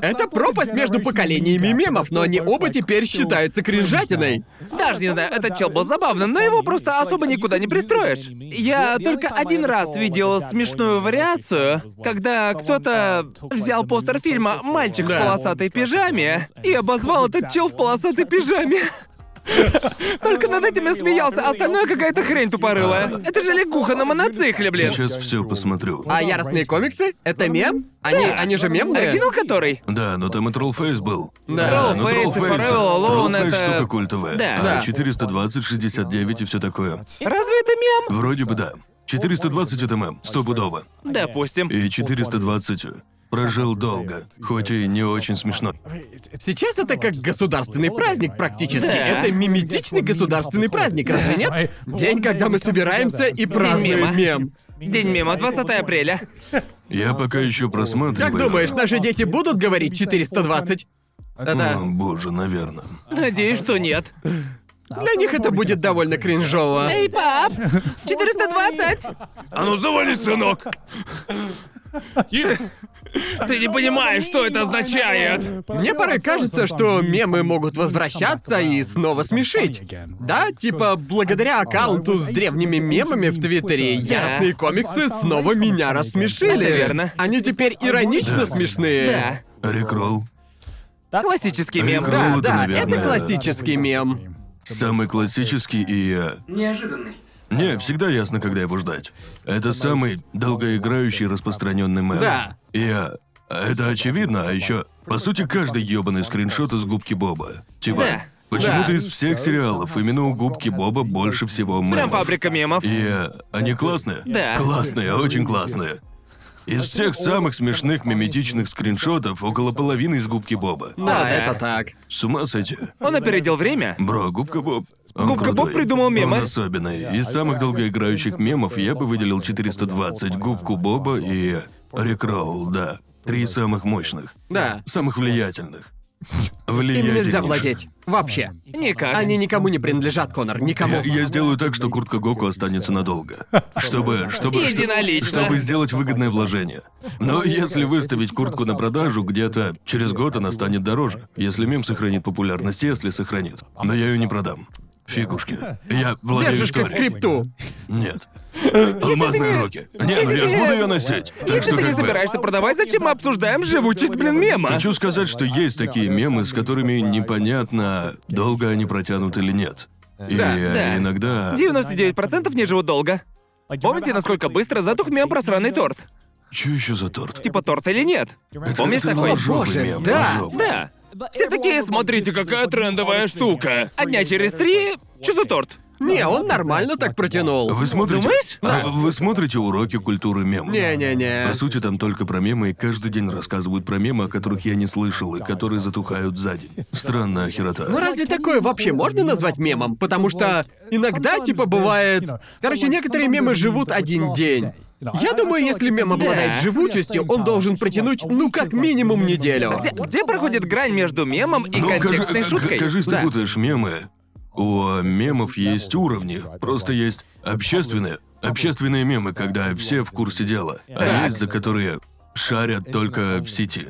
S1: Это пропасть между поколениями мемов, но они оба теперь считаются кринжатиной.
S3: Даже не знаю, этот чел был забавным, но его просто особо никуда не пристроишь. Я только один раз видел смешную вариацию, когда кто-то взял постер фильма «Мальчик в
S5: Да.
S3: полосатой пижаме» и обозвал этот чел в полосатой пижаме. Только над этим я смеялся, а остальное какая-то хрень тупорылая. Это же лягуха на моноцикле, блин.
S2: Сейчас все посмотрю.
S1: А яростные комиксы? Это мем? Они, они же мемные?
S3: Оригинал который?
S2: Да, но там и Троллфейс был.
S1: Да.
S2: но
S3: Trollface и
S2: Trollface-
S3: Forever Alone
S2: Trollface
S3: это-
S2: штука культовая.
S3: Да.
S2: А
S1: Да.
S2: 420, 69 и все такое.
S3: Разве это мем?
S2: Вроде бы да. 420 это мем, стопудово.
S3: А Допустим.
S2: И 420 прожил долго, хоть и не очень смешно.
S1: Сейчас это как государственный праздник практически.
S3: Да.
S1: Это миметичный государственный праздник, разве нет? День, когда мы собираемся и
S3: мема.
S1: празднуем мем.
S3: День мема, 20 апреля.
S2: Я пока еще просматриваю.
S1: Как думаешь, наши дети будут говорить 420? Это...
S2: О, боже, наверное.
S3: Надеюсь, что нет.
S1: Для них это будет довольно кринжово.
S3: Эй, пап! 420!
S2: А ну завались, сынок!
S3: Ты не понимаешь, что это означает!
S1: Мне порой кажется, что мемы могут возвращаться и снова смешить. Да, типа, благодаря аккаунту с древними мемами в Твиттере, яростные комиксы снова меня рассмешили.
S3: Это верно.
S1: Они теперь иронично
S2: Да.
S1: смешные.
S3: Да.
S2: Рекролл.
S3: Классический мем.
S2: Рекролл
S1: Да,
S2: это,
S1: да,
S2: наверное,
S1: это классический мем.
S2: Самый классический и... э,
S4: Неожиданный.
S2: Не, всегда ясно, когда его ждать. Это самый долгоиграющий распространенный мем.
S1: Да.
S2: И э, это очевидно, а еще, по сути, каждый ёбаный скриншот из губки Боба. Типа,
S3: Да.
S2: почему-то
S1: Да.
S2: из всех сериалов именно у губки Боба больше всего мемов.
S3: Прям фабрика мемов.
S2: И э, они классные?
S3: Да.
S2: Классные, очень классные. Из всех самых смешных миметичных скриншотов около половины из губки Боба.
S1: Да,
S3: Да.
S1: это так.
S2: С ума сойти.
S3: Он опередил время.
S2: Бро, губка Боб. он
S3: Губка Боб
S2: крутой.
S3: придумал а? мемы.
S2: Он особенный. Из самых долгоиграющих мемов я бы выделил 420, губку Боба и Рик Роул, да. Три самых мощных.
S1: Да.
S2: Самых влиятельных.
S1: Им
S2: Влиятельнейших.
S1: нельзя владеть. Вообще.
S3: Никак.
S1: Они никому не принадлежат, Конор, никому.
S2: Я, я сделаю так, что куртка Гоку останется надолго. Чтобы, чтобы, что-
S3: Единолично.
S2: чтобы сделать выгодное вложение. Но если выставить куртку на продажу, где-то через год она станет дороже. Если мем сохранит популярность, если сохранит. Но я ее не продам. Фигушки. Я владею
S1: Держишь как
S2: историей.
S1: крипту.
S2: Нет. Алмазные руки. Не, ну я ж
S3: ты-
S2: буду ее носить. Так
S3: Если ты
S2: что
S3: не
S2: как бы... Ну
S3: собираешься продавать, зачем мы обсуждаем живучесть, блин, мема?
S2: Хочу сказать, что есть такие мемы, с которыми непонятно, долго они протянут или нет. И
S3: Да, да.
S2: иногда...
S3: 99% не живут долго. Помните, насколько быстро затух мем про сраный торт?
S2: Чё еще за торт?
S3: Типа торт или нет?
S2: Это-
S3: Помнишь
S2: это
S3: такой?
S2: ложовый
S1: Боже,
S2: мем,
S1: да,
S2: ложовый.
S3: Да. Все такие, смотрите, какая трендовая штука. А дня через три... Что за торт?
S1: Не, он нормально так протянул.
S2: Вы смотрите...
S3: Думаешь?
S2: А, Вы смотрите уроки культуры мемов?
S1: Не-не-не.
S2: По сути, там только про мемы, и каждый день рассказывают про мемы, о которых я не слышал, и которые затухают за день. Странная херота.
S1: Ну разве такое вообще можно назвать мемом? Потому что иногда, типа, бывает... Короче, некоторые мемы живут один день. Я думаю, если мем обладает
S3: Да.
S1: живучестью, он должен протянуть, ну, как минимум неделю.
S5: А
S3: Где, где проходит грань между мемом и
S2: Ну,
S3: контекстной
S2: кажи-
S3: шуткой?
S2: к- Кажись, ты
S1: Да.
S2: путаешь мемы. У э, мемов есть уровни, просто есть общественные, общественные мемы, когда все в курсе дела, а
S5: Так.
S2: есть за которые шарят только в сети.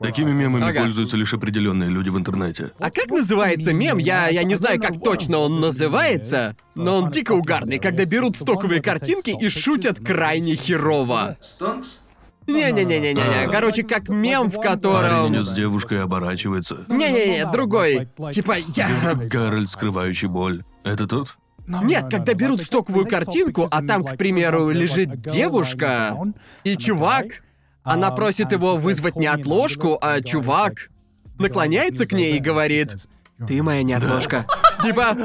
S2: Такими мемами
S1: Ага.
S2: пользуются лишь определенные люди в интернете.
S1: А как называется мем? Я, я не знаю, как точно он называется, но он дико угарный, когда берут стоковые картинки и шутят крайне херово.
S4: Стонкс?
S1: Не-не-не-не-не-не. Короче, как мем, в
S2: Парень идет
S1: котором...
S2: с девушкой и оборачивается.
S1: Не-не-не, другой. Типа, я...
S2: Кароль, скрывающий боль. Это тот?
S1: Нет, когда берут стоковую картинку, а там, к примеру, лежит девушка и чувак, она просит его вызвать не отложку, а чувак наклоняется к ней и говорит, «Ты моя неотложка». Типа,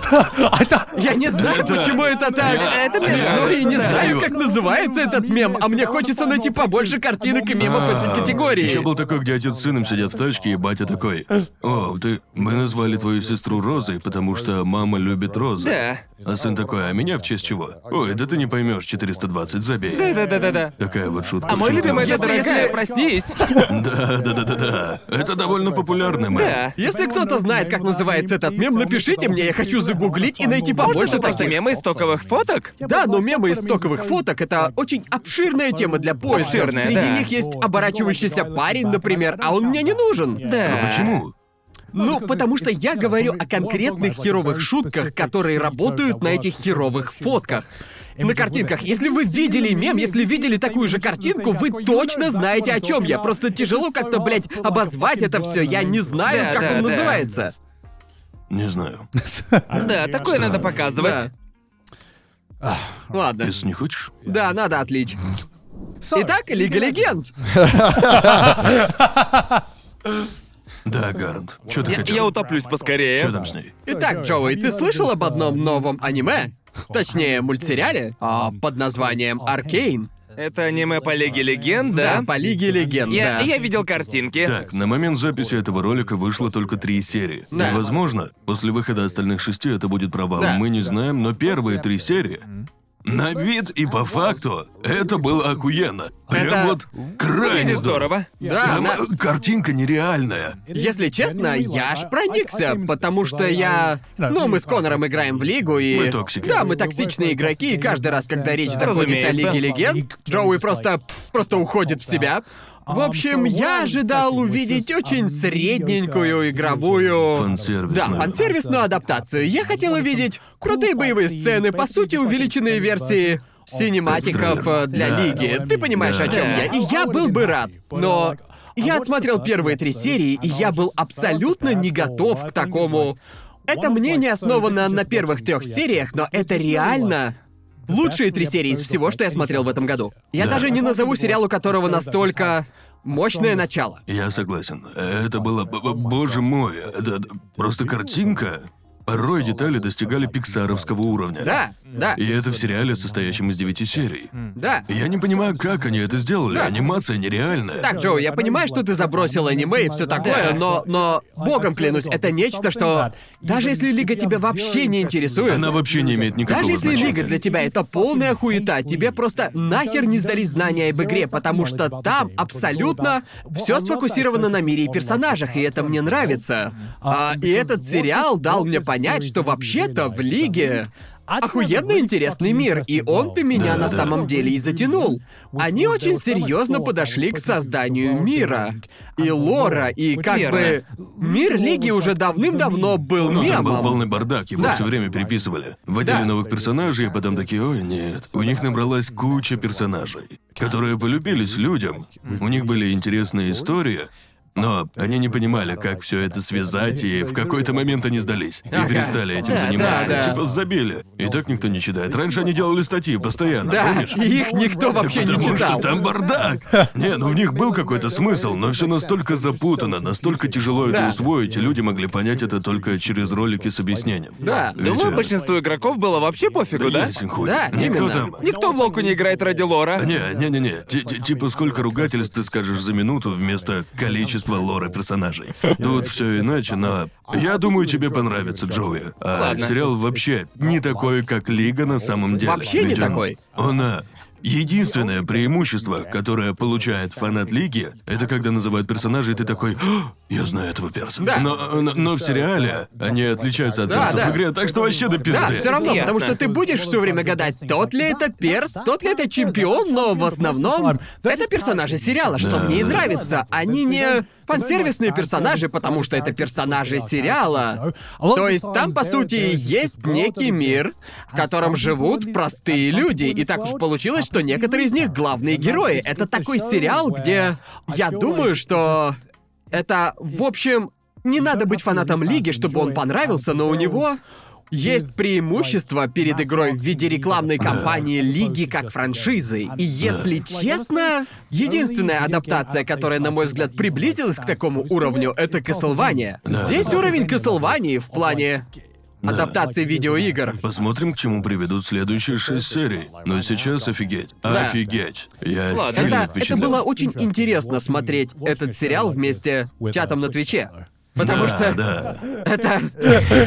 S1: я не знаю, почему это так.
S3: Это
S1: смешно,
S2: Я-
S1: и не
S2: Да.
S1: знаю, как называется этот мем, а мне хочется найти побольше картинок и мемов этой
S2: Еще А, был
S1: категории.
S2: такой, где отец с сыном сидят в тачке, и батя такой. О, ты. Мы назвали твою сестру Розой, потому что мама любит розы.
S3: Да.
S2: А сын такой, а меня в честь чего? Ой, да ты не поймешь, 420, забей.
S3: Да-да-да-да.
S2: Такая вот шутка.
S3: А мой
S2: очень
S3: любимый это
S1: Если- если-
S3: дорогая, проснись.
S2: Да, да, да, да, да. Это довольно популярный мем.
S3: Да.
S1: Если кто-то знает, как называется этот мем, напишите мне, я хочу загуглить и найти
S3: Может,
S1: побольше
S3: это просто
S1: таких.
S3: мемы из стоковых фоток?
S1: Да, но мемы из стоковых фоток — это очень обширная тема для поиска.
S3: Обширная,
S1: Среди
S3: да.
S1: них есть оборачивающийся парень, например, а он мне не нужен.
S3: Да.
S2: А почему?
S1: Ну, потому что я говорю о конкретных херовых шутках, которые работают на этих херовых фотках. На картинках. Если вы видели мем, если видели такую же картинку, вы точно знаете, о чем я. Просто тяжело как-то, блядь, обозвать это все. Я не знаю,
S3: Да,
S1: как
S3: да,
S1: он
S3: да.
S1: называется.
S2: Не знаю.
S3: Да, такое надо показывать.
S1: Да. Ладно.
S2: Если не хочешь.
S1: Да, надо отлить. Итак, Лига Легенд.
S2: Да, Гарант. Что ты
S3: Я,
S2: хотел?
S3: я утоплюсь поскорее.
S2: Что там с ней?
S1: Итак, Джоуи, ты слышал об одном новом аниме? Точнее, мультсериале а, под названием «Аркейн».
S3: Это аниме по Лиге Легенд, да?
S1: по Лиге Легенд,
S3: Я,
S1: да.
S3: я видел картинки.
S2: Так, на момент записи этого ролика вышло только три серии.
S1: Да.
S2: И, возможно, после выхода остальных шести это будет провал.
S1: Да.
S2: Мы не знаем, но первые три серии... На вид и по факту это было охуенно. Прям
S1: Это-
S2: вот крайне
S3: Выглядит здорово.
S1: Да,
S2: Там
S1: она-
S2: э, картинка нереальная.
S1: Если честно, я аж проникся, потому что я... Ну, мы с Конором играем в Лигу и...
S2: Мы токсики.
S1: Да, мы токсичные игроки, и каждый раз, когда речь заходит о
S3: Разумеется.
S1: Лиге Легенд, Джоуи просто... просто уходит в себя. В общем, я ожидал увидеть очень средненькую игровую...
S2: Фансервис,
S1: Да,
S2: наверное.
S1: фансервисную адаптацию. Я хотел увидеть крутые боевые сцены, по сути, увеличенные версии синематиков э, для
S2: Да.
S1: лиги. Ты понимаешь, о чем
S3: Да.
S1: я. И я был бы рад,
S2: А
S1: но... Я отсмотрел первые три серии, и я был абсолютно не готов к такому Это мнение основано на первых трех сериях, но это реально лучшие три серии из всего, что я смотрел в этом году. Я
S2: Да. Ну,
S1: даже не назову сериал, у которого настолько мощное начало.
S2: Я согласен. Это было... б- б- Боже мой, это просто картинка. Порой детали достигали пиксаровского уровня.
S1: Да, да,
S2: И это в сериале, состоящем из девяти серий.
S1: да.
S2: Я не понимаю, как они это сделали.
S1: Да.
S2: Анимация нереальная.
S1: Так, Джоу, я понимаю, что ты забросил аниме и все такое,
S5: Да.
S1: но, но, богом клянусь, это нечто, что даже если лига тебя вообще не интересует,
S2: Она вообще не имеет никакого
S1: даже если
S2: значения.
S1: лига для тебя это полная хуета, тебе просто нахер не сдались знания об игре, потому что там абсолютно все сфокусировано на мире и персонажах, и это мне нравится. А, и этот сериал дал мне понять, что вообще-то в лиге Охуенно интересный мир, и он-то меня
S2: Да,
S1: на
S2: да.
S1: самом деле и затянул. Они очень серьезно подошли к созданию мира. И лора, и как бы... Мир Лиги уже давным-давно был
S2: Ну, там был
S1: мемом.
S2: полный бардак, его
S1: Да.
S2: все время переписывали. Вводили
S1: Да.
S2: новых персонажей, и потом такие, ой, нет. У них набралась куча персонажей, которые полюбились людям. У них были интересные истории, но они не понимали, как все это связать, и в какой-то момент они сдались. И
S1: Ага.
S2: перестали этим
S1: Да,
S2: заниматься.
S1: да, да.
S2: Типа забили. И так никто не читает. Раньше они делали статьи постоянно,
S1: Да,
S2: помнишь?
S1: и их никто
S2: Да
S1: вообще не
S2: потому
S1: читал.
S2: что там бардак. Не, ну в них был какой-то смысл, но все настолько запутано, настолько тяжело
S1: Да.
S2: это усвоить, и люди могли понять это только через ролики с объяснением.
S1: Да.
S2: Ведь,
S3: Думаю,
S2: э,
S3: большинству игроков было вообще пофигу, да?
S2: ясен хуй.
S1: Да,
S2: Никто
S1: именно.
S2: там.
S3: Никто в локу не играет ради лора.
S2: Не, не, не, не. Т- т- Типа сколько ругательств ты скажешь за минуту вместо количества лора персонажей. Тут все иначе, но я думаю, тебе понравится Джоуи. А
S3: Ладно.
S2: сериал вообще не такой, как Лига на самом деле.
S1: Вообще не
S2: Ведь он-
S1: такой.
S2: Он, а, единственное преимущество, которое получает фанат Лиги, это когда называют персонажей, и ты такой, «А, я знаю этого перса.
S1: Да.
S2: Но, но, но в сериале они отличаются от
S1: Да,
S2: персов
S1: да.
S2: в игре, так что вообще до пизды.
S1: Да, все равно,
S3: Ясно.
S1: потому что ты будешь все время гадать, тот ли это перс, тот ли это чемпион, но в основном это персонажи сериала, что
S2: Да,
S1: мне и
S2: да.
S1: нравится. Они не фансервисные персонажи, потому что это персонажи сериала. То есть там, по сути, есть некий мир,
S2: А
S1: в котором живут простые люди. И так уж получилось, что некоторые из них главные герои. Это такой сериал, где
S2: А
S1: я думаю, что это, в общем, не надо быть фанатом лиги, чтобы он понравился, но у него есть преимущество перед игрой в виде рекламной кампании лиги как франшизы. И если честно, единственная адаптация, которая, на мой взгляд, приблизилась к такому уровню, это Castlevania. Здесь уровень Castlevania в плане адаптации видеоигр.
S2: Посмотрим, к чему приведут следующие шесть серий. Но сейчас офигеть.
S1: Да.
S2: Офигеть. Я
S3: Ладно.
S2: сильно
S1: Это, это
S2: впечатлен.
S1: было очень интересно смотреть этот сериал вместе с чатом на Твиче. Потому
S2: Да,
S1: что
S2: да.
S1: Это...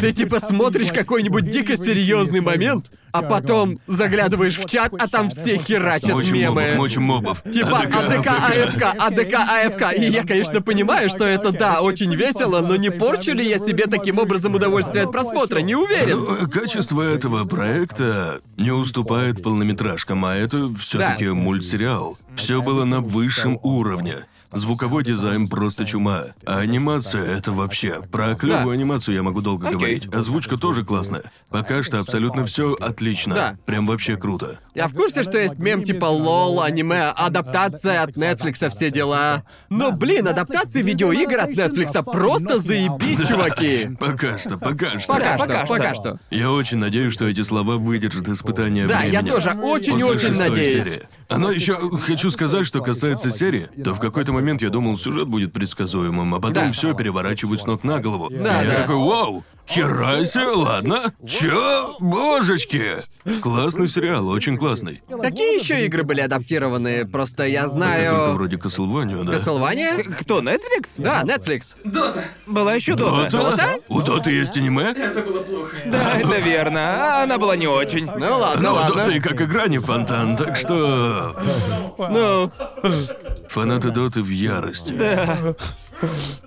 S1: Ты типа смотришь какой-нибудь дико серьезный момент, а потом заглядываешь в чат, а там все херачат
S2: Мочим мобов,
S1: мемы.
S2: мочим мобов.
S1: Типа
S2: А такая
S1: АДК АФК, АДК АФК. И я, конечно, понимаю, что это да, очень весело, но не порчу ли я себе таким образом удовольствие от просмотра, не уверен.
S2: Ну, э, качество этого проекта не уступает полнометражкам, а это все-таки
S1: Да.
S2: мультсериал. Все было на высшем уровне. Звуковой дизайн просто чума. А анимация это вообще. Про клевую
S1: Да.
S2: анимацию я могу долго говорить. Озвучка тоже классная. Пока что абсолютно все отлично.
S1: Да.
S2: Прям вообще круто.
S1: Я в курсе, что есть мем типа лол, аниме, адаптация от Netflix, все дела. Но, блин, адаптации видеоигр от Netflix просто заебись, чуваки.
S2: Пока что, пока что.
S3: пока
S1: Пока что,
S3: что.
S1: пока что.
S2: Я очень надеюсь, что эти слова выдержат испытание
S1: Да,
S2: времени.
S1: я тоже
S2: После
S1: очень-очень
S2: шестой
S1: надеюсь.
S2: серии. Но еще хочу сказать, что касается серии, то в какой-то момент я думал, сюжет будет предсказуемым, а потом
S1: Да.
S2: все переворачивают с ног на голову.
S1: Да,
S2: И я
S1: да.
S2: такой, вау, хера себе, ладно. Чё? Божечки! Классный сериал, очень классный.
S1: Какие еще игры были адаптированы? Просто я
S2: Только
S1: знаю...
S2: вроде Castlevania, да.
S1: Castlevania?
S3: Кто, Netflix?
S1: Да, Netflix.
S4: Дота!
S3: Была еще Дота.
S1: Ну
S2: Дота? У Доты есть аниме?
S4: Это было плохо.
S3: Да, это верно. А Она была не очень.
S1: Ну ладно,
S2: Ну,
S1: ладно.
S2: Дота и как игра не фонтан, так что...
S1: Ну,
S2: Фанаты Доты в ярости.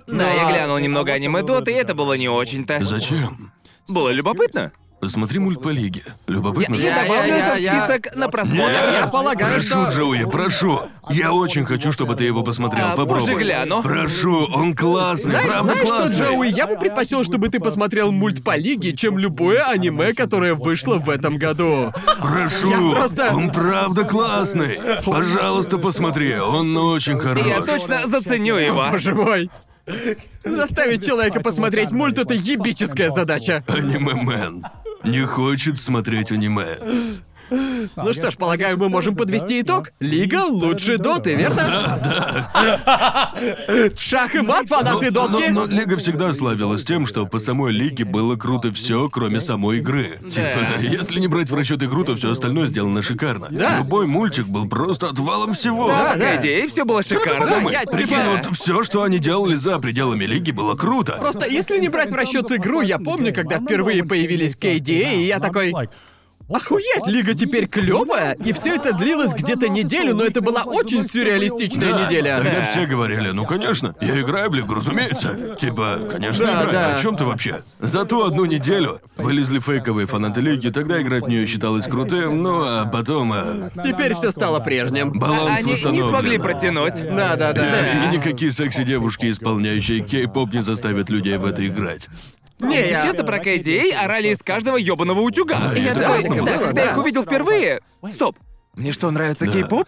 S3: Да, я глянул немного аниме Доты, и это было не очень-то.
S2: Зачем?
S3: Было любопытно.
S2: Посмотри мульт по лиге. Любопытно же?
S1: Я-
S3: Я добавлю
S1: я-
S3: это в
S1: я-
S3: список на
S2: Нет!
S3: просмотр.
S1: я полагаю,
S2: прошу,
S1: что...
S2: Джоуи, прошу. Я очень хочу, чтобы ты его посмотрел.
S3: А,
S2: Попробуй.
S3: позже гляну.
S2: Прошу, он классный,
S1: Знаешь,
S2: правда
S1: знаешь что,
S2: классный.
S1: Джоуи, я бы предпочел, чтобы ты посмотрел мульт по лиге, чем любое аниме, которое вышло в этом году.
S2: Прошу,
S1: Я просто-
S2: он правда классный. Пожалуйста, посмотри, он очень хорош.
S3: Я точно заценю его.
S1: Боже мой. Заставить человека посмотреть мульт — это ебическая задача.
S2: Аниме-мен. Не хочет смотреть аниме.
S1: Ну что ж, полагаю, мы можем подвести итог. Лига лучше доты, верно? Шах и мат, фанаты
S2: Но- но-
S1: дотки.
S2: но Лига всегда славилась тем, что по самой Лиге было круто все, кроме самой игры. Типа, если не брать в расчет игру, то все остальное сделано шикарно.
S1: Да.
S2: Любой мультик был просто отвалом всего.
S1: Да,
S3: Такая идея, и все было шикарно.
S2: Подумай,
S1: я-
S2: прикинь,
S1: типа-
S2: вот все, что они делали за пределами лиги, было круто.
S1: Просто если не брать в расчет игру, я помню, когда впервые появились KDA, и я такой... Охуеть, лига теперь клевая, и все это длилось где-то неделю, но это была очень сюрреалистичная
S2: Да,
S1: неделя.
S2: Тогда все говорили, ну конечно, я играю в Лигу, разумеется. Типа, конечно,
S1: Да,
S2: играю.
S1: да.
S2: О чем ты вообще? Зато одну неделю вылезли фейковые фанаты Лиги, тогда играть в нее считалось крутым, ну а потом э,
S1: Теперь все стало прежним.
S2: баланс
S3: Они не
S2: восстановлен.
S3: смогли протянуть.
S1: Да, да, да.
S2: Да, и никакие секси-девушки, исполняющие кей-поп, не заставят людей в это играть.
S1: Не, я...
S3: Честно про KDA орали из каждого ёбаного утюга. И я
S2: это
S3: такой,
S2: классно
S3: да,
S1: было,
S3: когда
S1: да.
S3: я их увидел впервые... Стоп. Мне что, нравится кей-поп?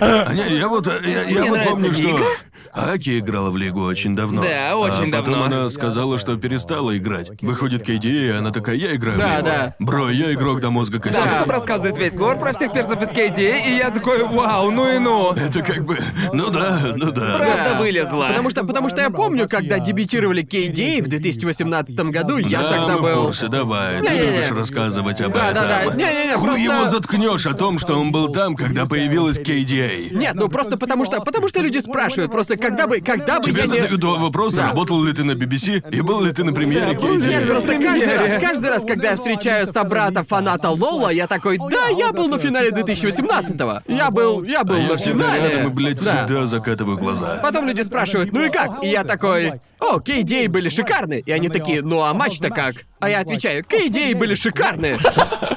S2: А не, я вот, э, я, я
S3: Мне
S2: вот
S3: нравится
S2: помню,
S3: Лига.
S2: что Аки играла в Лигу очень давно.
S3: Да, очень
S2: а потом
S3: давно.
S2: она сказала, что перестала играть. Выходит KDA, и она такая, я играю в
S1: Да,
S2: Лигу».
S1: да.
S2: Бро, я игрок до мозга костей.
S3: Там рассказывает весь лор про всех персов из KDA, и я такой, вау, ну и ну.
S2: Это как бы... Ну да, ну да.
S3: Правда вылезла.
S1: Потому что, потому что я помню, когда дебютировали KDA в 2018 году, я
S2: да,
S1: тогда
S2: мы в
S1: был...
S2: курсе, давай. Ты
S1: Не-не-не.
S2: любишь рассказывать об этом.
S1: Да-да-да, не-не-не,
S2: Хуй
S1: просто-
S2: его заткнешь о том, что он был там, когда появилась KDA.
S1: Нет, ну просто потому что, потому что люди спрашивают, просто когда бы, когда бы
S2: Тебе
S1: я не...
S2: задают два вопроса,
S1: Да.
S2: работал ли ты на BBC и был ли ты на премьере
S1: Нет,
S2: KDA.
S1: просто каждый раз, каждый раз, когда я встречаю собрата фаната Лола, я такой, да, я был на финале 2018-го. Я был, я был
S2: А
S1: на
S2: я всегда
S1: финале.
S2: рядом и, блядь,
S1: Да.
S2: всегда закатываю глаза.
S1: Потом люди спрашивают, ну и как? И я такой, о, Кейдей были шикарны. И они такие, ну а матч-то как? А я отвечаю, Кейдей были шикарны.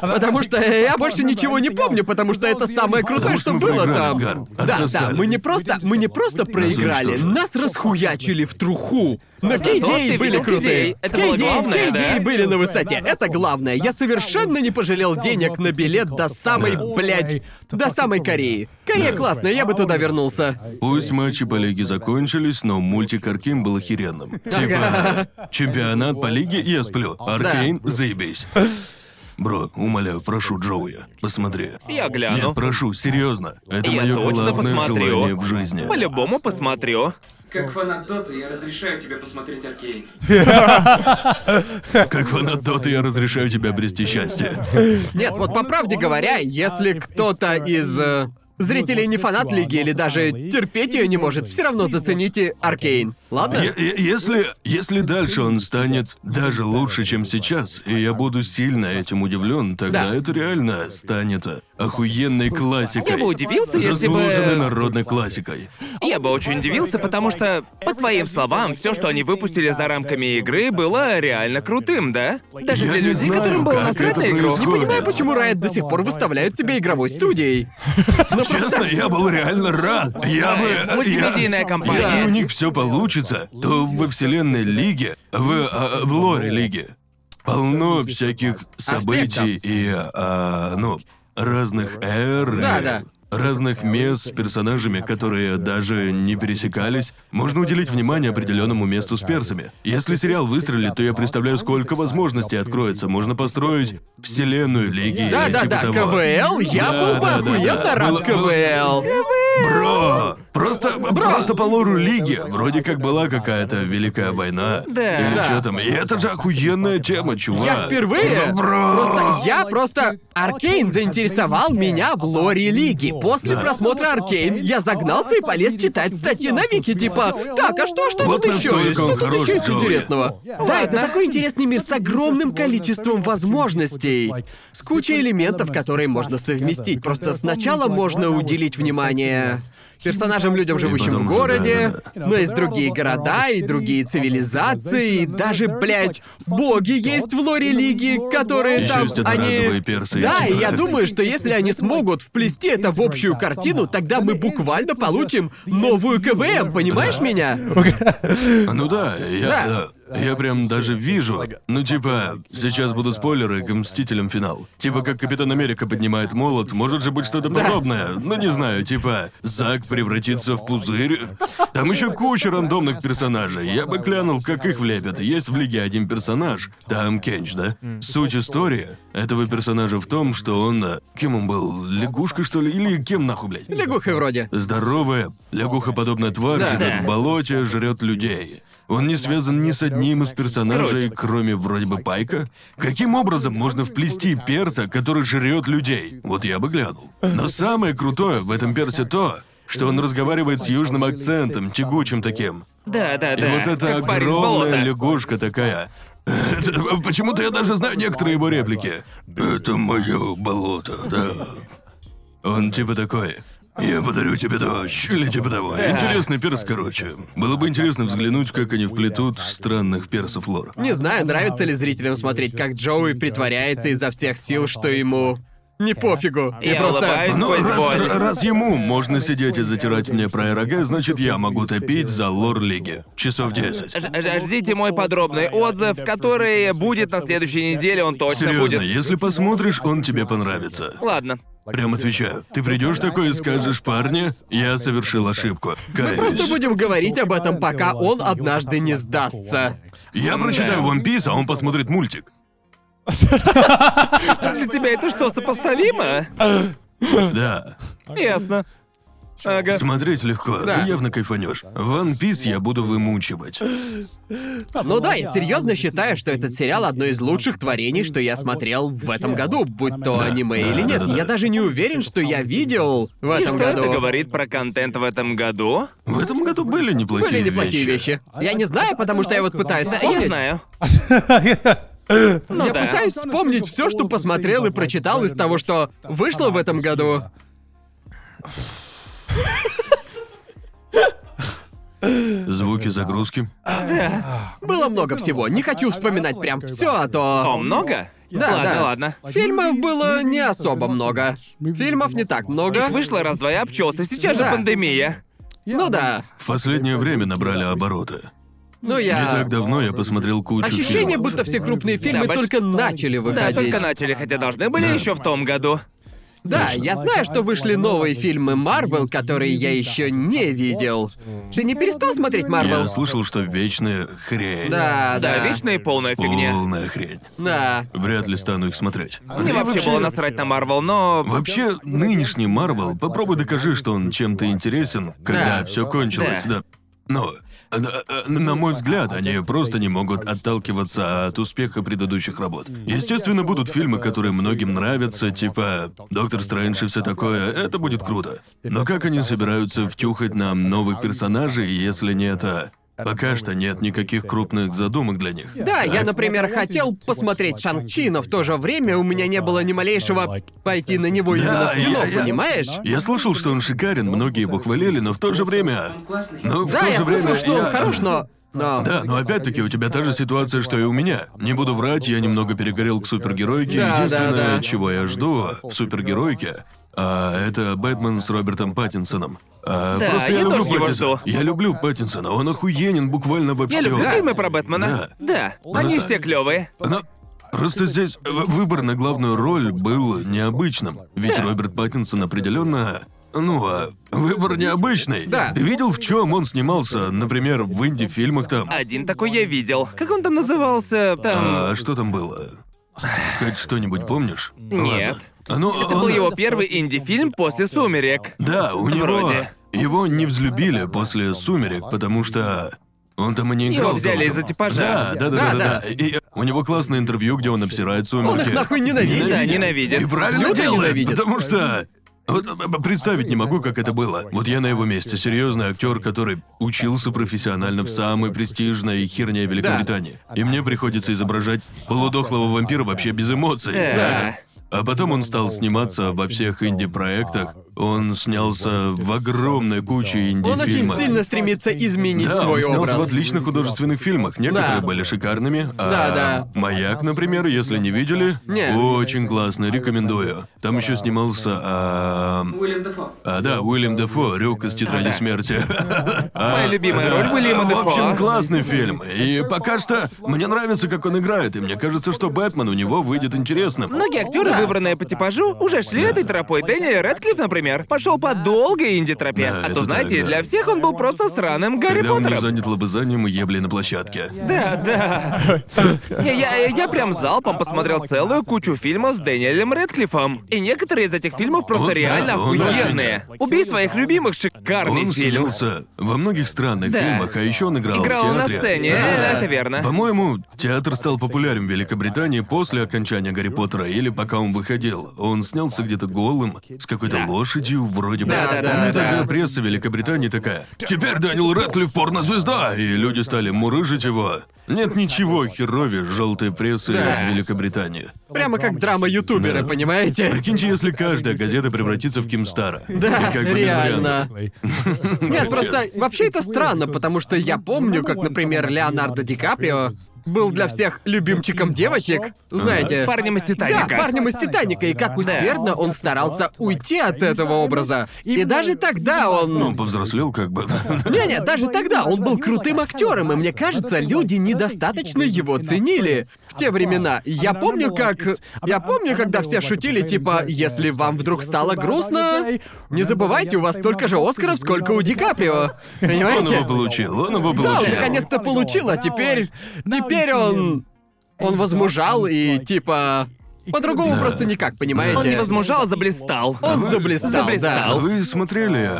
S1: Потому что я больше ничего не помню, потому что это самое крутое,
S2: Потому что
S1: что
S2: мы
S1: было
S2: проиграли,
S1: там.
S2: Гарн.
S1: Да, да,
S2: Отсосали.
S1: мы не просто, мы не просто проиграли,
S2: уничтожили.
S1: нас расхуячили в труху. Но
S3: ты
S1: Кейдей были
S3: видел
S1: крутые.
S3: KDA. Это было
S1: KDA
S3: главное,
S1: KDA
S3: да?
S1: были на высоте, это главное. Я совершенно не пожалел денег на билет до самой, блядь, до самой Кореи. Корея классная, я бы туда вернулся.
S2: Пусть матчи по лиге закончились, но мультик Аркейн был охеренным. Типа, чемпионат по лиге, я сплю. Аркейн, заебись. Бро, умоляю, прошу Джоуя, посмотри.
S3: Я гляну.
S2: Нет, прошу, серьезно. Это
S3: Я
S2: мое
S3: точно
S2: главное
S3: посмотрю.
S2: желание в жизни.
S3: По-любому посмотрю.
S4: Как фанат Доты, я разрешаю тебе посмотреть Аркейн.
S2: Как фанат Доты, я разрешаю тебе обрести счастье.
S1: Нет, вот по правде говоря, если кто-то из э, зрителей не фанат лиги или даже терпеть ее не может, все равно зацените Аркейн. Ладно?
S2: Е- е- Если, если дальше он станет даже лучше, чем сейчас, и я буду сильно этим удивлен, тогда
S1: Да.
S2: это реально станет охуенной классикой.
S3: Я бы удивился, если бы-
S2: Заслуженной народной классикой.
S3: Я бы очень удивился, потому что, по твоим словам, все, что они выпустили за рамками игры, было реально крутым, да? Даже
S2: Я
S3: для
S2: не
S3: людей,
S2: знаю,
S3: которым было
S2: как
S3: насрать
S2: это
S3: на игру.
S2: происходит.
S1: Не понимаю, почему Riot до сих пор выставляют себя игровой студией. Но
S2: Ну, Честно, я был реально рад. Я бы...
S3: мультимедийная
S2: я-
S3: компания.
S2: Если у них все получится, то во вселенной лиги, в, а, в лоре лиги, полно всяких событий и, а, ну, разных эр, и
S1: Да-да.
S2: разных мест с персонажами, которые даже не пересекались. Можно уделить внимание определенному месту с персами. Если сериал выстрелит, то я представляю, сколько возможностей откроется. Можно построить вселенную лиги. или типа
S1: Да-да-да,
S2: того.
S1: КВЛ, я
S2: Да,
S1: был
S2: да, да, да.
S1: бы охуенно рад
S2: Было- было-
S1: КВЛ.
S2: Бро! Просто, просто по лору лиги. Вроде как была какая-то великая война.
S3: Да.
S2: Или
S1: Да.
S2: что там. И это же охуенная тема, чувак.
S1: Я впервые...
S2: Типа, бро!
S1: Просто я просто... Аркейн заинтересовал меня в лоре лиги. После
S2: Да.
S1: просмотра Аркейн я загнался и полез читать статьи на Вики, типа... Так, а что, что
S2: Вот
S1: тут еще
S2: настолько
S1: есть?
S2: он
S1: Что тут
S2: хорош,
S1: еще есть
S2: Джоуи.
S1: интересного? Да, это такой интересный мир с огромным количеством возможностей. С кучей элементов, которые можно совместить. Просто сначала можно уделить внимание персонажам, людям, живущим в
S2: потом-
S1: городе,
S2: да-да-да.
S1: но есть другие города и другие цивилизации, и даже, блядь, боги есть в лоре лиги, которые
S2: Ещё
S1: там
S2: есть одноразовые
S1: они...
S2: персы,
S1: да,
S2: типа.
S1: и я думаю, что если они смогут вплести это в общую картину, тогда мы буквально получим новую КВМ, понимаешь меня?
S2: Ну да, я...
S1: Да.
S2: да. Я прям даже вижу. Ну, типа, сейчас будут спойлеры к Мстителям финал. Типа, как Капитан Америка поднимает молот, может же быть что-то подобное. Ну, не знаю, типа, Зак превратится в пузырь. Там еще куча рандомных персонажей. Я бы глянул, как их влепят. Есть в Лиге один персонаж, там Кенч, да? Суть истории этого персонажа в том, что он... э, Кем он был? Лягушкой, что ли? Или кем нахуй, блядь?
S1: Лягухой вроде.
S2: Здоровая, лягухоподобная тварь
S1: Да.
S2: живет в болоте, жрет людей. Он не связан ни с одним из персонажей, кроме вроде бы Пайка. Каким образом можно вплести перса, который жрет людей? Вот я бы глянул. Но самое крутое в этом персе то, что он разговаривает с южным акцентом, тягучим таким.
S3: Да, да,
S2: И
S3: да.
S2: вот эта
S3: как парень с
S2: огромная
S3: болота.
S2: лягушка такая. Это- Почему-то я даже знаю некоторые его реплики. Это мое болото, да. Он типа такой. Я подарю тебе дождь, или типа того. Интересный перс, короче. Было бы интересно взглянуть, как они вплетут странных персов лор.
S1: Не знаю, нравится ли зрителям смотреть, как Джоуи притворяется изо всех сил, что ему не пофигу. И
S3: Я улыбаюсь.
S1: просто...
S2: Ну,
S3: сквозь
S2: раз,
S3: боль.
S2: р- раз ему можно сидеть и затирать мне про РГ, значит, я могу топить за лор лиги. Часов 10.
S3: Ж- ж- Ждите мой подробный отзыв, который будет на следующей неделе, он точно
S2: Серьезно,
S3: будет.
S2: если посмотришь, он тебе понравится.
S3: Ладно.
S2: Прям отвечаю. Ты придешь такой и скажешь, парни, я совершил ошибку. Каюсь.
S1: Просто будем говорить об этом, пока он однажды не сдастся.
S2: Я прочитаю One Piece, а он посмотрит мультик.
S3: Для тебя это что, сопоставимо?
S2: Да.
S3: Ясно. Ага.
S2: Смотреть легко, ты явно кайфанешь. One Piece я буду вымучивать.
S1: Ну да, я серьезно считаю, что этот сериал одно из лучших творений, что я смотрел в этом году, будь то
S2: Да,
S1: аниме
S2: да,
S1: или нет.
S2: да, да.
S1: Я даже не уверен, что я видел в
S3: И
S1: этом
S3: что
S1: году.
S3: это говорит про контент в этом году?
S2: В этом году были неплохие
S1: Были неплохие вещи. Я не знаю, потому что я вот пытаюсь
S3: Да, я
S1: вспомнить.
S3: знаю.
S1: я
S3: да.
S1: пытаюсь вспомнить все, что посмотрел и прочитал из того, что вышло в этом году.
S2: Звуки загрузки.
S1: Было много всего. Не хочу вспоминать прям все, а
S3: О,
S1: то.
S3: много?
S1: Да,
S3: ладно,
S1: да.
S3: ладно.
S1: Фильмов было не особо много. Фильмов не так много.
S3: Вышло раз-два и обчелся, сейчас
S1: Да.
S3: же пандемия.
S1: Ну да.
S2: В последнее время набрали обороты.
S1: Ну
S2: Не
S1: я.
S2: так давно я посмотрел кучу
S1: Ощущение,
S2: фильмов.
S1: будто все крупные фильмы
S3: Да, больш-
S1: только начали
S3: Да,
S1: выходить.
S3: только начали, хотя должны были еще в том году.
S1: Да, я знаю, что вышли новые фильмы Марвел, которые я еще не видел. Ты не перестал смотреть Марвел?
S2: Я слышал, что вечная хрень.
S1: Да,
S3: Да,
S1: да.
S3: вечно и полная фигня.
S2: Полная хрень.
S1: Да.
S2: Вряд ли стану их смотреть.
S3: Мне вообще было насрать на Марвел, но...
S2: Вообще, нынешний Марвел, попробуй докажи, что он чем-то интересен, когда
S1: Да.
S2: все кончилось, да.
S3: Да.
S2: Но, э, э, на мой взгляд, они просто не могут отталкиваться от успеха предыдущих работ. Естественно, будут фильмы, которые многим нравятся, типа «Доктор Стрэндж» и все такое, это будет круто. Но как они собираются втюхать нам новых персонажей, если не это... Пока что нет никаких крупных задумок для них.
S1: Да, я,
S2: Так?
S1: например, хотел посмотреть Шанг-Чи, но в то же время у меня не было ни малейшего пойти на него именно
S2: Да,
S1: в кино,
S2: я- я-
S1: понимаешь?
S2: Я слышал, что он шикарен, многие его хвалили, но в то же время...
S4: Он Ну, классный.
S2: Но в
S1: Да,
S2: то
S1: я
S2: же время
S1: слышал, что
S2: я-
S1: он хорош, но... Но...
S2: Да, но опять-таки у тебя та же ситуация, что и у меня. Не буду врать, я немного перегорел к супергеройке.
S1: Да, да,
S2: Единственное,
S1: да.
S2: чего я жду в супергеройке, а, это Бэтмен с Робертом Паттинсоном. А,
S3: Да,
S2: просто
S3: я
S2: люблю
S3: тоже его
S2: Паттинсона.
S3: жду.
S2: Я люблю Паттинсона, он охуенен буквально во
S3: Я
S2: всем.
S3: люблю фильмы про Бэтмена. Да.
S2: Ну
S3: Они все клевые.
S2: Но просто здесь э, выбор на главную роль был необычным. Ведь
S3: Да.
S2: Роберт Паттинсон определенно. Ну, а выбор необычный.
S1: Да.
S2: Ты видел, в чем он снимался, например, в инди-фильмах там?
S3: Один такой я видел. Как он там назывался? Там...
S2: А что там было? Хоть что-нибудь помнишь?
S3: Нет.
S2: Ладно. Ну,
S3: Это был его первый инди-фильм после «Сумерек».
S2: Да, у него...
S3: Вроде.
S2: Его не взлюбили после «Сумерек», потому что... Он там и не
S3: Его
S2: играл.
S3: взяли
S2: толком.
S3: из-за типажа.
S2: Да, да, да, да, да.
S1: Да,
S2: да. И у него классное интервью, где он обсирает сумерки.
S1: Он их нахуй ненавидит.
S3: Да,
S2: И
S3: ненавидит.
S2: правильно
S1: Люто
S2: делает,
S1: ненавидит.
S2: потому что... Вот э, э, представить не могу, как это было. Вот я на его месте. Серьезный актер, который учился профессионально в самой престижной херне Великобритании. И мне приходится изображать полудохлого вампира вообще без эмоций.
S3: Да.
S2: Так. А потом он стал сниматься во всех инди-проектах, Он снялся в огромной куче
S1: Он очень
S2: инди-фильмов.
S1: сильно стремится изменить
S2: Да,
S1: свой
S2: он снялся в
S1: образ.
S2: отличных художественных фильмах. Некоторые
S1: Да.
S2: были шикарными, а
S1: Да, да.
S2: «Маяк», например, если не видели,
S1: Не.
S2: очень классно, рекомендую. Там еще снимался... а,
S4: Уильям Дефо.
S2: а, да, Уильям Дефо, Рюк из «Тетради смерти».
S3: Моя любимая роль Уильяма
S2: А, В общем,
S3: Дефо.
S2: классный фильм. И пока что мне нравится, как он играет, и мне кажется, что Бэтмен у него выйдет интересным.
S3: Многие актеры,
S1: Да.
S3: выбранные по типажу, уже шли этой тропой. Дэниел Рэдклифф, например, пошел по долгой инди-тропе.
S2: Да,
S3: а
S2: это
S3: то, знаете,
S2: так, да.
S3: для всех он был просто сраным Гарри
S2: Когда он не
S3: Поттером.
S2: занят лобызанием и еблей на площадке.
S3: Да, да. Не, Я, я, прям залпом посмотрел целую кучу фильмов с Дэниелем Рэдклиффом. И некоторые из этих фильмов просто
S2: Он-
S3: реально
S2: да, он
S3: охуенные. Убей своих любимых шикарный
S2: Он
S3: фильм.
S2: снялся во многих странных
S3: Да.
S2: фильмах, а еще он играл,
S3: Играл
S2: в
S3: на
S2: театре.
S3: сцене, это- это верно.
S2: По-моему, театр стал популярен в Великобритании после окончания Гарри Поттера или пока он выходил. Он снялся где-то голым, с какой-то лошадью вроде бы.
S3: Да, да, да,
S2: Помню,
S3: да,
S2: тогда
S3: да.
S2: пресса Великобритании такая «Теперь Дэниел Рэдклифф порнозвезда!» И люди стали мурыжить его. Нет ничего херове желтой прессы
S1: Да.
S2: в Великобритании.
S1: Прямо как драма ютубера,
S2: Да.
S1: понимаете?
S2: Прикиньте, если каждая газета превратится в Ким Стара.
S1: Да,
S2: И как бы без
S1: реально.
S2: вариантов.
S1: Нет, просто вообще это странно, потому что я помню, как, например, Леонардо Ди Каприо был для всех любимчиком девочек, знаете.
S3: Парнем из Титаника.
S1: Да, парнем из Титаника, и как усердно он старался уйти от этого образа. И даже тогда
S2: Он
S1: он...
S2: повзрослел как бы.
S1: Не-не, даже тогда он был крутым актером, и мне кажется, люди недостаточно его ценили в те времена. И Я помню, как... Я помню, когда все шутили, типа, если вам вдруг стало грустно, не забывайте, у вас столько же Оскаров, сколько у Ди Каприо.
S2: Он
S1: Понимаете?
S2: его получил, он его
S1: Да, он
S2: получил.
S1: наконец-то получил, а теперь... Теперь он... Он возмужал и, типа... По-другому просто никак, понимаете?
S3: Он не возмужал, а заблистал.
S1: Он заблистал,
S3: Заблистал.
S1: да.
S2: Вы смотрели...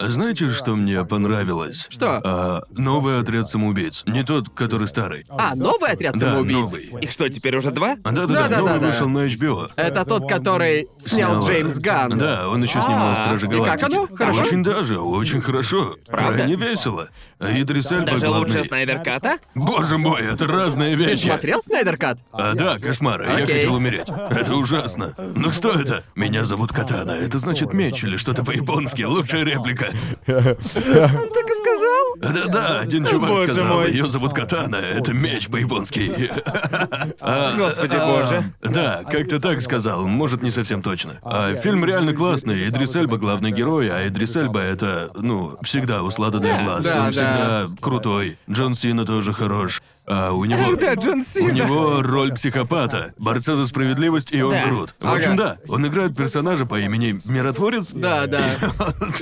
S2: Знаете, что мне понравилось?
S1: Что?
S2: А, новый отряд самоубийц. Не тот, который старый.
S1: А, новый отряд
S2: да,
S1: самоубийц?
S2: новый.
S3: Их что, теперь уже два?
S2: Да-да-да,
S1: Да-да-да-да.
S2: новый вышел на HBO.
S1: Это тот, который Э, снял
S2: Снова.
S1: Джеймс Ганн.
S2: Да, он еще снимал
S3: А,
S2: Стражи
S1: и как
S2: Галактики.
S1: оно? Хорошо?
S2: Очень даже, очень хорошо. Крайне весело. А Идрис Эльба
S3: Даже лучше
S2: главный.
S3: Снайдер Ката?
S2: Боже мой, это разные
S1: Ты
S2: вещи.
S1: смотрел Снайдеркат?
S2: А, да, кошмар, я
S1: Окей.
S2: хотел умереть. Это ужасно. Ну что это? Меня зовут Катана, это значит меч или что-то по-японски, лучшая реплика.
S3: Он так и сказал.
S2: Да-да, один чувак
S3: боже
S2: сказал,
S3: мой.
S2: ее зовут Катана, это меч по-японски.
S3: Господи боже.
S2: Да, как-то так сказал, может, не совсем точно. А фильм реально классный, Идрис Эльба главный герой, а Идрис Эльба это, ну, всегда усладанный глаз,
S1: да,
S2: он
S1: да.
S2: всегда крутой. Джон Сина тоже хорош. А у него...
S3: Ах да, Джон
S2: У
S3: Сина.
S2: него роль психопата, борца за справедливость, и он
S3: Да.
S2: Грут. В общем, да,
S1: Ага.
S2: он играет персонажа по имени Миротворец.
S1: Да, да.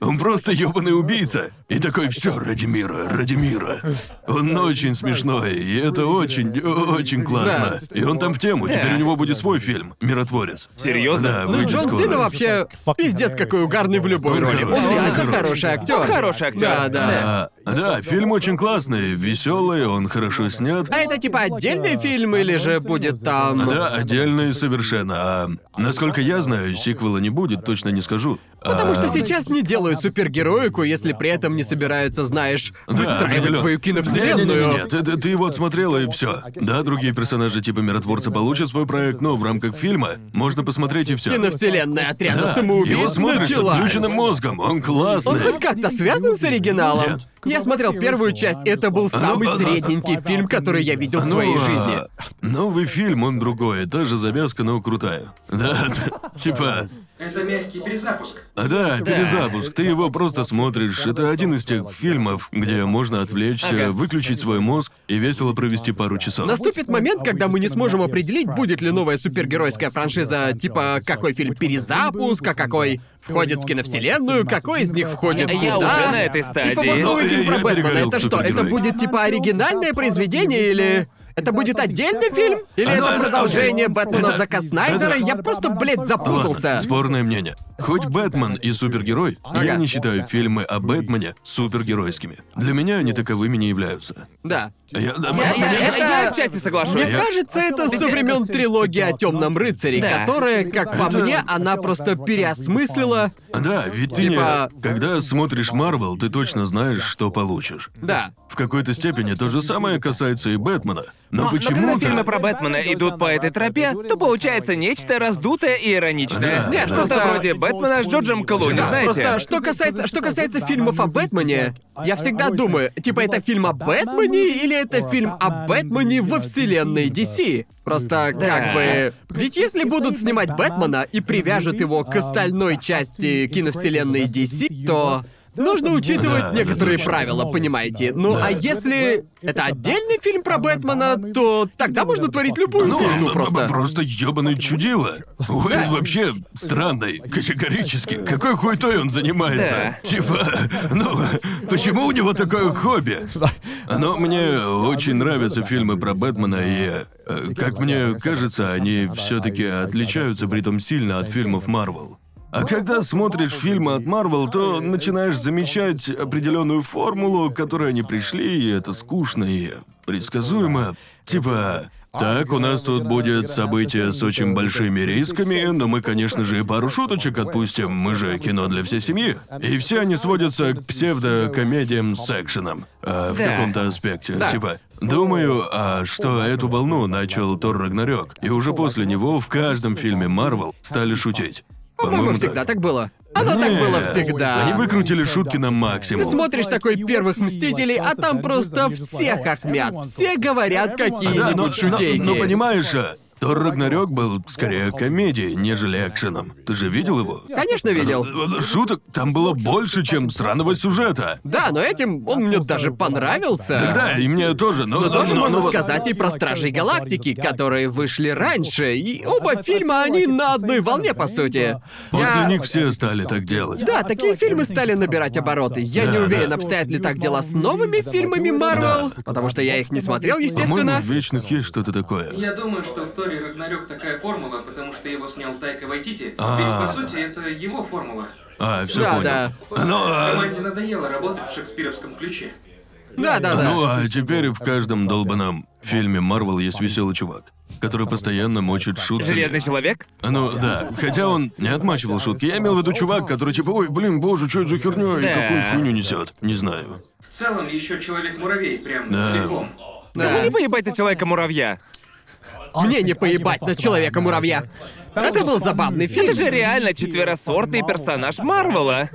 S2: Он просто ёбаный убийца. И такой все ради мира, ради мира. Он очень смешной, и это очень, очень классно. И он там в тему, теперь у него будет свой фильм «Миротворец».
S3: Серьёзно?
S2: Да,
S1: Ну,
S2: выйдет
S1: Джон
S2: скоро.
S1: Сина вообще пиздец какой угарный в любой
S2: Он
S1: роли. Он
S2: хороший.
S1: реально
S2: Он
S1: хороший актер.
S3: Он хороший актер.
S1: Да, да.
S2: А, да, фильм очень классный, веселый, он хорошо снят.
S1: А это типа отдельный фильм или же будет там...
S2: Да, отдельно и совершенно. А насколько я знаю, сиквела не будет, точно не скажу.
S1: Потому
S2: А,
S1: что сейчас не делают супергероику, если при этом не собираются, знаешь, выстраивать
S2: определён.
S1: свою
S2: Не-не-не-не,
S1: киновселенную.
S2: Нет, это- ты его отсмотрела и все. Да, другие персонажи типа миротворца получат свой проект, но в рамках фильма можно посмотреть и все.
S1: Киновселенная отряда
S2: Да, его
S1: самоубийц
S2: смотришь с
S1: началась.
S2: отключенным мозгом, он
S1: Он
S2: классный.
S1: хоть как-то связан с оригиналом?
S2: Нет.
S1: Я смотрел первую часть, и это был самый
S2: а, а,
S1: средненький фильм, который я видел в
S2: Ну,
S1: своей
S2: а,
S1: жизни.
S2: Новый фильм, он другой, та же завязка, но крутая. Да, типа,
S4: Это мягкий перезапуск.
S2: Да, перезапуск. Ты его просто смотришь. Это один из тех фильмов, где можно отвлечься, выключить свой мозг и весело провести пару часов.
S1: Наступит момент, когда мы не сможем определить, будет ли новая супергеройская франшиза, типа, какой фильм перезапуск, а какой входит в киновселенную, какой из них входит
S3: А я
S1: куда.
S3: уже на этой
S1: Типа, вот
S3: стадии.
S1: новый
S2: Ну,
S1: фильм
S2: я-
S1: про
S2: я
S1: Бэтмена,
S2: перегорел
S1: это
S2: к
S1: что, это
S2: супергерою.
S1: будет, типа, оригинальное произведение или... Это будет отдельный фильм? Или
S2: Ну,
S1: это
S2: это-
S1: продолжение Бэтмена
S2: это-
S1: Зака Снайдера? Я просто, блядь,
S2: Ладно,
S1: запутался.
S2: спорное мнение. Хоть Бэтмен и супергерой, я
S1: Ага.
S2: не считаю фильмы о Бэтмене супергеройскими. Для меня они таковыми не являются.
S1: Да.
S2: Я, да,
S3: Я,
S2: мне-
S3: я-
S2: мне-
S3: я- я отчасти соглашусь.
S1: Мне кажется, это со времен трилогии о темном рыцаре,
S3: Да.
S1: которая, как по
S2: Это-
S1: мне, она просто переосмыслила.
S2: Да, ведь ты
S1: Типа-
S2: не... Когда смотришь Марвел, ты точно знаешь, что получишь.
S1: Да.
S2: В какой-то степени то же самое касается и Бэтмена.
S3: Но-
S2: Но,
S3: но
S2: почему-то...
S3: когда фильмы про Бэтмена идут по этой тропе, то получается нечто раздутое и ироничное.
S2: Да,
S3: Нет,
S2: да.
S3: что-то
S1: Просто-
S3: вроде Бэтмена с Джорджем Клуни,
S1: Да,
S3: знаете?
S1: Просто что касается, что касается фильмов о Бэтмене, я всегда думаю, типа это фильм о Бэтмене или это фильм о Бэтмене во вселенной DC? Просто
S3: Да.
S1: как бы... Ведь если будут снимать Бэтмена и привяжут его к остальной части киновселенной DC, то... Нужно учитывать
S2: Да, да,
S1: некоторые
S2: точно.
S1: правила, понимаете? Ну
S2: Да.
S1: а если это отдельный фильм про Бэтмена, то тогда можно творить любую
S2: Ну,
S1: хуйню
S2: б-
S1: просто.
S2: б- просто ёбаный чудило. Уэйн вообще странный, категорически. Какой хуйтой он занимается? Типа, ну, почему у него такое хобби? Но мне очень нравятся фильмы про Бэтмена, и, э, как мне кажется, они все таки отличаются притом сильно от фильмов Марвел. А когда смотришь фильмы от Марвел, то начинаешь замечать определенную формулу, к которой они пришли, и это скучно и предсказуемо. Типа, так, у нас тут будет событие с очень большими рисками, но мы, конечно же, и пару шуточек отпустим, мы же кино для всей семьи. И все они сводятся к псевдокомедиям с экшеном. А, в
S3: Да.
S2: каком-то аспекте. Типа, думаю, а что эту волну начал Тор Рагнарёк, и уже после него в каждом фильме Марвел стали шутить.
S1: Ну, По-моему, всегда так было. Оно так было
S2: Нет.
S1: всегда.
S2: Они выкрутили шутки на
S1: Ты
S2: максимум.
S1: смотришь такой первых мстителей, а там просто всех охмят. Все говорят
S2: Да, но,
S1: какие-нибудь
S2: но-
S1: шутейки.
S2: но понимаешь, а, Тор Рагнарёк был скорее комедией, нежели экшеном. Ты же видел его? Э,
S1: Конечно, видел.
S2: Шуток там было больше, чем сраного сюжета.
S1: Да, но этим он мне даже понравился.
S2: Да, и мне тоже, но...
S1: Но тоже
S2: но-
S1: можно
S2: но вот-
S1: сказать и про Стражей Галактики, которые вышли раньше, и оба фильма, они на одной волне, по сути.
S2: После
S1: Я-
S2: них все стали так делать.
S1: Да, такие фильмы стали набирать обороты. Я не
S2: Да,
S1: уверен,
S2: да.
S1: обстоят ли так дела с новыми фильмами Марвел,
S2: Да.
S1: потому что я их не смотрел,
S2: По-моему,
S1: естественно.
S2: в «Вечных» есть что-то такое.
S4: Я думаю, что в Торе Рагнарёк такая формула, потому что его снял Тайка Вайтити.
S2: А.
S4: Ведь, по сути, это его формула.
S2: А, все
S1: Да,
S2: понял.
S1: да.
S2: Ну, а-
S4: Команде надоело работать в шекспировском ключе.
S1: Да, да,
S2: Ну,
S1: да.
S2: а теперь в каждом долбаном фильме Марвел есть веселый чувак, который постоянно мочит шутки.
S3: Железный человек?
S2: Ну да, хотя он не отмачивал шутки. Я имел в виду чувак, который типа, ой, блин, боже, что это за херня и
S3: Да.
S2: какую хуйню несет. Не знаю.
S4: В целом, еще Человек-муравей, прям
S2: Да.
S4: целиком.
S1: Да.
S3: Не поебать ты человека-муравья.
S1: Мне не поебать на человека-муравья. Это был забавный фильм.
S3: Это же реально четверосортный персонаж Марвела.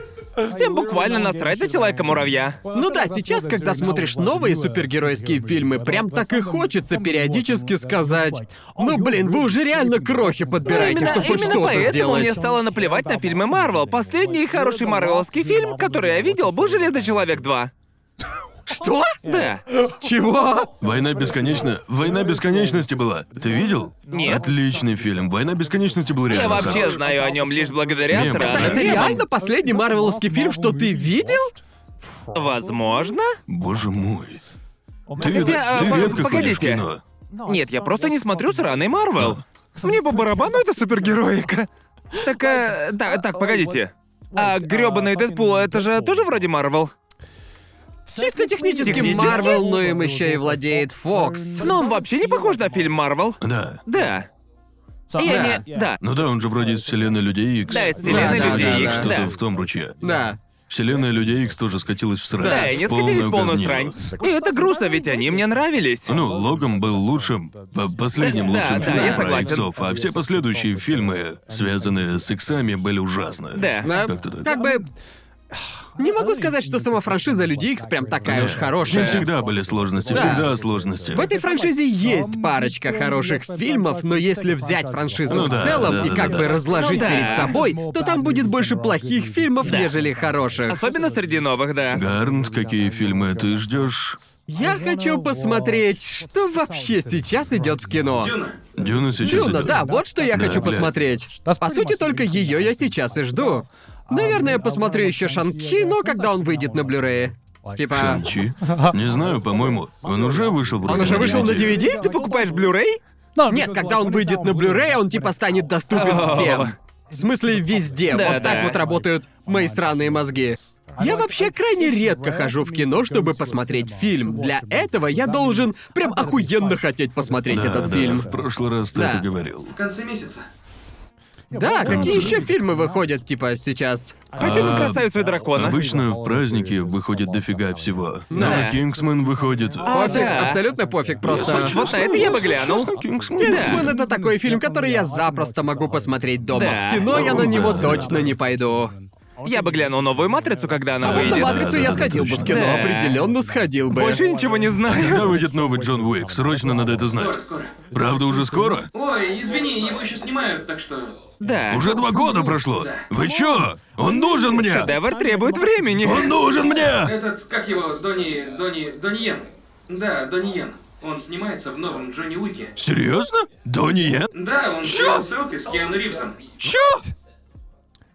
S3: Всем буквально насрать на Человека-муравья.
S1: Ну да, сейчас, когда смотришь новые супергеройские фильмы, прям так и хочется периодически сказать, ну блин, вы уже реально крохи подбираете,
S3: именно,
S1: чтобы хоть
S3: именно
S1: что-то
S3: поэтому
S1: сделать.
S3: мне стало наплевать на фильмы Марвел. Последний хороший марвеловский фильм, который я видел, был «Железный человек 2».
S1: Что?
S3: Да.
S1: Чего?
S2: Война бесконечна. Война бесконечности была. Ты видел?
S3: Нет.
S2: Отличный фильм. Война бесконечности был реально.
S3: Я вообще
S2: хорош.
S3: знаю о нем лишь благодаря
S2: Мемы,
S3: странным
S2: да.
S1: Это
S3: фильмам.
S1: реально последний марвеловский фильм, что ты видел?
S3: Возможно?
S2: Боже мой. Ты,
S3: Хотя,
S2: ты
S3: а, по-
S2: редко ходишь в
S3: погодите.
S2: кино.
S3: Нет, я просто не смотрю сраный Марвел. Мне по барабану это супергероика. Так, э, так, так, погодите. А грёбаный Дэдпул, это же тоже вроде Марвел?
S1: Чисто технически
S3: Технически?
S1: Марвел, но им еще и владеет Фокс. Ну
S3: Но он вообще не похож на фильм Марвел.
S2: Да.
S3: Да.
S5: Да.
S3: И они... Да.
S2: Ну да, он же вроде из вселенной людей Икс.
S3: Да, из вселенной
S1: Да, да,
S3: людей
S1: да,
S3: Икс,
S1: да.
S2: Что-то
S3: да.
S2: в том ручье.
S1: Да.
S2: Вселенная людей Икс тоже скатилась в срань.
S3: Да, и они скатились в полную срань.
S2: говнину.
S3: И это грустно, ведь они мне нравились.
S2: Ну, Логан был лучшим, по- последним
S3: Да,
S2: лучшим
S3: да,
S2: фильмом
S3: я
S2: про
S3: согласен.
S2: иксов, а все последующие фильмы, связанные с иксами, были ужасны.
S3: Да.
S1: Да,
S2: Как-то так.
S1: Как бы... Не могу сказать, что сама франшиза Люди Икс прям такая уж
S2: Там
S1: хорошая.
S2: всегда были сложности,
S1: Да.
S2: всегда сложности.
S1: В этой франшизе есть парочка хороших фильмов, но если взять франшизу
S2: Ну
S1: в
S2: да,
S1: целом
S2: да,
S1: и
S2: да,
S1: как
S2: да.
S1: бы
S3: Ну
S1: разложить
S3: да.
S1: перед собой, то там будет больше плохих фильмов, нежели хороших.
S3: Особенно среди новых, да.
S2: Гарнт, какие фильмы ты ждешь?
S1: Я хочу посмотреть, что вообще сейчас идет в кино.
S4: Дюна.
S2: Дюна сейчас
S1: Дюна,
S2: идет.
S1: да, вот что я
S2: Да,
S1: хочу
S2: блядь.
S1: посмотреть. По сути, только ее я сейчас и жду. Наверное, посмотрю
S3: А,
S1: еще Шанг-Чи, но когда он выйдет на блюрее. Типа.
S2: Шанчи? Не знаю, по-моему. Он уже вышел вроде
S1: Он уже вышел на DVD?
S3: Ты покупаешь Blu-ray?
S1: Нет, когда он выйдет на Blu-ray, он типа станет доступен
S3: О.
S1: всем. В смысле, везде.
S3: Да,
S1: вот
S3: да.
S1: так вот работают мои сраные мозги. Я вообще крайне редко хожу в кино, чтобы посмотреть фильм. Для этого я должен прям охуенно хотеть посмотреть
S2: Да,
S1: этот
S2: да,
S1: фильм.
S2: В прошлый раз ты
S1: Да.
S2: это говорил.
S4: В конце месяца.
S2: А,
S1: Да, какие
S2: абсолютно.
S1: еще фильмы выходят, типа, сейчас?
S3: Хочу на красавицу и дракона.
S2: а, Обычно в празднике выходит дофига всего.
S1: Да.
S2: Но Кингсмен выходит.
S3: А,
S1: Пофиг,
S3: да.
S1: абсолютно пофиг, просто...
S3: Вот, вот на это я бы глянул.
S2: Честно, Кингсмен.
S1: Кингсман это такой фильм, который я запросто могу посмотреть дома.
S3: Да.
S1: В кино я на него
S2: Да.
S1: точно не пойду.
S3: Я бы глянул новую матрицу, когда она
S1: Вот на
S3: выйдет.
S1: матрицу
S2: да,
S1: я
S2: да,
S1: сходил бы в
S2: точно.
S1: кино,
S3: Да.
S1: определенно сходил бы.
S3: Больше ничего не знаю.
S2: Когда выйдет новый Джон Уик? Срочно надо это
S4: Скоро,
S2: знать.
S4: скоро.
S2: Правда, уже скоро?
S4: Ой, извини, его еще снимают, так что...
S3: Да.
S2: Уже два года прошло. Вы чё? Он нужен мне!
S3: Шедевр требует времени.
S2: Он нужен мне!
S4: Этот, как его, Донни... Донни... Донни Йен. Да, Донни Йен. Он снимается в новом Джонни Уике.
S2: Серьезно? Донни Йен?
S4: Да, он сделал селфи с Киану Ривзом.
S2: Чё?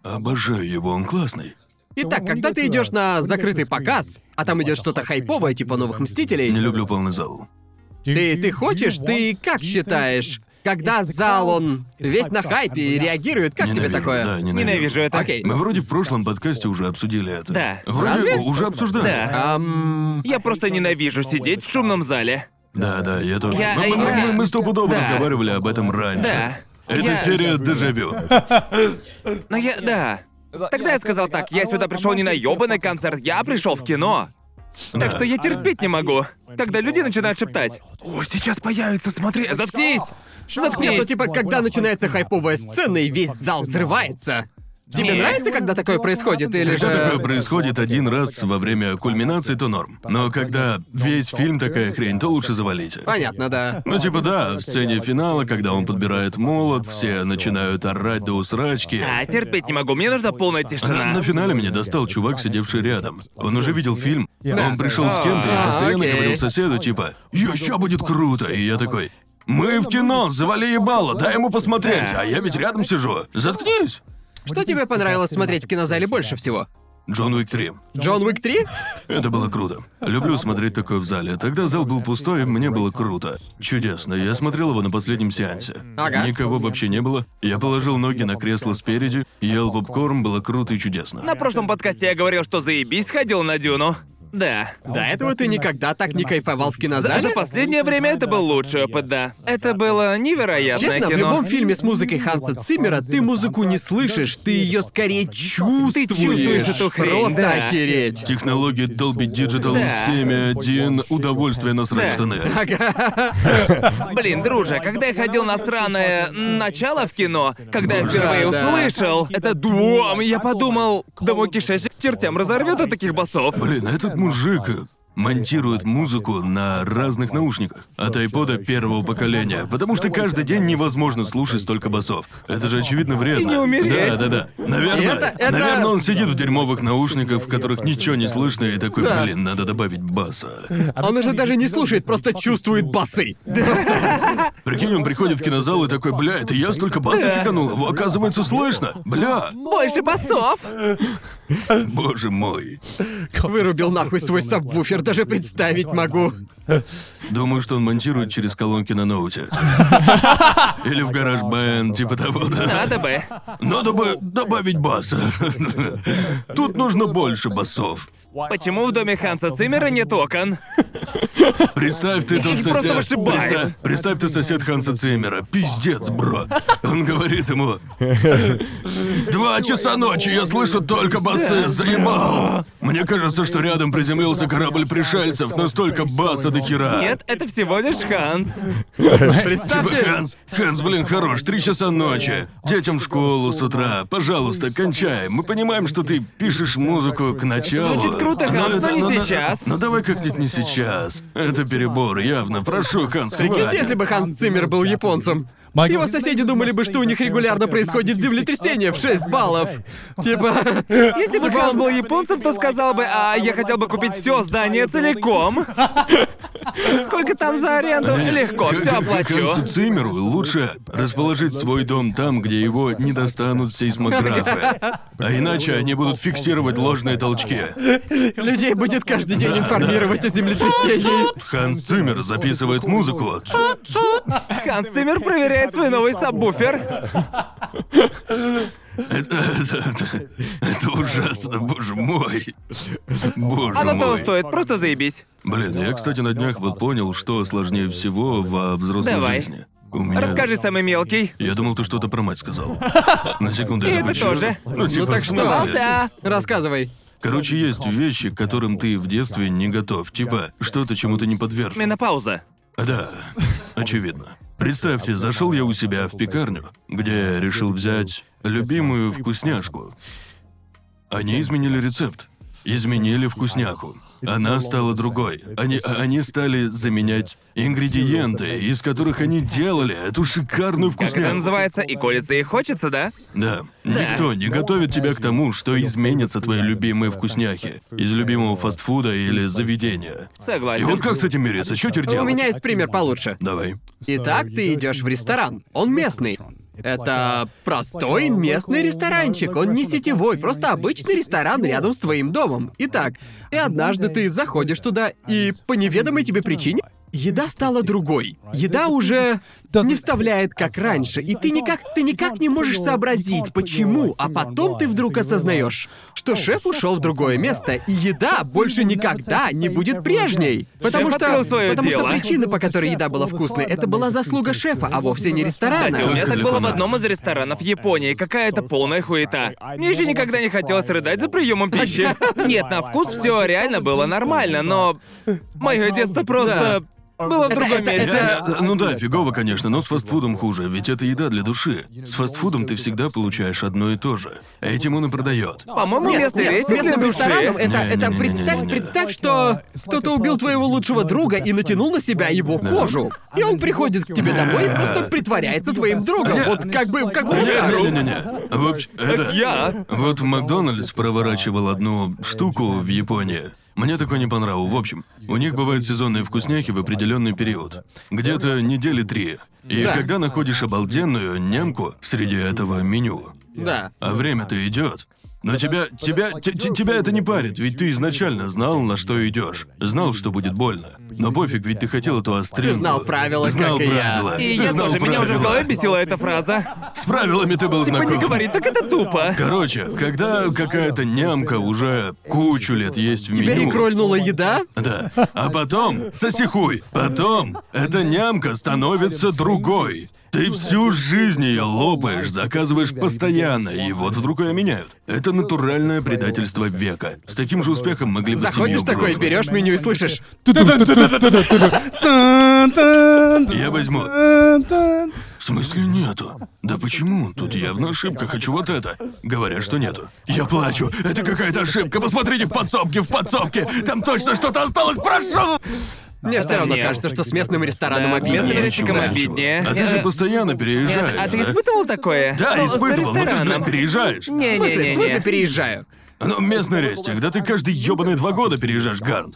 S2: Обожаю его, он классный.
S1: Итак, когда ты идешь на закрытый показ, а там идет что-то хайповое, типа новых мстителей,
S2: Не люблю полный зал.
S1: ты, ты хочешь, ты как считаешь, когда зал он весь на хайпе и реагирует, как тебе
S2: Ненавижу,
S1: такое?
S2: Да, ненавижу.
S3: Ненавижу это.
S1: Окей.
S2: Мы вроде в прошлом подкасте уже обсудили это.
S3: Да.
S2: Вроде
S1: Разве?
S2: уже обсуждали.
S3: Да.
S1: Ам,
S3: Я просто ненавижу сидеть в шумном зале.
S2: Да, да, я тоже.
S3: Я-
S2: мы, мы-
S3: я-
S2: мы- мы стопудово
S3: Да.
S2: разговаривали об этом раньше.
S3: Да.
S2: Это
S3: Я-
S2: серия дежавю.
S3: Но Ну, я... Да. Тогда я сказал так, я сюда пришел не на ёбаный концерт, я пришел в кино. Так что я терпеть не могу, когда люди начинают шептать. О, сейчас появится, смотри, заткнись!
S1: Нет, ну
S3: Заткнись!
S1: типа, когда начинается хайповая сцена и весь зал взрывается. Тебе
S3: Нет.
S1: нравится, когда такое происходит, или
S2: Когда такое
S1: же...
S2: происходит один раз во время кульминации, то норм. Но когда весь фильм такая хрень, то лучше завалите.
S1: Понятно, да.
S2: Ну типа да, в сцене финала, когда он подбирает молот, все начинают орать до усрачки.
S3: А, терпеть не могу, мне нужна полная
S2: На
S3: тишина.
S2: финале меня достал чувак, сидевший рядом. Он уже видел фильм. Он пришел с кем-то
S1: А,
S2: и постоянно
S1: окей.
S2: говорил соседу, типа, «Еще будет круто!» И я такой, «Мы в кино, завали ебало, дай ему посмотреть, а я ведь рядом сижу. Заткнись!»
S1: Что тебе понравилось смотреть в кинозале больше всего?
S2: Джон Уик 3.
S1: Джон Уик 3?
S2: Это было круто. Люблю смотреть такое в зале. Тогда зал был пустой, мне было круто. Чудесно. Я смотрел его на последнем сеансе.
S1: Ага.
S2: Никого вообще не было. Я положил ноги на кресло спереди, ел попкорн, было круто и чудесно.
S3: На прошлом подкасте я говорил, что заебись ходил на дюну. Да.
S1: До этого ты никогда так не кайфовал в
S3: За,
S1: кинозале?
S3: за последнее время это был лучший опыт, да. Это было невероятное
S1: Честно, в
S3: кино.
S1: любом фильме с музыкой Ханса Циммера ты музыку не слышишь, ты ее скорее чувствуешь.
S3: Ты чувствуешь эту хрень,
S1: Просто
S3: да.
S1: охереть.
S2: Технологии Dolby Digital
S3: Да.
S2: 7.1, удовольствие насрать
S3: Да.
S2: в штаны.
S3: Блин, друже, когда я ходил на сраное начало в кино, когда я впервые
S1: Да, да.
S3: услышал это дуом, я подумал, да мой кишечник к чертям разорвет от таких басов.
S2: Блин, этот мужик э, монтирует музыку на разных наушниках. От айпода первого поколения. Потому что каждый день невозможно слушать столько басов. Это же очевидно вредно.
S3: И не умереть.
S2: Да, да, да. Наверное,
S1: Это- это-
S2: наверное, он сидит в дерьмовых наушниках, в которых ничего не слышно, и такой,
S1: Да.
S2: блин, надо добавить баса.
S1: Он уже даже не слушает, просто чувствует басы.
S2: Прикинь, он приходит в кинозал и такой, бля, это я столько баса фиканул, его оказывается слышно. Бля,
S3: Больше басов!
S2: боже мой.
S1: Вырубил нахуй свой сабвуфер, даже представить могу.
S2: Думаю, что он монтирует через колонки на ноуте. Или в гараж Бен, типа того, да.
S3: Надо бы.
S2: Надо бы добавить баса. Тут нужно больше басов.
S3: Почему в доме Ханса Циммера нет окон?
S2: Представь, ты тут
S3: Их просто
S2: сосед.
S3: вышибает.
S2: Представь, представь, ты сосед Ханса Циммера. Пиздец, бро. Он говорит ему. Два часа ночи, я слышу только басы, заебал. Мне кажется, что рядом приземлился корабль пришельцев, но столько баса до хера.
S3: Нет, это всего лишь Ханс.
S2: Типа,
S1: Представьте,
S2: Ханс, Ханс, блин, хорош, три часа ночи. Детям в школу с утра. Пожалуйста, кончай. Мы понимаем, что ты пишешь музыку к началу.
S3: Звучит круто, Ханс, но не сейчас.
S2: Ну давай как-нибудь не сейчас. Это перебор, явно. Прошу, Ханс,
S1: прикиньте,
S2: хватит.
S1: если бы Ханс Циммер был японцем. Его соседи думали бы, что у них регулярно происходит землетрясение в 6 баллов. Типа,
S3: Если бы Ханс был японцем, то сказал бы, а я хотел бы купить все здание целиком. Сколько там за аренду? Легко,
S2: Как-
S3: все
S2: как
S3: оплачу.
S2: Хансу Циммеру лучше расположить свой дом там, где его не достанут сейсмографы. А иначе они будут фиксировать ложные толчки.
S1: людей будет каждый день информировать о землетрясении.
S2: Ханс Циммер записывает музыку.
S3: Ханс Циммер проверяет свой новый сабвуфер.
S2: Это, это, это- это ужасно, боже мой. Боже
S3: Она того
S2: мой.
S3: стоит, просто заебись.
S2: Блин, я, кстати, на днях вот понял, что сложнее всего во взрослой
S3: Давай.
S2: жизни. У меня...
S3: Расскажи самый мелкий.
S2: Я думал, ты что-то про мать сказал. На секунду я
S3: И это
S2: такой, «Чё?»
S3: тоже.
S2: Ну, типа,
S1: так
S2: в
S1: что?
S2: смысле?
S3: Ладно.
S1: Рассказывай.
S2: Короче, есть вещи, к которым ты в детстве не готов. Типа, что-то, чему ты не подвержен.
S3: Менопауза.
S2: Да, очевидно. Представьте, зашел я у себя в пекарню, где решил взять любимую вкусняшку. Они изменили рецепт. Изменили вкусняху. Она стала другой. Они, а- они стали заменять ингредиенты, из которых они делали эту шикарную
S3: Как это
S2: вкусняху.
S3: называется? И колется, и хочется, да?
S2: Да. Никто не готовит тебя к тому, что изменятся твои любимые вкусняхи из любимого фастфуда или заведения. И вот
S3: Согласен.
S2: как с этим мириться? Что теперь
S1: У
S2: делать?
S1: меня есть пример получше.
S2: Давай.
S1: Итак, ты идешь в ресторан. Он местный. Это простой местный ресторанчик. Он не сетевой, просто обычный ресторан рядом с твоим домом. Итак, и однажды ты заходишь туда, и по неведомой тебе причине еда стала другой. Еда уже не вставляет как раньше, и ты никак, ты никак не можешь сообразить, почему, а потом ты вдруг осознаешь, что шеф ушел в другое место, и еда А больше никогда не будет прежней. Потому
S3: Шеф
S1: что,
S3: открыл свое
S1: потому что
S3: дело.
S1: причина, по которой еда была вкусной, это была заслуга шефа, а вовсе не ресторана.
S3: Кстати, у меня
S2: Только
S3: так
S2: для
S3: было в
S2: фанатов.
S3: одном из ресторанов Японии. Какая-то полная хуета. Мне еще никогда не хотелось рыдать за приемом пищи. Нет, на вкус все реально было нормально, но... Мое детство просто... Было в
S1: Это-
S3: другом
S1: это-
S3: месте.
S2: Я- ну да, фигово, конечно, но с фастфудом хуже, ведь это еда для души. С фастфудом ты всегда получаешь одно и то же. А Этим он и продает.
S3: По-моему,
S1: Нет,
S3: местный
S1: нет, с
S3: рейтинг для
S1: местным рестораном
S3: души.
S1: это,
S2: Не, не,
S1: это
S2: не, не,
S1: представь,
S2: не, не.
S1: представь, что кто-то убил твоего лучшего друга и натянул на себя его кожу. И он приходит к тебе домой и просто притворяется твоим другом.
S2: Я-
S1: Вот как бы, как бы вот так.
S2: Не-не-не-не. В общем, это...
S3: Я.
S2: Вот Макдональдс проворачивал одну штуку в Японии. Мне такое не понравилось. В общем, у них бывают сезонные вкусняхи в определенный период. Где-то недели три. И
S1: Да.
S2: когда находишь обалденную немку среди этого меню,
S1: Да.
S2: а время-то идет. Но тебя, тебя, те- те- тебя это не парит, ведь ты изначально знал, на что идешь, знал, что будет больно. Но пофиг, ведь ты хотел эту остринку.
S1: Ты знал правила, как
S2: знал
S1: и я.
S2: правила.
S3: И
S2: Ты
S3: я
S2: знал
S3: тоже, меня уже в
S2: правила.
S3: голове бесила эта фраза.
S2: С правилами ты был знаком.
S3: Не говори, так это тупо.
S2: Короче, когда какая-то нямка уже кучу лет есть в
S1: Теперь
S2: меню.
S1: икрольнула еда?
S2: Да. А потом, сосихуй, потом эта нямка становится другой. Ты всю жизнь ее лопаешь, заказываешь постоянно, и вот вдруг ее меняют. Это натуральное предательство века. С таким же успехом могли бы
S1: Заходишь
S2: семью
S1: такой,
S2: грохнуть.
S1: берешь меню и слышишь.
S2: Я возьму. В смысле нету? Да почему? Тут явно ошибка, хочу вот это. Говорят, что нету. Я плачу, это какая-то ошибка, посмотрите в подсобке, в подсобке! Там точно что-то осталось, прошу!
S1: Мне все равно
S3: Нет.
S1: кажется, что с местным рестораном
S3: Да, с
S1: обиднее.
S3: местным
S2: Ничего,
S3: рестиком
S2: ничего.
S3: обиднее.
S2: А ты же
S3: Я-
S2: постоянно
S3: Нет,
S2: переезжаешь.
S3: а ты
S2: да?
S3: испытывал такое?
S2: Да,
S3: Ну, за
S2: испытывал, но ты же, блин,
S3: рестораном.
S2: переезжаешь.
S1: В смысле, в смысле
S3: Не-не-не.
S1: переезжаю?
S2: Ну, местный рестик, да ты каждые ёбаные два года переезжаешь, Гарнт.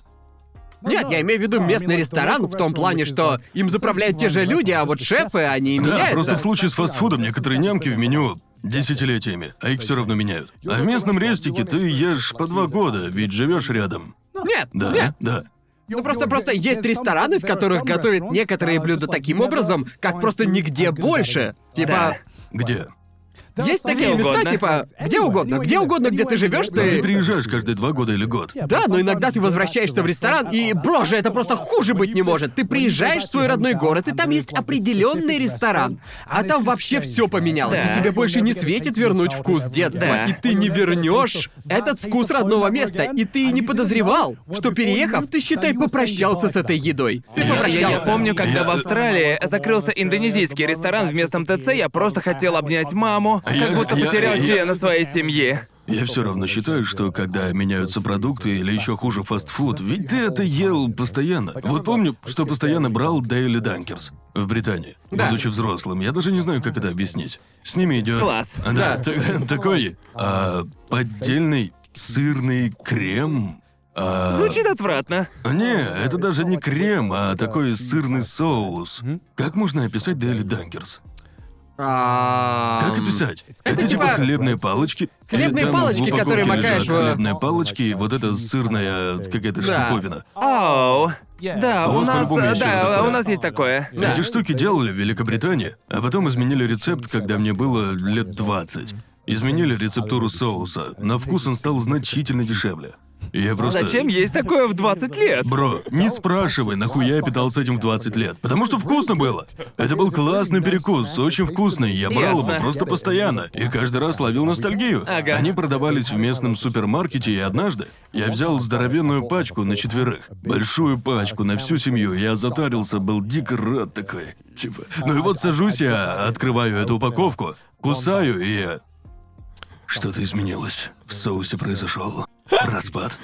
S1: Нет, я имею в виду местный ресторан в том плане, что им заправляют те же люди, а вот шефы, они
S2: Да,
S1: меняются.
S2: просто в случае с фастфудом некоторые нямки в меню десятилетиями, а их все равно меняют. А в местном рестике ты ешь по два года, ведь живешь рядом.
S1: Нет,
S2: Да,
S1: нет.
S2: да.
S1: Ну просто просто есть рестораны, в которых готовят некоторые блюда таким образом, как просто нигде больше. Типа,
S2: Где?
S1: есть такие
S3: Где
S1: места,
S3: угодно.
S1: типа, где угодно, где угодно, где ты живешь,
S2: А Ты
S1: ты.
S2: переезжаешь каждые два года или год.
S1: Да, но иногда ты возвращаешься в ресторан, и, боже, это просто хуже быть не может. Ты приезжаешь в свой родной город, и там есть определенный ресторан. А там вообще все поменялось,
S3: Да.
S1: и тебе больше не светит вернуть вкус детства.
S3: Да.
S1: И ты не вернешь этот вкус родного места. И ты и не подозревал, что переехав, ты, считай, попрощался с этой едой. Ты
S3: Я-
S1: попрощался.
S3: Я, я помню, когда
S2: Я-
S3: в Австралии закрылся индонезийский ресторан в местном ТЦ, я просто хотел обнять маму,
S2: А Я
S3: как
S2: же-
S3: будто
S2: я-
S3: потерял
S2: я-
S3: члена своей семьи.
S2: Я все равно считаю, что когда меняются продукты или еще хуже фастфуд, ведь ты это ел постоянно. Вот помню, что постоянно брал Daily Dunkers в Британии.
S1: Да.
S2: Будучи взрослым, я даже не знаю, как это объяснить. С ними идет.
S3: Класс.
S2: Да, так- такой а, поддельный сырный крем. А,
S3: Звучит отвратно.
S2: Не, это даже не крем, а такой сырный соус. Как можно описать Daily Dunkers?
S1: А,
S2: Как описать? Это, типа
S1: типа
S2: хлебные палочки.
S1: хлебные
S2: и там в
S1: палочки,
S2: упаковке
S1: которые
S2: лежат
S1: макаешь в-
S2: Хлебные палочки и вот эта сырная какая-то
S1: Да.
S2: штуковина.
S3: Оу. Да,
S2: А У
S3: у
S2: вас
S3: нас,
S2: по-любому есть что-то
S3: да,
S2: такое.
S3: у нас есть такое.
S2: Эти штуки делали в Великобритании, а потом изменили рецепт, когда мне было лет 20. Изменили рецептуру соуса. На вкус он стал значительно дешевле. И я просто...
S3: Зачем есть такое в 20 лет?
S2: Бро, не спрашивай, нахуя я питался этим в 20 лет. Потому что вкусно было. Это был классный перекус, очень вкусный. Я брал его
S3: Ясно.
S2: просто постоянно. И каждый раз ловил ностальгию.
S3: Ага.
S2: Они продавались в местном супермаркете, и однажды я взял здоровенную пачку на четверых. Большую пачку на всю семью. Я затарился, был дико рад такой. Типа... Ну и вот сажусь я, открываю эту упаковку, кусаю и... Что-то изменилось. В соусе произошел распад.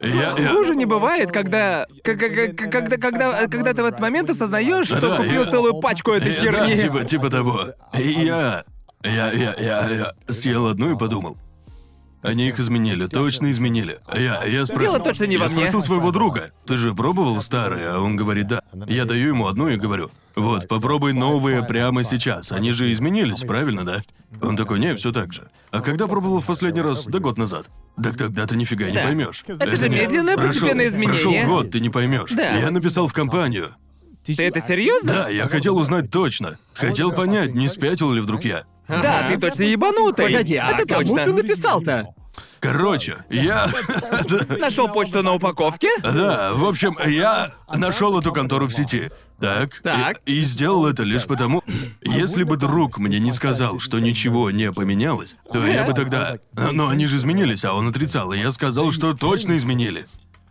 S2: Я, я-
S3: Хуже не бывает, когда... к- к- к- Когда, когда, когда ты в этот момент осознаешь, что
S2: Да,
S3: купил
S2: я-
S3: целую пачку этой
S2: Э, да,
S3: херни.
S2: типа, типа того. И я, я, я, я, я съел одну и подумал. Они их изменили, точно изменили. А Я, я спро-
S3: Дело точно не
S2: я
S3: во мне.
S2: спросил своего друга, ты же пробовал старые, а он говорит да. Я даю ему одну и говорю, вот, попробуй новые прямо сейчас. Они же изменились, правильно, да? Он такой, не, все так же. А когда пробовал в последний раз? Да год назад. Так тогда ты нифига не
S3: Да.
S2: поймешь.
S5: Это
S3: же медленное постепенное изменение.
S2: Прошел год, ты не поймешь.
S3: Да.
S2: Я написал в компанию.
S3: Ты это серьезно?
S2: Да, я хотел узнать точно. Хотел понять, не спятил ли вдруг я.
S3: Да, ты точно ебанутый.
S1: Погоди, а
S3: это
S1: кому ты
S3: точно.
S1: написал-то?
S2: Короче, я...
S3: Нашел почту на упаковке?
S2: Да, в общем, я нашел эту контору в сети. Так, и-
S1: Так.
S2: И, сделал это лишь потому, если бы друг мне не сказал, что ничего не поменялось, то я бы тогда... Но они же изменились, а он отрицал, и я сказал, что точно изменили.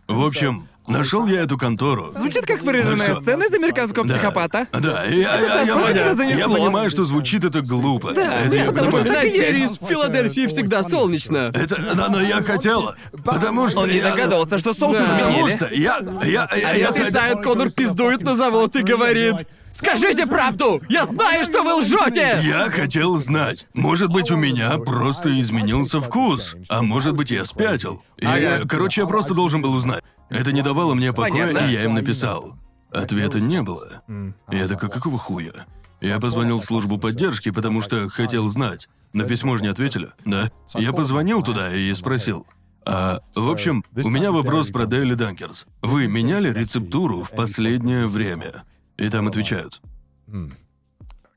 S2: В общем, нашел я эту контору.
S3: Звучит как вырезанная
S2: Хорошо.
S3: сцена из американского психопата.
S2: Да, я, я- я
S3: просто
S2: поня-
S3: занесло.
S2: я понимаю, что звучит это глупо.
S3: Да,
S2: это
S3: нет,
S2: я
S3: потому что
S2: понимаю.
S3: так и
S1: Напоминать
S3: есть.
S1: Терри из Филадельфии всегда солнечно.
S2: Это, да, но я хотела, потому что
S3: Он не
S2: я-
S3: догадывался, что соус
S1: Да.
S2: Потому
S3: изменили.
S2: что я, я, я,
S1: И
S2: я
S1: отрицает, А Конор пиздует на завод и говорит... Скажите правду! Я знаю, что вы лжете!
S2: Я хотел знать. Может быть, у меня просто изменился вкус, а может быть, я спятил. И,
S1: Ага.
S2: короче, я просто должен был узнать. Это не давало мне покоя,
S3: Понятно.
S2: и я им написал. Ответа не было. Я такой, какого хуя? Я позвонил в службу поддержки, потому что хотел знать. На письмо же не ответили, да? Я позвонил туда и спросил. А, в общем, у меня вопрос про Дейли Данкерс. Вы меняли рецептуру в последнее время? И там отвечают.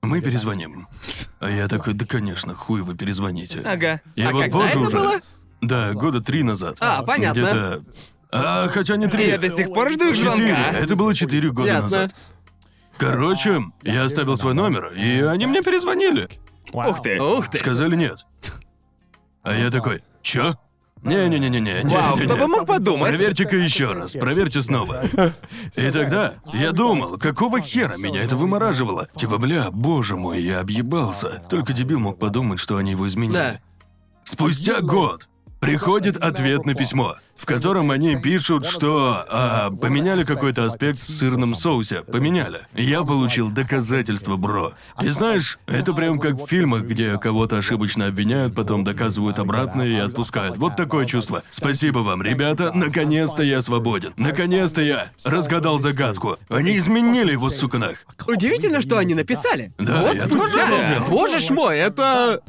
S2: Мы перезвоним. А я такой, да конечно, хуй вы перезвоните.
S3: Ага.
S2: И
S1: А
S2: вот
S1: когда
S2: позже
S1: это
S2: уже-
S1: было?
S2: Да, года три назад.
S1: А, понятно.
S2: Где-то... А, хотя не три.
S3: Я до сих пор жду их
S2: Четыре.
S3: звонка.
S2: Это было четыре года
S1: Ясно.
S2: назад. Короче, я оставил свой номер, и они мне перезвонили.
S3: Ух ты.
S1: Ух ты.
S2: Сказали нет. А я такой, чё? Не-не-не-не-не.
S3: Вау,
S2: не-не-не.
S3: кто бы мог подумать?
S2: Проверьте-ка еще раз, проверьте снова. И тогда я думал, какого хера меня это вымораживало? Типа, бля, боже мой, я объебался. Только дебил мог подумать, что они его изменили.
S1: Да.
S2: Спустя год приходит ответ на письмо, в котором они пишут, что а, поменяли какой-то аспект в сырном соусе. Поменяли. Я получил доказательства, бро. И знаешь, это прям как в фильмах, где кого-то ошибочно обвиняют, потом доказывают обратно и отпускают. Вот такое чувство. Спасибо вам, ребята. Наконец-то я свободен. Наконец-то я разгадал загадку. Они изменили его, сука, нах.
S1: Удивительно, что они написали.
S2: Да,
S1: вот
S2: я
S1: спустя-
S2: тоже обалдел.
S1: Боже ж мой, это...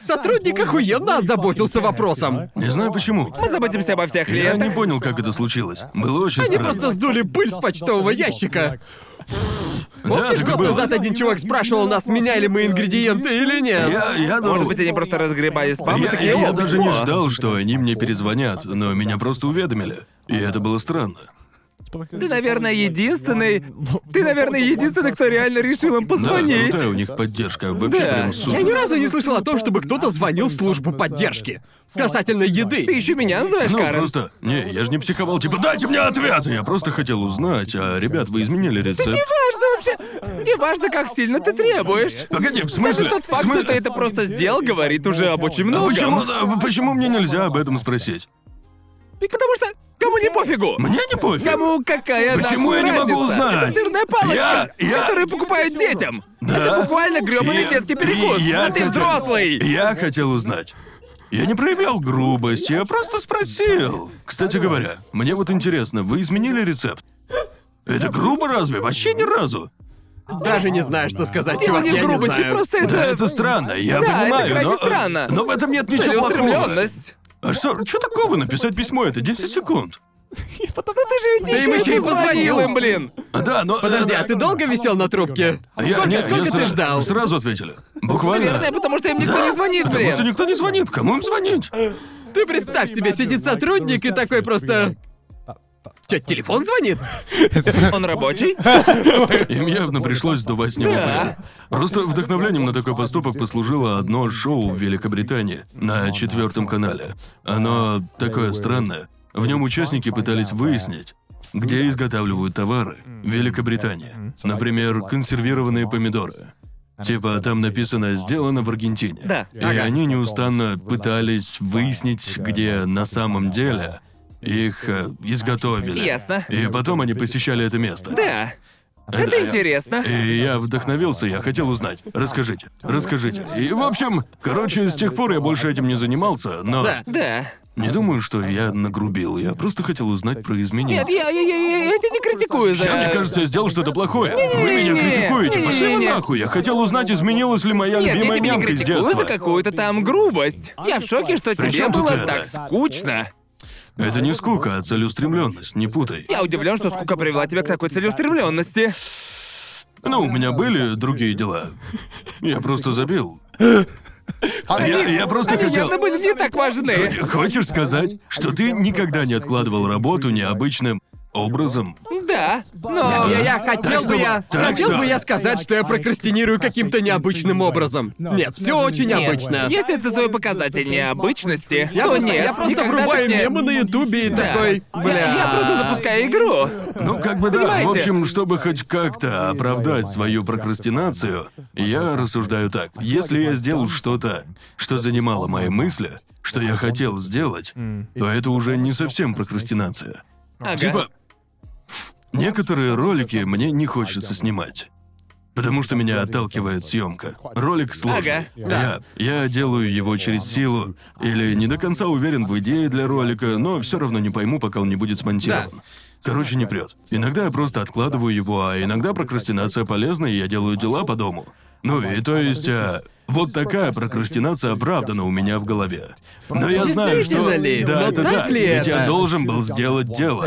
S1: Сотрудник охуенно озаботился вопросом.
S2: Не знаю почему.
S3: Мы заботимся обо всех
S2: Я не
S3: клиентах.
S2: понял, как это случилось. Было очень
S1: Они
S2: странно.
S1: просто сдули пыль с почтового ящика. Помнишь,
S2: так и
S1: год
S2: было.
S1: назад один чувак спрашивал нас, меняли мы ингредиенты или нет?
S2: Я, я
S3: Может
S2: думал-
S3: быть, они просто разгребали спам и
S2: Я,
S3: такие,
S2: я- я
S3: «О,
S2: даже не
S3: письмо».
S2: ждал, что они мне перезвонят, но меня просто уведомили. И это было странно.
S3: Ты, наверное, единственный... Ты, наверное, единственный, кто реально решил им
S2: Да,
S1: Ну,
S3: позвонить.
S2: крутая у них поддержка, вообще
S3: Да.
S2: прям супер.
S1: Я ни разу не слышал о том, чтобы кто-то звонил в службу поддержки. Касательно еды.
S3: Ты еще меня называешь,
S2: Ну,
S3: Карен?
S2: просто... Не, я же не психовал, типа, дайте мне ответ! Я просто хотел узнать, а, ребят, вы изменили рецепт.
S3: Важно вообще. Не важно, как сильно ты требуешь.
S2: Погоди, в
S3: Даже
S2: смысле?
S3: тот факт,
S2: в смы-
S3: что ты это просто сделал, говорит уже об очень
S2: А
S3: многом.
S2: почему, да, почему мне нельзя об этом спросить?
S3: Потому что кому не пофигу.
S2: Мне не пофиг.
S3: Кому какая
S2: Почему
S3: нахуй
S2: я не могу
S3: разница?
S2: узнать?
S3: Это сырная палочка,
S2: Я- я-
S3: которую покупают детям.
S2: Да.
S3: Это буквально грёбаный
S2: Я-
S3: детский перекус.
S2: и я
S3: а ты
S2: хотел-
S3: взрослый.
S2: Я хотел узнать. Я не проявлял грубость, я просто спросил. Кстати говоря, мне вот интересно, вы изменили рецепт? Это грубо разве? Вообще ни разу.
S1: Даже не знаю, что сказать,
S3: Дело
S1: чувак,
S3: не
S1: я
S3: в
S1: не
S3: грубости,
S1: знаю.
S3: просто это...
S2: Да, это странно, я
S3: Да, это
S2: понимаю,
S3: крайне
S2: но...
S3: странно.
S2: Но в этом нет ничего плохого.
S3: целеустремленность.
S2: А что, что такого написать письмо? Это 10 секунд.
S3: Да Ну ты же
S1: Ты им
S3: идиот,
S1: еще и
S3: ты
S1: позвонил.
S3: позвонил им, блин.
S2: Да, но... э,
S1: Подожди, а ты долго висел на трубке? А
S2: Я,
S1: сколько
S2: нет,
S1: сколько
S2: я
S1: ты
S2: сра-
S1: ждал?
S2: Сразу ответили. Буквально.
S3: Наверное, потому что им никто не звонит,
S2: Потому что
S3: блин.
S2: никто не звонит. Кому им звонить?
S1: Ты представь себе, сидит сотрудник и такой просто... Чё, телефон звонит?
S3: Он рабочий?
S2: Им явно пришлось сдувать с него пыль. Просто вдохновлением на такой поступок послужило одно шоу в Великобритании на четвертом канале. Оно такое странное. В нем участники пытались выяснить, где изготавливают товары в Великобритании. Например, консервированные помидоры. Типа там написано «сделано в Аргентине».
S3: Да.
S2: И они неустанно пытались выяснить, где на самом деле их э, изготовили.
S3: Ясно.
S2: И потом они посещали это место.
S3: Да. Это интересно.
S2: И я вдохновился, я хотел узнать. Расскажите, расскажите. И, в общем, короче, с тех пор я больше этим не занимался, но...
S1: Да.
S3: Да.
S2: Не думаю, что я нагрубил, я просто хотел узнать про изменения.
S3: Нет, я, я, я, я- я тебя не критикую за...
S2: Я, мне кажется, я сделал что-то плохое. Вы меня
S3: не,
S2: критикуете,
S3: не,
S2: пошли вы
S3: не.
S2: нахуй. Я хотел узнать, изменилась ли моя
S3: Нет, я
S2: любимая
S3: тебя не
S2: нямка из
S3: критикую за
S2: детства.
S3: какую-то там грубость. Я в шоке, что
S2: При
S3: тебе
S2: чем тут
S3: было
S2: это?
S3: так скучно.
S2: Это не скука, а целеустремленность, не путай.
S3: Я удивлен, что скука привела тебя к такой целеустремленности.
S2: Ну, у меня были другие дела. Я просто забил. Я, я просто
S3: А Они
S2: хотел...
S3: явно были не так важны.
S2: Хочешь сказать, что ты никогда не откладывал работу необычным образом?
S3: Да, но...
S1: Я, я
S2: Так
S1: хотел
S2: что-
S1: бы я.
S2: так
S1: хотел
S2: что-
S1: бы я сказать, что я прокрастинирую каким-то необычным образом. Нет, все очень
S3: Нет,
S1: обычно.
S3: Если это твой показатель необычности,
S1: Я
S3: то
S1: просто,
S3: Ну, нет,
S1: я просто
S3: никогда
S1: врубаю
S3: так не-
S1: мемы на Ютубе и
S3: Да.
S1: такой.
S3: Я-
S1: Бля.
S3: Я, просто запускаю игру.
S2: Ну, как бы да. В
S3: Понимаете?
S2: общем, чтобы хоть как-то оправдать свою прокрастинацию, я рассуждаю так. Если я сделал что-то, что занимало мои мысли, что я хотел сделать, то это уже не совсем прокрастинация.
S3: Ага.
S2: Типа, некоторые ролики мне не хочется снимать. Потому что меня отталкивает съемка. Ролик сложный.
S3: Ага,
S2: Я, я делаю его через силу. Или не до конца уверен в идее для ролика, но все равно не пойму, пока он не будет смонтирован. Короче, не прет. Иногда я просто откладываю его, а иногда прокрастинация полезна, и я делаю дела по дому. Ну и то есть, а, вот такая прокрастинация оправдана у меня в голове. Но я знаю, что...
S1: Действительно ли?
S2: Да,
S1: Но
S2: это
S1: так
S2: да.
S1: ли
S2: Ведь я
S1: это?
S2: должен был сделать дело.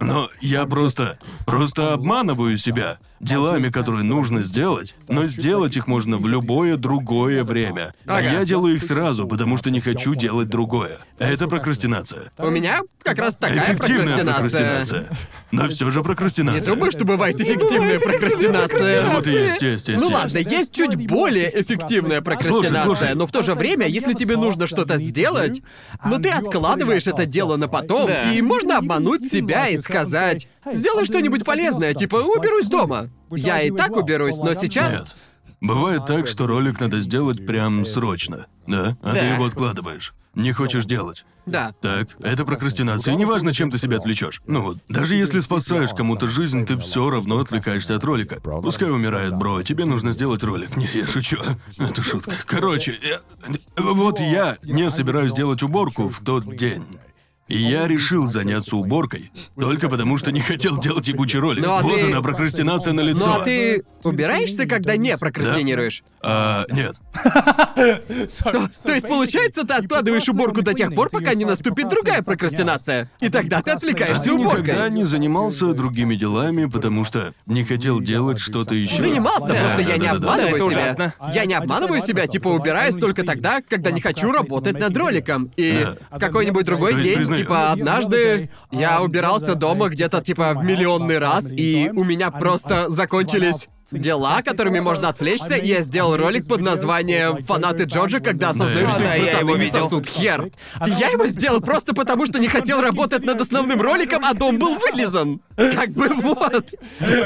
S2: Но я просто... Просто обманываю себя делами, которые нужно сделать, но сделать их можно в любое другое время. А я делаю их сразу, потому что не хочу делать другое. Это прокрастинация.
S1: У меня как раз такая
S2: Эффективная
S1: А, прокрастинация.
S2: прокрастинация. Но все же
S1: Не
S2: прокрастинация.
S1: думаю, что бывает эффективная
S2: Да
S1: прокрастинация.
S2: вот и есть, есть, есть.
S1: Ну
S2: есть.
S1: ладно, есть чуть более эффективная прокрастинация,
S2: Слушай, слушай.
S1: но в то же время, если тебе нужно что-то сделать, но ты откладываешь это дело на потом,
S3: Да.
S1: и можно обмануть себя и сказать, сделай что-нибудь полезное, типа уберусь дома. Я и так уберусь, но сейчас...
S2: Нет. Бывает так, что ролик надо сделать прям срочно. Да? А ты
S3: Да.
S2: его откладываешь. Не хочешь делать.
S1: Да.
S2: Так, это прокрастинация. И неважно, чем ты себя отвлечешь. Ну вот, даже если спасаешь кому-то жизнь, ты все равно отвлекаешься от ролика. Пускай умирает, бро, тебе нужно сделать ролик. Не, я шучу. Это шутка. Короче, я- вот я не собираюсь делать уборку в тот день. И я решил заняться уборкой только потому, что не хотел делать ебучий ролик.
S1: Ну, а
S2: вот
S1: ты-
S2: она, прокрастинация на лицо.
S1: Ну а ты убираешься, когда не прокрастинируешь?
S2: А, нет.
S1: То есть, получается, ты откладываешь уборку до тех пор, пока не наступит другая прокрастинация. И тогда ты отвлекаешься
S2: Никогда
S1: уборкой.
S2: не занимался другими делами, потому что не хотел делать что-то еще.
S1: Занимался,
S3: Да,
S1: просто
S3: да,
S1: я не
S2: да, да, да.
S1: обманываю
S3: Да, это
S1: себя.
S3: ужасно.
S1: Я не обманываю себя, типа убираюсь только тогда, когда не хочу работать над роликом. И в какой-нибудь другой
S2: То есть,
S1: день,
S2: признаю.
S1: типа однажды я убирался дома где-то типа в миллионный раз, и у меня просто закончились дела, которыми можно отвлечься, и я сделал ролик под названием «Фанаты Джорджа, когда осознаю,
S2: Да,
S1: что
S2: да,
S1: их
S3: я его
S1: братаны не
S3: видел.
S1: сосут хер». И я его сделал просто потому, что не хотел работать над основным роликом, а дом был вылизан. Как бы вот.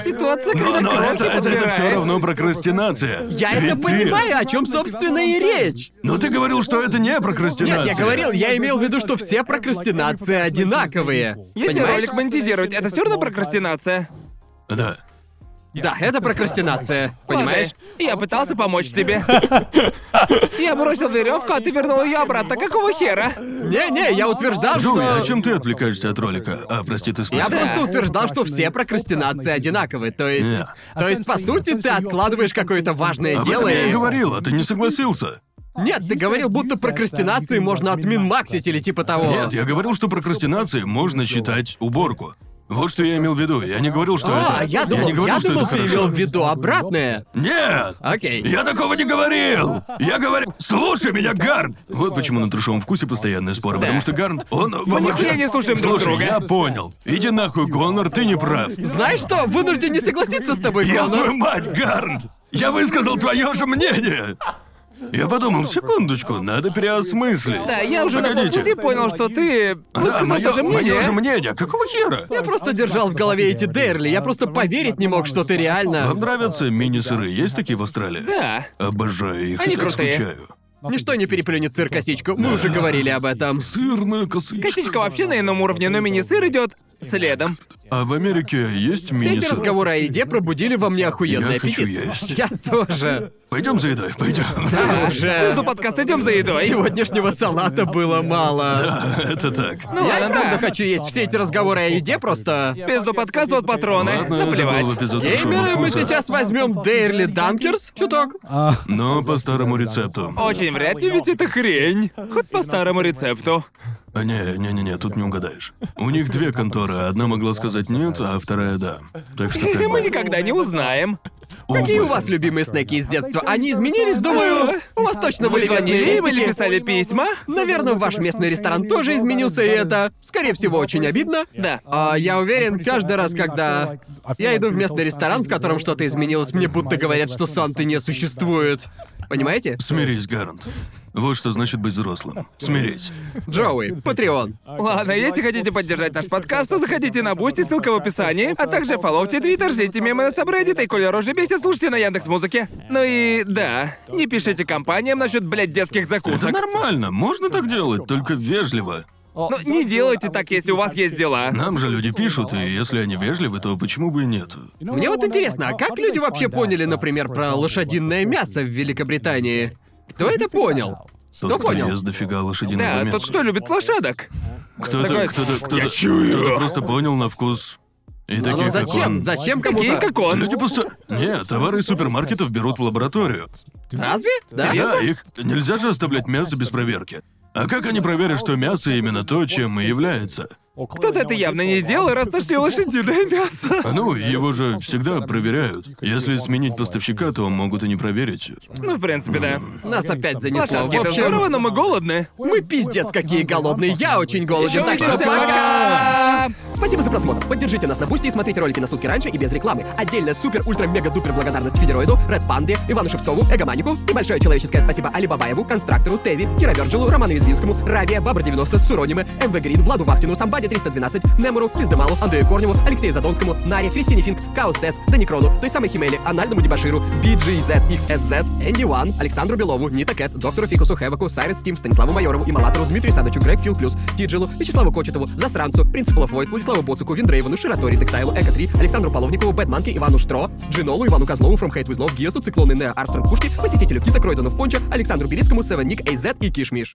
S3: Ситуация,
S2: Но,
S3: когда
S2: но
S3: крохи
S2: Ну, это, все
S3: подбираешь.
S2: равно прокрастинация.
S1: Я это
S2: Ведь ты-
S1: понимаю, о чем, собственно, и речь.
S2: Но ты говорил, что это не прокрастинация.
S1: Нет, я говорил, я имел в виду, что все прокрастинации одинаковые.
S3: Если
S1: Понимаешь?
S3: ролик монетизировать, это все равно прокрастинация.
S2: Да.
S1: Да, это прокрастинация. Понимаешь?
S3: Ладно, Я пытался помочь тебе. Я бросил веревку, а ты вернул ее обратно. Какого хера?
S1: Не-не, я утверждал,
S2: Джоуи, а
S1: что...
S2: чем ты отвлекаешься от ролика? А, прости, ты
S1: Я
S2: спросил.
S1: просто утверждал, что все прокрастинации одинаковы. То есть...
S2: Не.
S1: То есть, по сути, ты откладываешь какое-то важное
S2: Об этом
S1: дело
S2: А я и
S1: и...
S2: говорил, а ты не согласился.
S1: Нет, ты говорил, будто прокрастинации можно отмин-максить или типа того.
S2: Нет, я говорил, что прокрастинацией можно считать уборку. Вот что я имел в виду. Я не говорил, что это...
S1: А, я думал,
S2: не
S1: я,
S2: говорил, что
S1: думал,
S2: это
S1: ты
S2: хорошо.
S1: имел в виду обратное.
S2: Нет!
S1: Окей.
S2: Я такого не говорил! Я говорю... Слушай меня, Гарн! Вот почему на трешовом вкусе постоянные споры, потому что Гарн, он... Мы
S3: нихуя не слушаем друг
S2: Слушай,
S3: друга.
S2: я понял. Иди нахуй, Гонор, ты не прав.
S1: Знаешь что, вынужден не согласиться с тобой,
S2: Я
S1: Конор.
S2: твою мать, Гарн! Я высказал твое же мнение! Я подумал, секундочку, надо переосмыслить.
S3: Да, я уже на
S2: Погодите.
S3: полпути понял, что ты
S2: Да,
S3: высказал
S2: мое,
S3: даже мнение.
S2: же мнение. Какого хера?
S1: Я просто держал в голове эти Дерли, я просто поверить не мог, что ты реально...
S2: Вам нравятся мини-сыры? Есть такие в Австралии?
S3: Да.
S2: Обожаю их.
S3: Они
S2: и так
S3: крутые.
S2: скучаю.
S1: Ничто не переплюнет сыр косичку, мы уже говорили об этом.
S2: Сырная косичка.
S3: Косичка вообще на ином уровне, но мини-сыр идет следом.
S2: А в Америке есть
S1: Все эти
S2: мини-сыр?
S1: разговоры о еде пробудили во мне охуенный
S2: Я хочу
S1: аппетит.
S2: есть.
S1: Я тоже. А
S2: Пойдем за едой, пойдем.
S1: Уже.
S3: Ну, подкаст идем за едой.
S1: Сегодняшнего салата было мало.
S2: Это так.
S3: Ну
S1: Я и
S3: ладно,
S1: правда
S3: да.
S1: хочу есть все эти разговоры о еде просто.
S3: Пизду подкасту от патроны.
S2: Ладно, это
S3: Наплевать.
S2: был эпизод
S1: Геймеры,
S2: «Трешового
S1: мы
S2: вкуса»,
S1: сейчас возьмем Дейрли Данкерс, чуток.
S2: Но по старому рецепту.
S3: Очень вряд ли, ведь это хрень. Хоть по старому рецепту.
S2: А, Не, не, не, не, тут не угадаешь. У них две конторы, одна могла сказать нет, а вторая да. Так что как
S3: И мы
S2: бы...
S3: никогда не узнаем.
S1: Какие у вас любимые снеки из детства? Они изменились, думаю. У вас точно были
S3: Вы
S1: местные
S3: звонили, вы
S1: рестики.
S3: писали письма?
S1: Наверное, ваш местный ресторан тоже изменился, и это, скорее всего, очень обидно.
S3: Да.
S1: А я уверен, каждый раз, когда я иду в местный ресторан, в котором что-то изменилось, мне будто говорят, что Санты не существует. Понимаете?
S2: Смирись, Гарант. Вот что значит быть взрослым. Смирись.
S1: Джоуи, Патреон.
S3: Ладно, если хотите поддержать наш подкаст, то заходите на Бусти, ссылка в описании, а также фоловьте Твиттер, ждите мемы на Сабреддит и Коля Рожи Бесит, слушайте на Яндекс Музыке. Ну и да, не пишите компаниям насчет, блядь, детских
S2: Это
S3: закусок.
S2: нормально, можно так делать, только вежливо.
S1: Ну,
S3: Но Ну, не делайте так, если у вас есть дела.
S2: Нам же люди пишут, и если они вежливы, то почему бы и нет?
S1: Мне вот интересно, а как люди вообще поняли, например, про лошадиное мясо в Великобритании? Кто это понял?
S2: Тот,
S1: Кто
S2: кто
S1: понял?
S2: ест дофига лошадиного
S3: Да,
S2: мяса.
S3: тот, кто любит лошадок.
S2: Кто-то,
S3: Такой,
S2: кто-то, кто-то,
S3: «Я чую!» Ну,
S2: кто-то просто понял на вкус. И такие, как
S1: Но зачем?
S2: он.
S1: Зачем
S3: Такие,
S1: кому-то?
S3: как он.
S2: Люди просто... Не, товары из супермаркетов берут в лабораторию.
S1: Разве? Да.
S2: Да, их нельзя же оставлять мясо без проверки. А как они проверят, что мясо именно то, чем и является?
S3: Кто-то это явно не делал, раз нашли лошадиное мясо.
S2: А Ну, его же всегда проверяют. Если сменить поставщика, то могут и не проверить.
S3: Ну, в принципе, да.
S1: Нас опять занесло. В
S3: Лошадки это здорово,
S1: общем,
S3: но мы голодны.
S1: мы пиздец какие голодные. Я очень голоден, так что
S3: Увидимся,
S1: пока!
S3: пока!
S1: Спасибо за просмотр. Поддержите нас на Бусти и смотрите ролики на сутки раньше и без рекламы. Отдельно супер-ультра-мега-дупер благодарность Федероиду, Ред Панде, Ивану Шевцову, Эгоманику и большое человеческое спасибо Али Бабаеву, Констрактору, Теви, Кира Вёрджилу, Роману Извинскому, Раве, Бабр 90, Цурониме, МВ Грин, Владу Вахтину, Самбаде 312, Немуру, Клиздемалу, Андрею Корневу, Алексею Задонскому, Наре, Кристине Финк, Каус Тес, Даникрону, той самой Химеле, Анальному Дебаширу, BGZXSZ, Энди Уан, Александру Белову, Нита Кэт, Доктору Фикусу Хэваку, Сайрес Тим, Станиславу Майорову и Малатору, Дмитрию Садовичу, Грег Фил Плюс, Тиджилу, Вячеславу Кочетову, Засранцу, Принципу Лафойд, Владиславу Боцуку, Виндрейвану, Ширатори, Тексайлу, Эко 3, Александру Половникову, Бэтманке, Ивану Штро, Джинолу, Ивану Козлову, From Hate With Love, Гиосу, Циклоны Нео Армстронг Пушки, посетителю Киса Кройдону в Понча, Александру Белицкому, Севен Ник, Эйзет и Кишмиш.